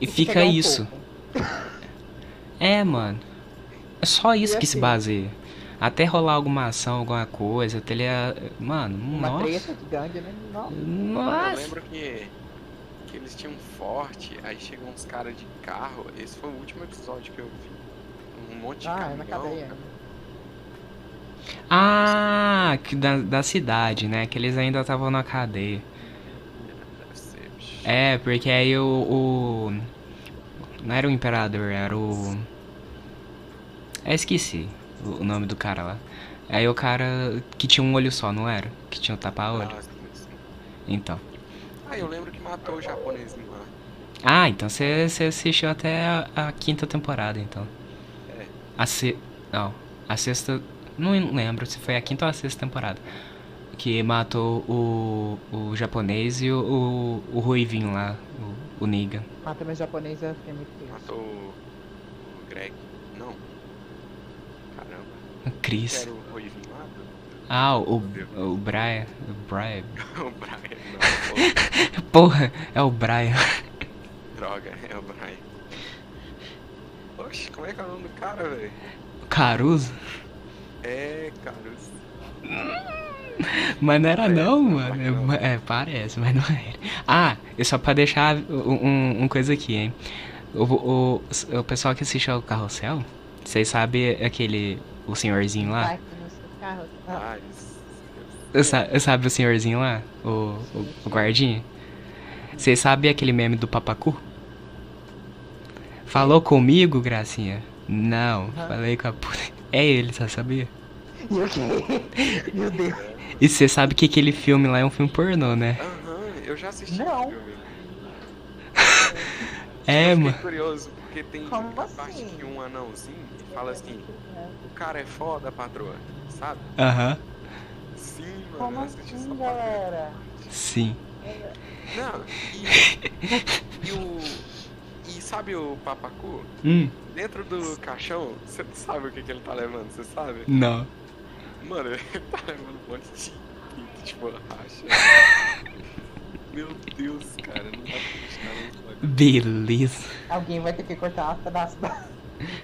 [SPEAKER 1] E fica
[SPEAKER 3] pegar um
[SPEAKER 1] isso.
[SPEAKER 3] pouco.
[SPEAKER 1] É, mano. É só isso que se
[SPEAKER 3] assim-
[SPEAKER 1] baseia. Até rolar alguma ação, alguma coisa, até ele. é- Mano,
[SPEAKER 3] Uma
[SPEAKER 1] nossa.
[SPEAKER 3] treta de gangue, né? Não.
[SPEAKER 4] Eu
[SPEAKER 1] Nossa.
[SPEAKER 4] lembro que, que eles tinham um forte, aí chegam uns caras de carro. Esse foi o último episódio que eu vi. Um monte de
[SPEAKER 3] Ah, é
[SPEAKER 4] caminhão.
[SPEAKER 3] na cadeia.
[SPEAKER 1] Ah, que da, da cidade, né? Que eles ainda estavam na cadeia.
[SPEAKER 4] Deve ser, bicho.
[SPEAKER 1] É, porque aí o, o- Não era o imperador, era o. É, esqueci o o nome do cara lá. Aí o cara que tinha um olho só, não era? Que tinha o tapa-olho.
[SPEAKER 4] Ah, sim, sim.
[SPEAKER 1] Então.
[SPEAKER 4] Ah, eu lembro que matou o japonês lá.
[SPEAKER 1] Ah, então você você assistiu até a, a quinta temporada, então.
[SPEAKER 4] É.
[SPEAKER 1] A se... Não, a sexta... Não lembro se foi a quinta ou a sexta temporada. Que matou o, o japonês e o, o, o ruivinho lá, o, o Negan.
[SPEAKER 3] Mata mais Ah, japonês, eu fiquei muito triste.
[SPEAKER 4] Matou o o Greg. Não. Caramba.
[SPEAKER 1] Chris.
[SPEAKER 4] Quero o Ruivinho lá. [LAUGHS]
[SPEAKER 1] Ah, o, o Brian. O Brian.
[SPEAKER 4] O Brian. Não,
[SPEAKER 1] Porra, é o Brian. [LAUGHS]
[SPEAKER 4] pô, [LAUGHS] droga, é o Brian. Oxe, como é que é o nome do cara, velho?
[SPEAKER 1] Caruso?
[SPEAKER 4] É, Carlos.
[SPEAKER 1] Mas não era
[SPEAKER 4] Parece,
[SPEAKER 1] não,
[SPEAKER 4] né?
[SPEAKER 1] mano. É,
[SPEAKER 4] Bacana.
[SPEAKER 1] ma- É, parece, mas não era. Ah, e só pra deixar um, um- um coisa aqui, hein? O, o, o pessoal que assiste ao Carrossel, vocês sabem aquele... O senhorzinho lá?
[SPEAKER 3] Vai com os carros. Ah,
[SPEAKER 4] Ah, isso.
[SPEAKER 1] Eu sa- eu sabe o senhorzinho lá? O, o, o guardinha? Vocês sabem aquele meme do papacu? Falou comigo, Gracinha? Não,
[SPEAKER 3] Aham.
[SPEAKER 1] falei com a puta. [LAUGHS] É ele, só sabia?
[SPEAKER 7] E o quê? Meu Deus.
[SPEAKER 1] E você sabe que aquele filme lá é um filme pornô, né?
[SPEAKER 4] Aham, eu já assisti
[SPEAKER 3] Não.
[SPEAKER 4] esse filme.
[SPEAKER 1] É,
[SPEAKER 4] eu fiquei
[SPEAKER 1] mano.
[SPEAKER 4] curioso, porque tem
[SPEAKER 3] Como
[SPEAKER 4] a parte
[SPEAKER 3] assim?
[SPEAKER 4] que um anãozinho fala assim, o cara é foda, patroa, sabe?
[SPEAKER 1] Aham,
[SPEAKER 4] Sim, mano,
[SPEAKER 3] Como
[SPEAKER 4] eu assisti essa
[SPEAKER 3] assim,
[SPEAKER 4] porra.
[SPEAKER 3] galera?
[SPEAKER 1] sim.
[SPEAKER 4] Não, e, e o... E sabe o papacu?
[SPEAKER 1] Hum,
[SPEAKER 4] Dentro do caixão, você não sabe o que, que ele tá levando, você sabe?
[SPEAKER 1] não.
[SPEAKER 4] Mano, ele [LAUGHS] tá levando um monte de pinto de borracha. Meu Deus, cara, não dá pra acreditar nisso agora.
[SPEAKER 1] Beleza.
[SPEAKER 3] Alguém vai ter que cortar as pedaços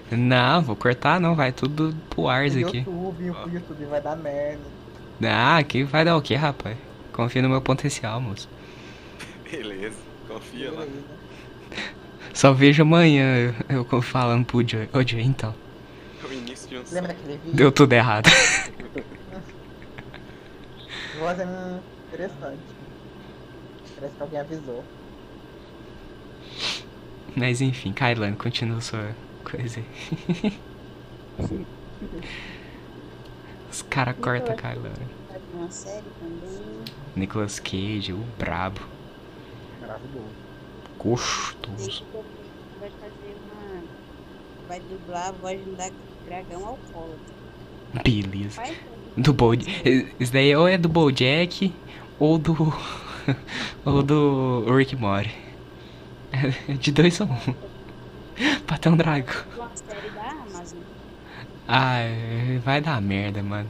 [SPEAKER 3] do
[SPEAKER 1] Não, vou cortar não, vai tudo pro ars aqui.
[SPEAKER 3] YouTube.
[SPEAKER 4] Ah.
[SPEAKER 3] O YouTube vai dar merda.
[SPEAKER 1] Ah, aqui vai dar o quê, rapaz? Confia no meu potencial, moço.
[SPEAKER 4] Beleza, confia lá.
[SPEAKER 3] Beleza.
[SPEAKER 1] Só vejo amanhã eu, eu falando pro Joe. Ô, Joe, então.
[SPEAKER 4] O início de um
[SPEAKER 3] Lembra daquele vídeo?
[SPEAKER 1] Deu tudo errado. [LAUGHS]
[SPEAKER 3] Voz é hum, interessante. Parece que alguém avisou.
[SPEAKER 1] Mas enfim, Kailan, continua sua coisa aí. Os caras cortam Kailan.
[SPEAKER 5] Sabe, Uma série também.
[SPEAKER 1] Nicolas Cage, o brabo.
[SPEAKER 3] Maravilhoso.
[SPEAKER 5] Tem
[SPEAKER 1] Gostoso.
[SPEAKER 5] que vai fazer uma. Vai dublar a voz do dra- dragão alcoólatra.
[SPEAKER 1] Beleza.
[SPEAKER 5] Faz
[SPEAKER 1] Do Bold. Isso daí ou é do Bojack ou do. [LAUGHS] ou do Rick Mori. [LAUGHS] De dois a um. Pra ter um [LAUGHS] dragão.
[SPEAKER 5] uma série da Amazon.
[SPEAKER 1] Ai, Ah, vai dar merda, mano.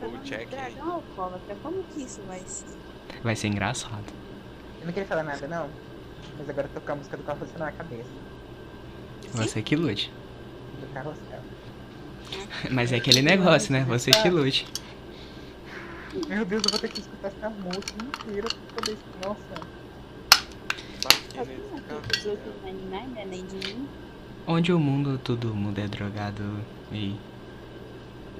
[SPEAKER 5] Falando do
[SPEAKER 4] Jack.
[SPEAKER 5] Dragão alcoólatra, como que isso vai ser?
[SPEAKER 1] Vai ser engraçado.
[SPEAKER 3] Eu não queria falar nada, não. Mas agora eu tô com a música do carrossel na cabeça.
[SPEAKER 1] Você que lute.
[SPEAKER 3] Do carrossel.
[SPEAKER 1] Mas é aquele negócio, né? Você que lute.
[SPEAKER 3] Meu Deus, eu vou ter que escutar essa música inteira pra poder. Nossa.
[SPEAKER 4] Bater
[SPEAKER 5] Sabe
[SPEAKER 4] nesse
[SPEAKER 5] não
[SPEAKER 4] carro.
[SPEAKER 5] tem 18 anos nem nada, é nem de mim?
[SPEAKER 1] Onde o mundo, todo mundo é drogado e.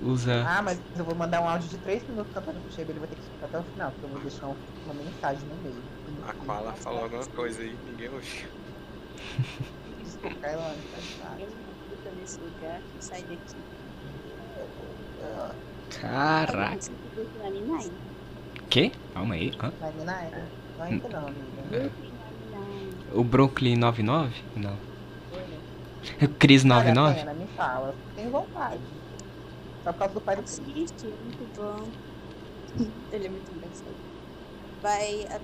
[SPEAKER 1] usa.
[SPEAKER 3] Ah, mas eu vou mandar um áudio de 3 minutos cantando pro Chego, ele vai ter que escutar até o final, porque eu vou deixar um- uma mensagem no meio.
[SPEAKER 4] A Koala falou alguma coisa aí, ninguém ouviu.
[SPEAKER 3] Desculpa, Kailane, tá
[SPEAKER 5] Eu não fico nesse lugar, sai daqui.
[SPEAKER 1] Caraca.
[SPEAKER 5] Você que lute na minha mãe.
[SPEAKER 1] Que? Calma aí. Hã?
[SPEAKER 3] Vai me na era. Não ainda não, amiga.
[SPEAKER 5] Lute na minha mãe.
[SPEAKER 1] O Brooklyn 99? Não. Cris
[SPEAKER 3] Vale a
[SPEAKER 1] 99?
[SPEAKER 3] pena, Me fala. Tenho vontade. Só por causa do pai do filho.
[SPEAKER 5] Assiste, é muito bom. Ele é muito engraçado. Vai. A,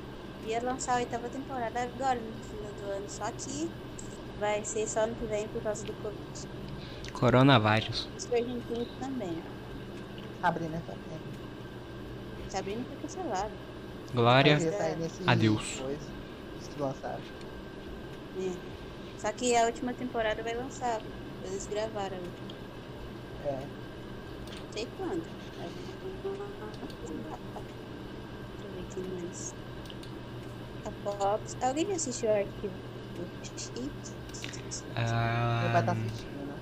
[SPEAKER 5] ia lançar a oitava temporada agora, no final do ano, só que vai ser só ano que vem por causa do Covid.
[SPEAKER 1] Coronavírus.
[SPEAKER 5] Isso foi argentino também. ó.
[SPEAKER 3] Sabrina também.
[SPEAKER 5] Sabrina foi cancelada.
[SPEAKER 1] Glória.
[SPEAKER 3] Mas ia sair nesse
[SPEAKER 1] Adeus.
[SPEAKER 3] Dois, os que lançaram.
[SPEAKER 5] É. Só que a última temporada vai lançar. Eles gravaram a última.
[SPEAKER 3] É.
[SPEAKER 5] Não sei quando. Mas Deixa eu ver aqui mais. A Fox. Alguém já assistiu o arquivo do X?
[SPEAKER 3] Meu pai tá
[SPEAKER 1] Ah,
[SPEAKER 3] assistindo, né?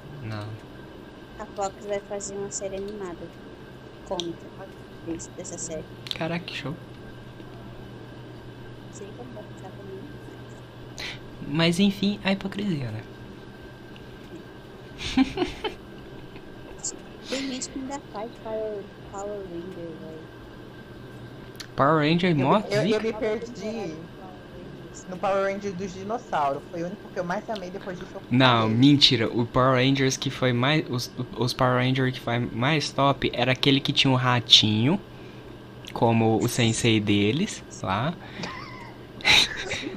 [SPEAKER 1] não.
[SPEAKER 5] A Fox vai fazer uma série animada. Cômica. desse- Dessa série.
[SPEAKER 1] Caraca, que show.
[SPEAKER 5] sei como vai ficar comigo.
[SPEAKER 1] Mas enfim, a hipocrisia, né?
[SPEAKER 5] Tem gente que ainda faz Power, Power Ranger, velho.
[SPEAKER 1] Power Ranger mó
[SPEAKER 3] Eu, eu, eu
[SPEAKER 1] zica.
[SPEAKER 3] me perdi no Power Ranger dos dinossauros. Foi o único que eu mais amei depois disso. eu
[SPEAKER 1] Não,
[SPEAKER 3] parei.
[SPEAKER 1] mentira. O Power Rangers que foi mais. Os, os Power Rangers que foi mais top era aquele que tinha um ratinho. Como o sensei deles lá.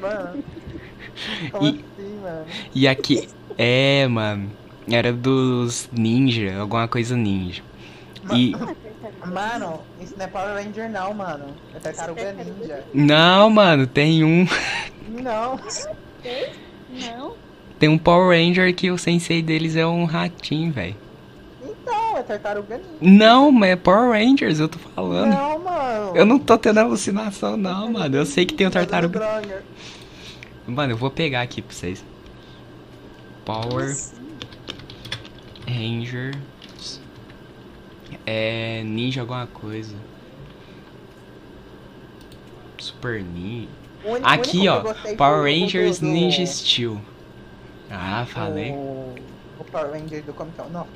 [SPEAKER 3] Mano.
[SPEAKER 1] [LAUGHS]
[SPEAKER 3] Como
[SPEAKER 1] E-
[SPEAKER 3] assim, mano?
[SPEAKER 1] E aqui. É, mano. Era dos ninja, alguma coisa ninja. E.
[SPEAKER 5] Ah, tartaruga.
[SPEAKER 3] Mano, isso não é Power Ranger não, mano. É Tartaruga Ninja.
[SPEAKER 1] Não, mano, tem um.
[SPEAKER 3] Não.
[SPEAKER 5] Não,
[SPEAKER 1] Tem um Power Ranger que o sensei deles é um ratinho, velho.
[SPEAKER 3] Não, é Tartaruga Ninja.
[SPEAKER 1] Não, mas é Power Rangers, eu tô falando.
[SPEAKER 3] Não, mano.
[SPEAKER 1] Eu não tô tendo alucinação, não, mano. Eu sei que tem um
[SPEAKER 3] Mas é do
[SPEAKER 1] tartaruga.
[SPEAKER 3] Gronger.
[SPEAKER 1] Mano, eu vou pegar aqui pra vocês. Power Rangers. É. Ninja alguma coisa. Super Ninja.
[SPEAKER 3] O único-
[SPEAKER 1] Aqui,
[SPEAKER 3] o único que
[SPEAKER 1] ó,
[SPEAKER 3] eu gostei
[SPEAKER 1] Power
[SPEAKER 3] foi o
[SPEAKER 1] Rangers
[SPEAKER 3] do- do-
[SPEAKER 1] Ninja Steel. Ah, falei.
[SPEAKER 3] O, o Power Ranger do como que é o nome?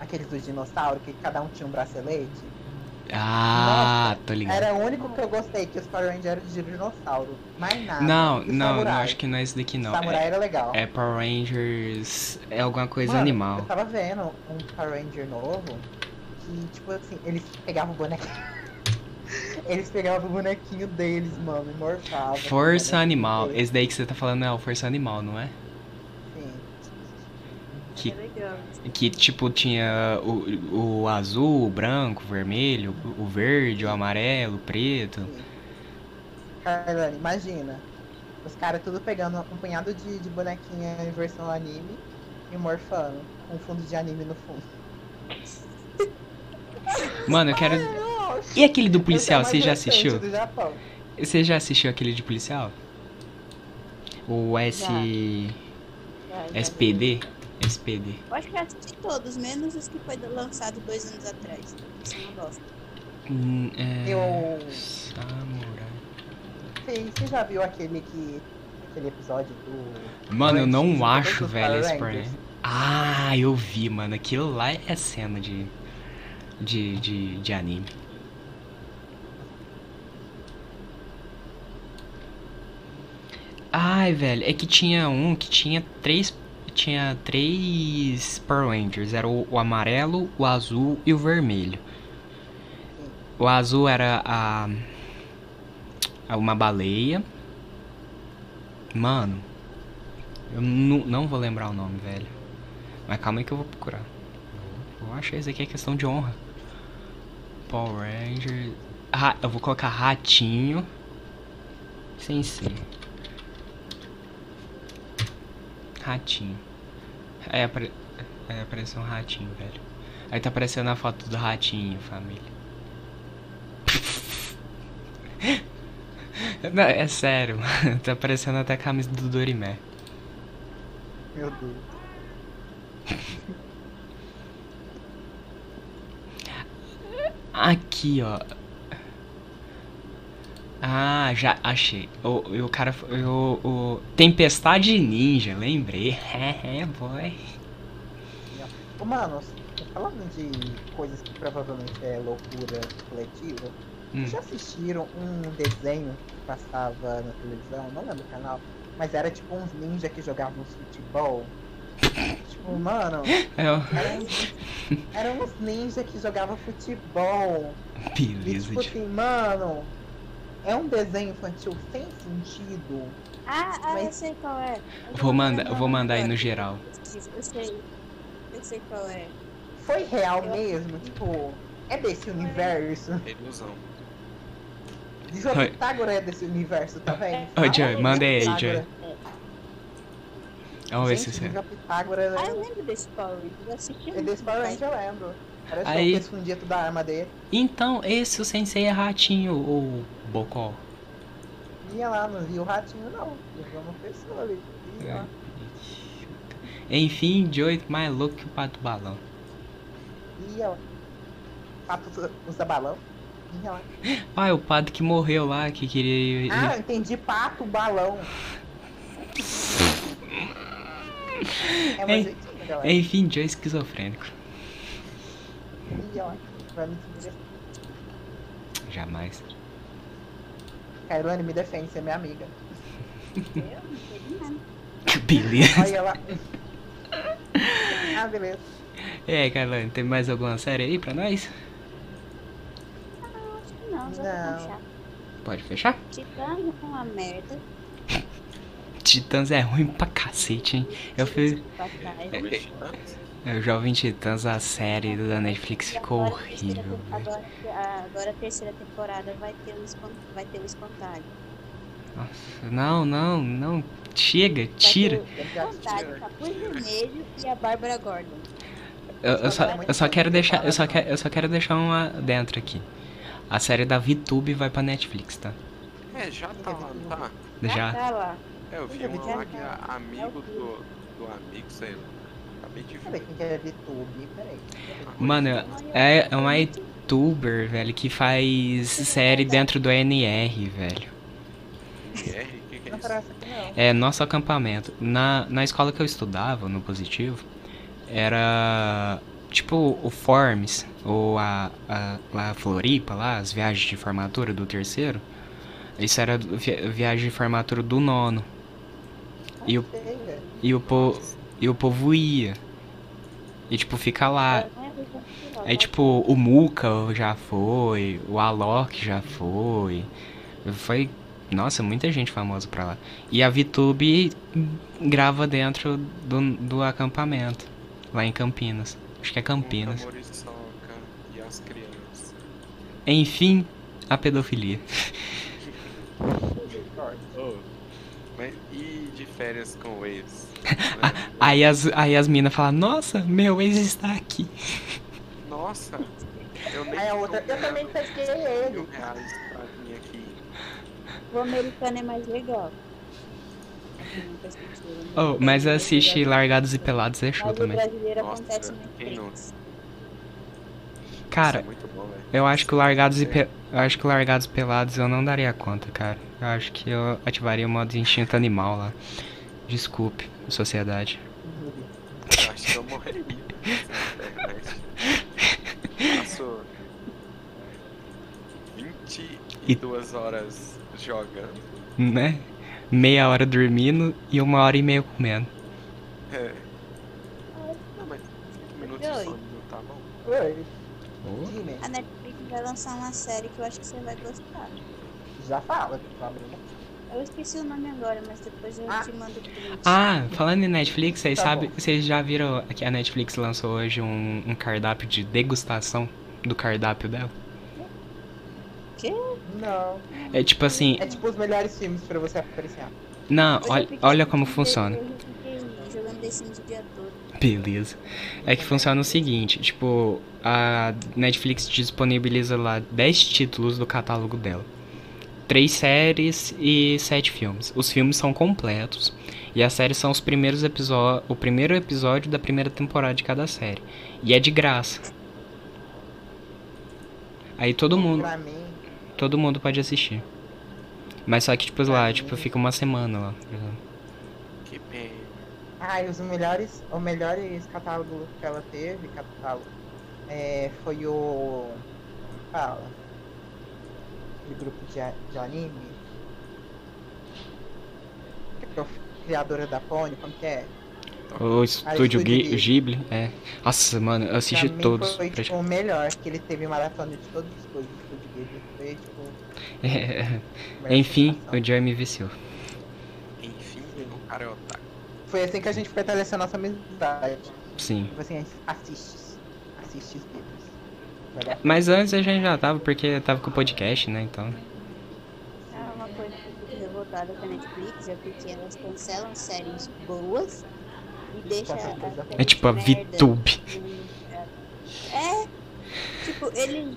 [SPEAKER 3] Aqueles dos dinossauros que cada um tinha um bracelete.
[SPEAKER 1] Ah, tô ligado.
[SPEAKER 3] Era o único que eu gostei, que os Power Rangers eram de dinossauro. Mais nada.
[SPEAKER 1] Não,
[SPEAKER 3] E
[SPEAKER 1] não, não,
[SPEAKER 3] samurai.
[SPEAKER 1] acho que não é esse daqui não.
[SPEAKER 3] Samurai
[SPEAKER 1] É,
[SPEAKER 3] era legal.
[SPEAKER 1] é Power Rangers. É alguma coisa
[SPEAKER 3] Mano, Eu
[SPEAKER 1] animal.
[SPEAKER 3] tava vendo um Power Ranger novo que, tipo assim, eles pegavam o bonequinho. [LAUGHS] eles pegavam o bonequinho deles, mano, e morfavam.
[SPEAKER 1] Força Animal.
[SPEAKER 3] Sim.
[SPEAKER 1] Esse daí que você tá falando é o Força Animal, não é?
[SPEAKER 3] assim.
[SPEAKER 1] Que
[SPEAKER 5] É legal.
[SPEAKER 1] Que tipo tinha o, o azul, o branco, o vermelho, o verde, o amarelo, o preto.
[SPEAKER 3] Carlane, imagina. Os caras tudo pegando um punhado de, de bonequinha em versão anime e morfando. Com um fundo de anime no fundo.
[SPEAKER 1] Mano, eu quero.
[SPEAKER 3] Nossa,
[SPEAKER 1] E aquele do
[SPEAKER 3] esse é o
[SPEAKER 1] policial,
[SPEAKER 3] mais
[SPEAKER 1] você já
[SPEAKER 3] recente
[SPEAKER 1] assistiu?
[SPEAKER 3] Do Japão.
[SPEAKER 1] Você já assistiu aquele de policial? O S.
[SPEAKER 5] Já, já vi.
[SPEAKER 1] SPD? SPD.
[SPEAKER 5] Eu acho que eu assisti todos, menos os que foi lançado dois anos atrás. Isso é uma bosta.
[SPEAKER 1] Hum, é,
[SPEAKER 3] Eu.
[SPEAKER 1] Samurai.
[SPEAKER 3] Sim, você já viu aquele que. aquele episódio do.
[SPEAKER 1] Mano, eu
[SPEAKER 3] Antes
[SPEAKER 1] não
[SPEAKER 3] de
[SPEAKER 1] acho,
[SPEAKER 3] todos os
[SPEAKER 1] velho,
[SPEAKER 3] Power
[SPEAKER 1] esse Power
[SPEAKER 3] Rangers.
[SPEAKER 1] Ranger. Ah, eu vi, mano. Aquilo lá é cena de. de, de, de anime. Ai, velho, é que tinha um que tinha três. Tinha três Power Rangers. Era o, o amarelo, o azul e o vermelho. O azul era a. a uma baleia. Mano. Eu nu- não, vou lembrar o nome, velho. Mas calma aí que eu vou procurar. Eu acho que isso aqui é questão de honra. Power Ranger. Ra- eu vou colocar ratinho. Sem ser. Ratinho. Aí apare... aí apareceu um ratinho, velho. Aí tá aparecendo a foto do ratinho, família. [LAUGHS] Não, é sério, [LAUGHS] mano. Tá aparecendo até a camisa do Dorimé.
[SPEAKER 3] Meu Deus.
[SPEAKER 1] Aqui, ó. Ah, já achei. O, e o cara. foi- O, o- Tempestade Ninja, lembrei. [LAUGHS] É, é, boy.
[SPEAKER 3] Ô, mano, falando de coisas que provavelmente é loucura coletiva,
[SPEAKER 1] Hum.
[SPEAKER 3] vocês já assistiram um desenho que passava na televisão, não lembro o canal, mas era tipo uns ninja que jogavam uns futebol? tipo, mano,
[SPEAKER 1] É, ó,
[SPEAKER 3] eram uns, eram uns ninja que jogavam futebol. E
[SPEAKER 1] beleza.
[SPEAKER 3] tipo
[SPEAKER 1] De...
[SPEAKER 3] assim, mano, é um desenho infantil sem sentido.
[SPEAKER 5] Ah, ah, eu
[SPEAKER 3] Mas-
[SPEAKER 5] sei qual é. Eu
[SPEAKER 1] Vou mandar, eu vou mandar aí no
[SPEAKER 5] agora.
[SPEAKER 1] geral.
[SPEAKER 5] Eu sei. Eu sei qual é.
[SPEAKER 3] Foi real mesmo? Tipo, é desse universo?
[SPEAKER 2] Ilusão.
[SPEAKER 3] Diz a
[SPEAKER 1] Oi.
[SPEAKER 3] Pitágora é desse universo também?
[SPEAKER 1] Ô, Joey, manda aí, Joey.
[SPEAKER 3] Pitágora.
[SPEAKER 1] Vamos ver se
[SPEAKER 3] Gente,
[SPEAKER 1] você.
[SPEAKER 3] Ninja Pitágora
[SPEAKER 5] Ah,
[SPEAKER 3] né?
[SPEAKER 5] eu lembro desse Power Rangers. Eu assisti
[SPEAKER 3] é desse Power Ranger, eu lembro. Era
[SPEAKER 1] Aí.
[SPEAKER 3] só o dia da arma dele.
[SPEAKER 1] Então, esse o sensei é ratinho ou bocó?
[SPEAKER 3] Ia lá, não via o ratinho, não. Ia ver uma pessoa ali. Ia lá.
[SPEAKER 1] Enfim, Joey mais louco que o pato balão.
[SPEAKER 3] Ia lá. Pato usa balão. em relação.
[SPEAKER 1] Ah, é o padre que morreu lá, que queria.
[SPEAKER 3] Ah, eu entendi pato, balão. É uma
[SPEAKER 1] Ei,
[SPEAKER 3] jeitinha, galera.
[SPEAKER 1] Enfim, Joe esquizofrênico.
[SPEAKER 3] E, ó, vai me desmerecer.
[SPEAKER 1] Jamais. [LAUGHS]
[SPEAKER 3] Cailane, me defende, você é minha amiga.
[SPEAKER 1] Que beleza.
[SPEAKER 3] Olha
[SPEAKER 1] [LAUGHS]
[SPEAKER 3] ela. ah, beleza.
[SPEAKER 1] E aí, Carlane, É, tem mais alguma série aí pra nós?
[SPEAKER 5] Não, tá só pra
[SPEAKER 3] Não.
[SPEAKER 5] puxar.
[SPEAKER 1] Pode fechar?
[SPEAKER 5] Titãs é uma merda.
[SPEAKER 1] Titãs é ruim pra cacete, hein? Eu fiz.
[SPEAKER 5] Batalha.
[SPEAKER 4] Como é que
[SPEAKER 1] O Jovem Titãs, a série da Netflix
[SPEAKER 5] E
[SPEAKER 1] ficou
[SPEAKER 5] agora a terceira
[SPEAKER 1] horrível.
[SPEAKER 5] tem-
[SPEAKER 1] velho.
[SPEAKER 5] Agora, a- agora a terceira temporada vai ter um, espan- vai ter um espantalho.
[SPEAKER 1] Nossa, não, não, não. Chega,
[SPEAKER 5] Vai
[SPEAKER 1] tira.
[SPEAKER 5] Ter um espantalho, capuz vermelho e a Bárbara Gordon.
[SPEAKER 1] Eu, eu só, eu só quero deixar, eu só quero, eu só quero deixar uma dentro aqui. A série da VTube vai pra Netflix, tá?
[SPEAKER 4] É, já tá lá, não tá?
[SPEAKER 1] Já.
[SPEAKER 5] Tá lá.
[SPEAKER 4] É, eu vi
[SPEAKER 3] Eu vi
[SPEAKER 4] uma
[SPEAKER 3] já
[SPEAKER 4] lá que é
[SPEAKER 5] tá. É o
[SPEAKER 4] amigo
[SPEAKER 5] quê?
[SPEAKER 4] do, do amigo, sei lá. Acabei de
[SPEAKER 3] Deixa eu ver
[SPEAKER 4] ver.
[SPEAKER 3] quem quer ver YouTube. Peraí.
[SPEAKER 1] Mano, é, é uma youtuber, velho, que faz série dentro do NR, velho.
[SPEAKER 4] MR, o que, que é
[SPEAKER 3] Não
[SPEAKER 4] isso?
[SPEAKER 3] parece que não.
[SPEAKER 1] É, nosso acampamento. Na, na escola que eu estudava, no Positivo, era tipo o Forms, ou a, a, lá a Floripa, lá, as viagens de formatura do terceiro. Isso era do- vi- viagem de formatura do nono. E o,
[SPEAKER 3] Chega.
[SPEAKER 1] e o, po, e o povo ia. E tipo, fica lá.
[SPEAKER 5] é
[SPEAKER 1] Aí, tipo, o Muca já foi, o Alok já foi. Foi. Nossa, muita gente famosa pra lá. E a VTube grava dentro do, do acampamento, lá em Campinas. Acho que é Campinas.
[SPEAKER 4] Muita muriçoca e as crianças.
[SPEAKER 1] Enfim, a pedofilia.
[SPEAKER 4] Oh, mas e de férias com
[SPEAKER 1] [LAUGHS]
[SPEAKER 4] o ex?
[SPEAKER 1] Aí as, aí as minas falam: Nossa, meu ex está aqui.
[SPEAKER 4] Nossa, eu nem
[SPEAKER 3] Aí a Ah, é outra. Eu
[SPEAKER 4] tô
[SPEAKER 3] também
[SPEAKER 4] ganhando
[SPEAKER 3] pesquei ele.
[SPEAKER 4] mil reais pra vir aqui.
[SPEAKER 5] O americano é mais legal. Não faz sentido, né?
[SPEAKER 1] Oh, mas assiste Largados e Pelados é show
[SPEAKER 5] Mas o
[SPEAKER 1] também.
[SPEAKER 5] brasileiro
[SPEAKER 4] Nossa,
[SPEAKER 5] acontece
[SPEAKER 4] velho,
[SPEAKER 5] muito
[SPEAKER 4] quem não?
[SPEAKER 5] bem.
[SPEAKER 1] Cara,
[SPEAKER 4] Isso é muito bom, velho.
[SPEAKER 1] Eu acho que o Largados e Pe- eu acho que o Largados e Pelados eu não daria conta, cara. Eu acho que eu ativaria o modo de instinto animal lá. Desculpe, sociedade.
[SPEAKER 4] Eu acho que eu morreria velho, sem internet. Passou 22 horas jogando.
[SPEAKER 1] Né? Meia hora dormindo e uma hora e meia comendo.
[SPEAKER 4] É. Não, mas 5 minutos de sono não tá bom.
[SPEAKER 3] Oi, Jimmy.
[SPEAKER 5] A Netflix vai lançar uma série que eu acho que você vai gostar.
[SPEAKER 3] Já fala. tá abrindo.
[SPEAKER 5] Eu esqueci o nome agora, mas depois eu
[SPEAKER 3] Ah.
[SPEAKER 5] te mando o print.
[SPEAKER 1] Ah, falando em Netflix, vocês
[SPEAKER 3] Tá
[SPEAKER 1] sabem, vocês já viram que a Netflix lançou hoje um, um cardápio de degustação do cardápio dela?
[SPEAKER 3] Não.
[SPEAKER 1] É tipo assim,
[SPEAKER 3] É tipo os melhores filmes pra você apreciar.
[SPEAKER 1] não,
[SPEAKER 5] Hoje eu
[SPEAKER 1] olha,
[SPEAKER 5] fiquei-
[SPEAKER 1] olha como
[SPEAKER 5] hoje eu
[SPEAKER 1] funciona.
[SPEAKER 5] fiquei Jogando The Sims o dia todo.
[SPEAKER 1] Beleza. É que funciona o seguinte, tipo, a Netflix disponibiliza lá 10 títulos do catálogo dela. Três séries e sete filmes. Os filmes são completos e as séries são os primeiros episódios, o primeiro episódio da primeira temporada de cada série. E é de graça. Aí todo mundo,
[SPEAKER 3] Pra mim,
[SPEAKER 1] todo mundo pode assistir. Mas só que tipo lá, tipo, fica uma semana lá. por exemplo.
[SPEAKER 4] Que pena.
[SPEAKER 3] ai, os melhores, o melhores catálogo que ela teve, catálogo, é, foi o. Fala. De grupo de, a- de anime. Que é o criadora da Pony, como que é?
[SPEAKER 1] O estúdio
[SPEAKER 3] Estúdio
[SPEAKER 1] Ghi-
[SPEAKER 3] Ghibli.
[SPEAKER 1] Ghibli, é. Nossa, mano, eu assisti
[SPEAKER 3] pra mim
[SPEAKER 1] todos.
[SPEAKER 3] Foi
[SPEAKER 1] praticamente.
[SPEAKER 3] tipo, o melhor, que ele teve maratona de todas as coisas do Estúdio Ghibli. Foi tipo.
[SPEAKER 1] [LAUGHS] É,
[SPEAKER 3] a melhor
[SPEAKER 1] Enfim,
[SPEAKER 3] sensação.
[SPEAKER 1] o Joey me viciou.
[SPEAKER 4] Enfim, o cara é otaku.
[SPEAKER 3] Foi assim que a gente fortaleceu nossa amizade.
[SPEAKER 1] Sim.
[SPEAKER 3] Tipo assim, assiste. Assiste os livros. Vale a
[SPEAKER 1] Mas antes a gente já tava, porque eu tava com o podcast, né? Então.
[SPEAKER 5] Ah, uma coisa que eu fico revoltada com a Netflix é porque elas cancelam séries boas e deixam.
[SPEAKER 3] Tá, tá, tá, tá.
[SPEAKER 1] É tipo a VTube.
[SPEAKER 5] É. Tipo, ele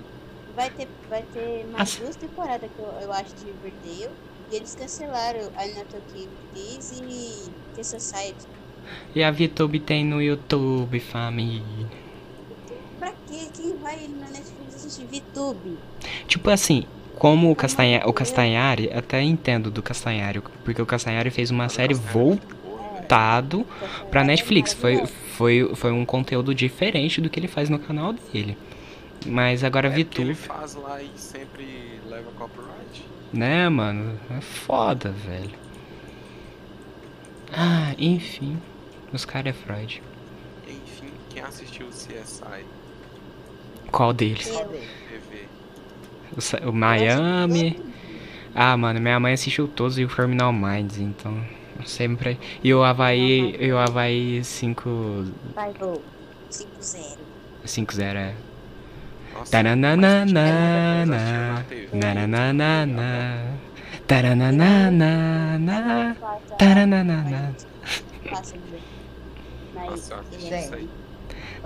[SPEAKER 5] vai ter, vai ter mais
[SPEAKER 1] As-
[SPEAKER 5] duas temporadas que eu, eu acho de Riverdale. E eles cancelaram Anatomy Kill Kiss e The Society.
[SPEAKER 1] E a VTube tem no YouTube, família.
[SPEAKER 5] Pra quê? Quem vai na Netflix assistir VTube.
[SPEAKER 1] Tipo assim, como o, Castanha, o Castanhari, até entendo do Castanhari, porque o Castanhari fez uma série
[SPEAKER 4] é
[SPEAKER 1] voltado pra Netflix. Foi, foi, foi um conteúdo diferente do que ele faz no canal dele. Mas agora
[SPEAKER 4] É porque ele
[SPEAKER 1] VTube,
[SPEAKER 4] faz lá e sempre leva copyright.
[SPEAKER 1] né, mano? É foda, velho. Ah, enfim. Os caras é Freud.
[SPEAKER 4] Enfim, quem assistiu o CSI
[SPEAKER 1] Qual deles?
[SPEAKER 4] TV?
[SPEAKER 1] O, Sa- o Miami. Ah, mano, minha mãe assistiu todos e o Criminal Minds, então. Sempre. E o Havaí. E o Havaí 5.
[SPEAKER 5] Vai, vou. 5-0.
[SPEAKER 1] 5-0 é.
[SPEAKER 4] Nossa,
[SPEAKER 1] Tarananana.
[SPEAKER 4] mas assistiu na TV.
[SPEAKER 1] Nananana. Tarananana. tá, Tarananana.
[SPEAKER 5] Passa de Mas
[SPEAKER 4] Nossa, eu assisti
[SPEAKER 5] ele
[SPEAKER 4] isso aí.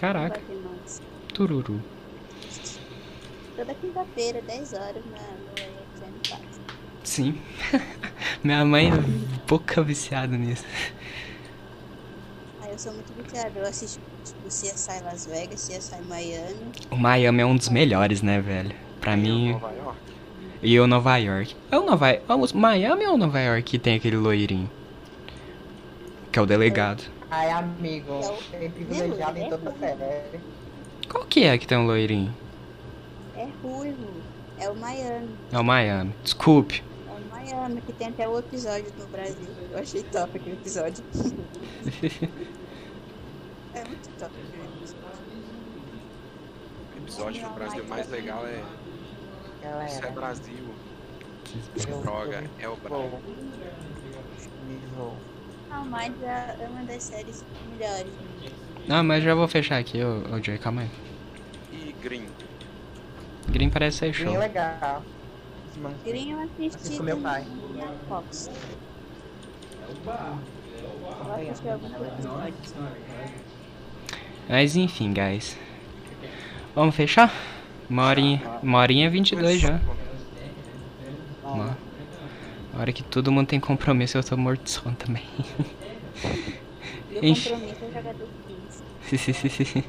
[SPEAKER 1] Caraca,
[SPEAKER 5] vai ter mais.
[SPEAKER 1] tururu.
[SPEAKER 5] Toda quinta-feira, 10 horas, né, na no Xen Paz.
[SPEAKER 1] Sim. [LAUGHS] Minha mãe é pouca viciada nisso.
[SPEAKER 5] Aí eu sou muito viciada. Eu assisto tipo, CSI Las Vegas, CSI Miami.
[SPEAKER 1] O Miami é um dos melhores, né, velho? Pra mim.
[SPEAKER 4] Nova York.
[SPEAKER 1] E o Nova York. É o Nova é o Miami ou o Nova York que tem aquele loirinho? Que é o delegado.
[SPEAKER 6] ai, amigo,
[SPEAKER 5] Não.
[SPEAKER 6] é privilegiado em toda né? série.
[SPEAKER 1] Qual que é que tem um loirinho?
[SPEAKER 5] É ruivo. É o Miami.
[SPEAKER 1] É o Miami. Desculpe.
[SPEAKER 5] É o Miami, que tem até o episódio no Brasil. Eu achei top aquele
[SPEAKER 6] [LAUGHS]
[SPEAKER 5] episódio. é muito top aquele episódio.
[SPEAKER 4] O episódio do Brasil mais legal é Isso é
[SPEAKER 6] Galera,
[SPEAKER 4] Brasil.
[SPEAKER 6] eu
[SPEAKER 4] Droga,
[SPEAKER 6] eu
[SPEAKER 4] é o Brasil.
[SPEAKER 6] vou. Me vou.
[SPEAKER 5] Ah, mas é é uma das séries melhores.
[SPEAKER 1] Não, Ah, mas já vou fechar aqui, ô, ô Joey, calma aí.
[SPEAKER 4] E Green.
[SPEAKER 1] Green parece ser show.
[SPEAKER 6] Bem legal.
[SPEAKER 4] é
[SPEAKER 6] Desman-
[SPEAKER 5] Green eu assisti
[SPEAKER 6] Assisto meu pai.
[SPEAKER 5] na Fox. Eu assisti alguns episódios.
[SPEAKER 1] Mas enfim, guys. Vamos fechar? Uma horinha, uma horinha 22 já. Uma uma hora que todo mundo tem compromisso, eu tô morto de sono também. [LAUGHS]
[SPEAKER 5] Meu
[SPEAKER 1] Enfim.
[SPEAKER 5] compromisso é jogar do 15.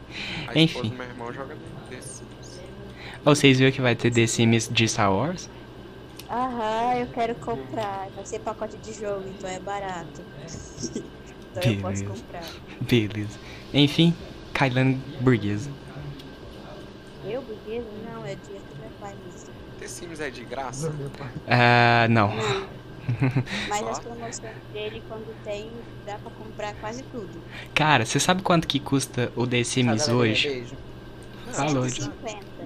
[SPEAKER 4] A esposa
[SPEAKER 1] Enfim.
[SPEAKER 4] do meu irmão joga The Sims.
[SPEAKER 1] Vocês viram que vai ter The Sims de Star Wars?
[SPEAKER 5] Aham, eu quero comprar. Vai ser pacote de jogo, então é barato. então eu posso
[SPEAKER 1] Beleza.
[SPEAKER 5] comprar.
[SPEAKER 1] Beleza. Enfim, Kailan burguesa.
[SPEAKER 5] Eu, burguesa? Não, é dinheiro do meu pai mesmo.
[SPEAKER 4] The Sims é de graça?
[SPEAKER 1] Ah, não.
[SPEAKER 5] Mas
[SPEAKER 4] Só?
[SPEAKER 5] as promoções dele, quando tem, dá pra comprar quase tudo.
[SPEAKER 1] Cara, você sabe quanto que custa o The Sims
[SPEAKER 6] Tá, galera,
[SPEAKER 1] hoje?
[SPEAKER 6] beijo.
[SPEAKER 1] Falou, de-
[SPEAKER 5] 150.
[SPEAKER 1] Tá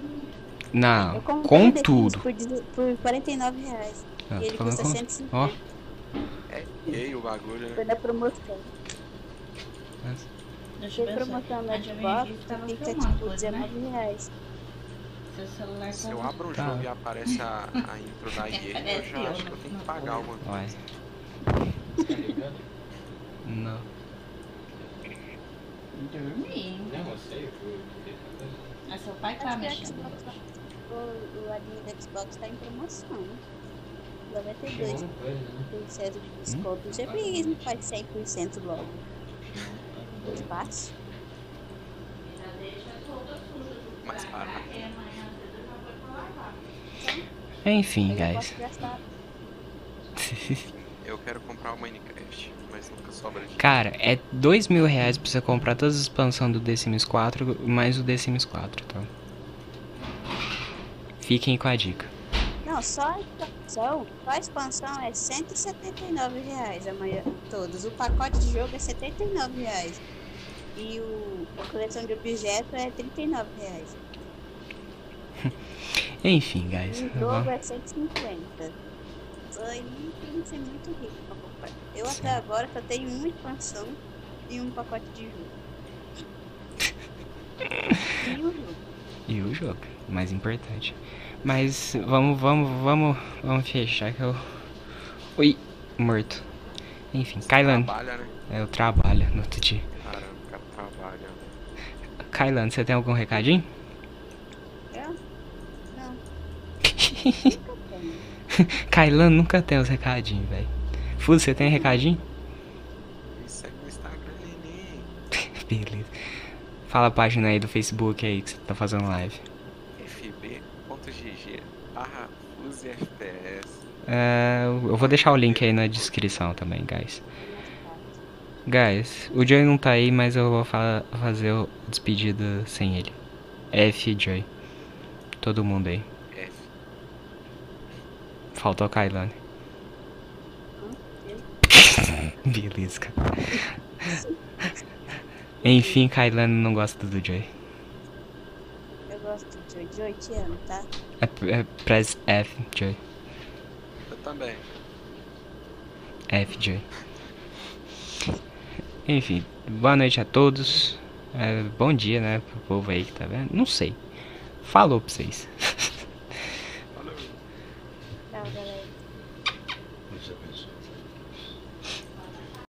[SPEAKER 1] Não,
[SPEAKER 5] Eu comprei
[SPEAKER 1] com
[SPEAKER 5] The Sims
[SPEAKER 1] tudo.
[SPEAKER 5] Por, deze- por 49 reais.
[SPEAKER 1] Ah,
[SPEAKER 5] e
[SPEAKER 1] tô
[SPEAKER 5] ele
[SPEAKER 1] falando
[SPEAKER 5] custa
[SPEAKER 1] com-
[SPEAKER 5] 150.
[SPEAKER 1] Ó,
[SPEAKER 4] E aí o bagulho, né?
[SPEAKER 5] Foi na promoção.
[SPEAKER 1] Nossa.
[SPEAKER 8] Deixa eu
[SPEAKER 5] Tem
[SPEAKER 8] pensar.
[SPEAKER 5] promoção no
[SPEAKER 8] Ah, também a
[SPEAKER 5] Xbox,
[SPEAKER 8] gente tava
[SPEAKER 5] fica
[SPEAKER 8] filmando,
[SPEAKER 5] tipo
[SPEAKER 8] né?
[SPEAKER 5] 19 reais.
[SPEAKER 8] Seu celular
[SPEAKER 4] Se eu
[SPEAKER 8] tá-
[SPEAKER 4] abro o
[SPEAKER 1] Tá.
[SPEAKER 4] jogo e aparece a, a intro da EA, eu já acho que eu tenho que pagar alguma coisa.
[SPEAKER 1] Vai. Não.
[SPEAKER 8] Dormi. Não, eu sei, Ah, seu pai tá
[SPEAKER 5] Acho que é
[SPEAKER 8] mexendo.
[SPEAKER 5] o Xbox- tá- O, o admin do Xbox tá em promoção. 92 por cento de
[SPEAKER 1] Hum?
[SPEAKER 5] desconto. Já fiz, não faz 100% logo.
[SPEAKER 1] Hum.
[SPEAKER 5] Fácil.
[SPEAKER 4] Mas para.
[SPEAKER 1] Enfim,
[SPEAKER 5] Eu já
[SPEAKER 1] guys.
[SPEAKER 5] posso gastar.
[SPEAKER 4] Eu quero comprar o Minecraft, mas nunca sobra dinheiro.
[SPEAKER 1] Cara, é dois mil reais pra você comprar todas as expansões do The Sims 4, mais o The Sims 4, tá? Fiquem com a dica.
[SPEAKER 5] Não, só a expansão, só a expansão é 179 reais amanhã todos. O pacote de jogo é 79 reais. E o, a coleção de objetos é 39 reais.
[SPEAKER 1] Enfim,
[SPEAKER 5] E
[SPEAKER 1] guys.
[SPEAKER 5] o jogo é 150. Foi tem que ser muito rico pra comprar. Eu
[SPEAKER 1] Sim.
[SPEAKER 5] até agora só tenho uma expansão e um pacote de jogo. e o jogo.
[SPEAKER 1] E o jogo? O mais importante. Mas vamos, vamos, vamos, vamos fechar que eu. Ui, morto. Enfim, Kailan,
[SPEAKER 4] Trabalha, né?
[SPEAKER 1] é, eu trabalho no outro dia.
[SPEAKER 4] Caramba, o cara trabalha.
[SPEAKER 1] Kailan, você tem algum recadinho?
[SPEAKER 5] Não.
[SPEAKER 1] Kailan nunca tem os recadinhos, velho. Fuso, você tem recadinho? [LAUGHS]
[SPEAKER 4] Isso é no Instagram, neném.
[SPEAKER 1] Beleza. Fala a página aí do Facebook aí que você tá fazendo live.
[SPEAKER 4] fb.gg barra Fuse FPS.
[SPEAKER 1] É, eu vou deixar o link aí na descrição também, guys. Guys, o Joy não tá aí, mas eu vou fa- fazer o despedida sem ele. F Joy. Todo mundo aí.
[SPEAKER 4] F.
[SPEAKER 1] Faltou a Kailane. [LAUGHS] Beleza, cara. Enfim, Kailane não gosta do Joy.
[SPEAKER 5] Eu gosto de Jojo, eu te amo, tá?
[SPEAKER 1] É- é- Press F Joy.
[SPEAKER 4] Eu também.
[SPEAKER 1] FJ. Enfim, boa noite a todos. É, bom dia, né, pro povo aí que tá vendo. Não sei. Falou pra vocês.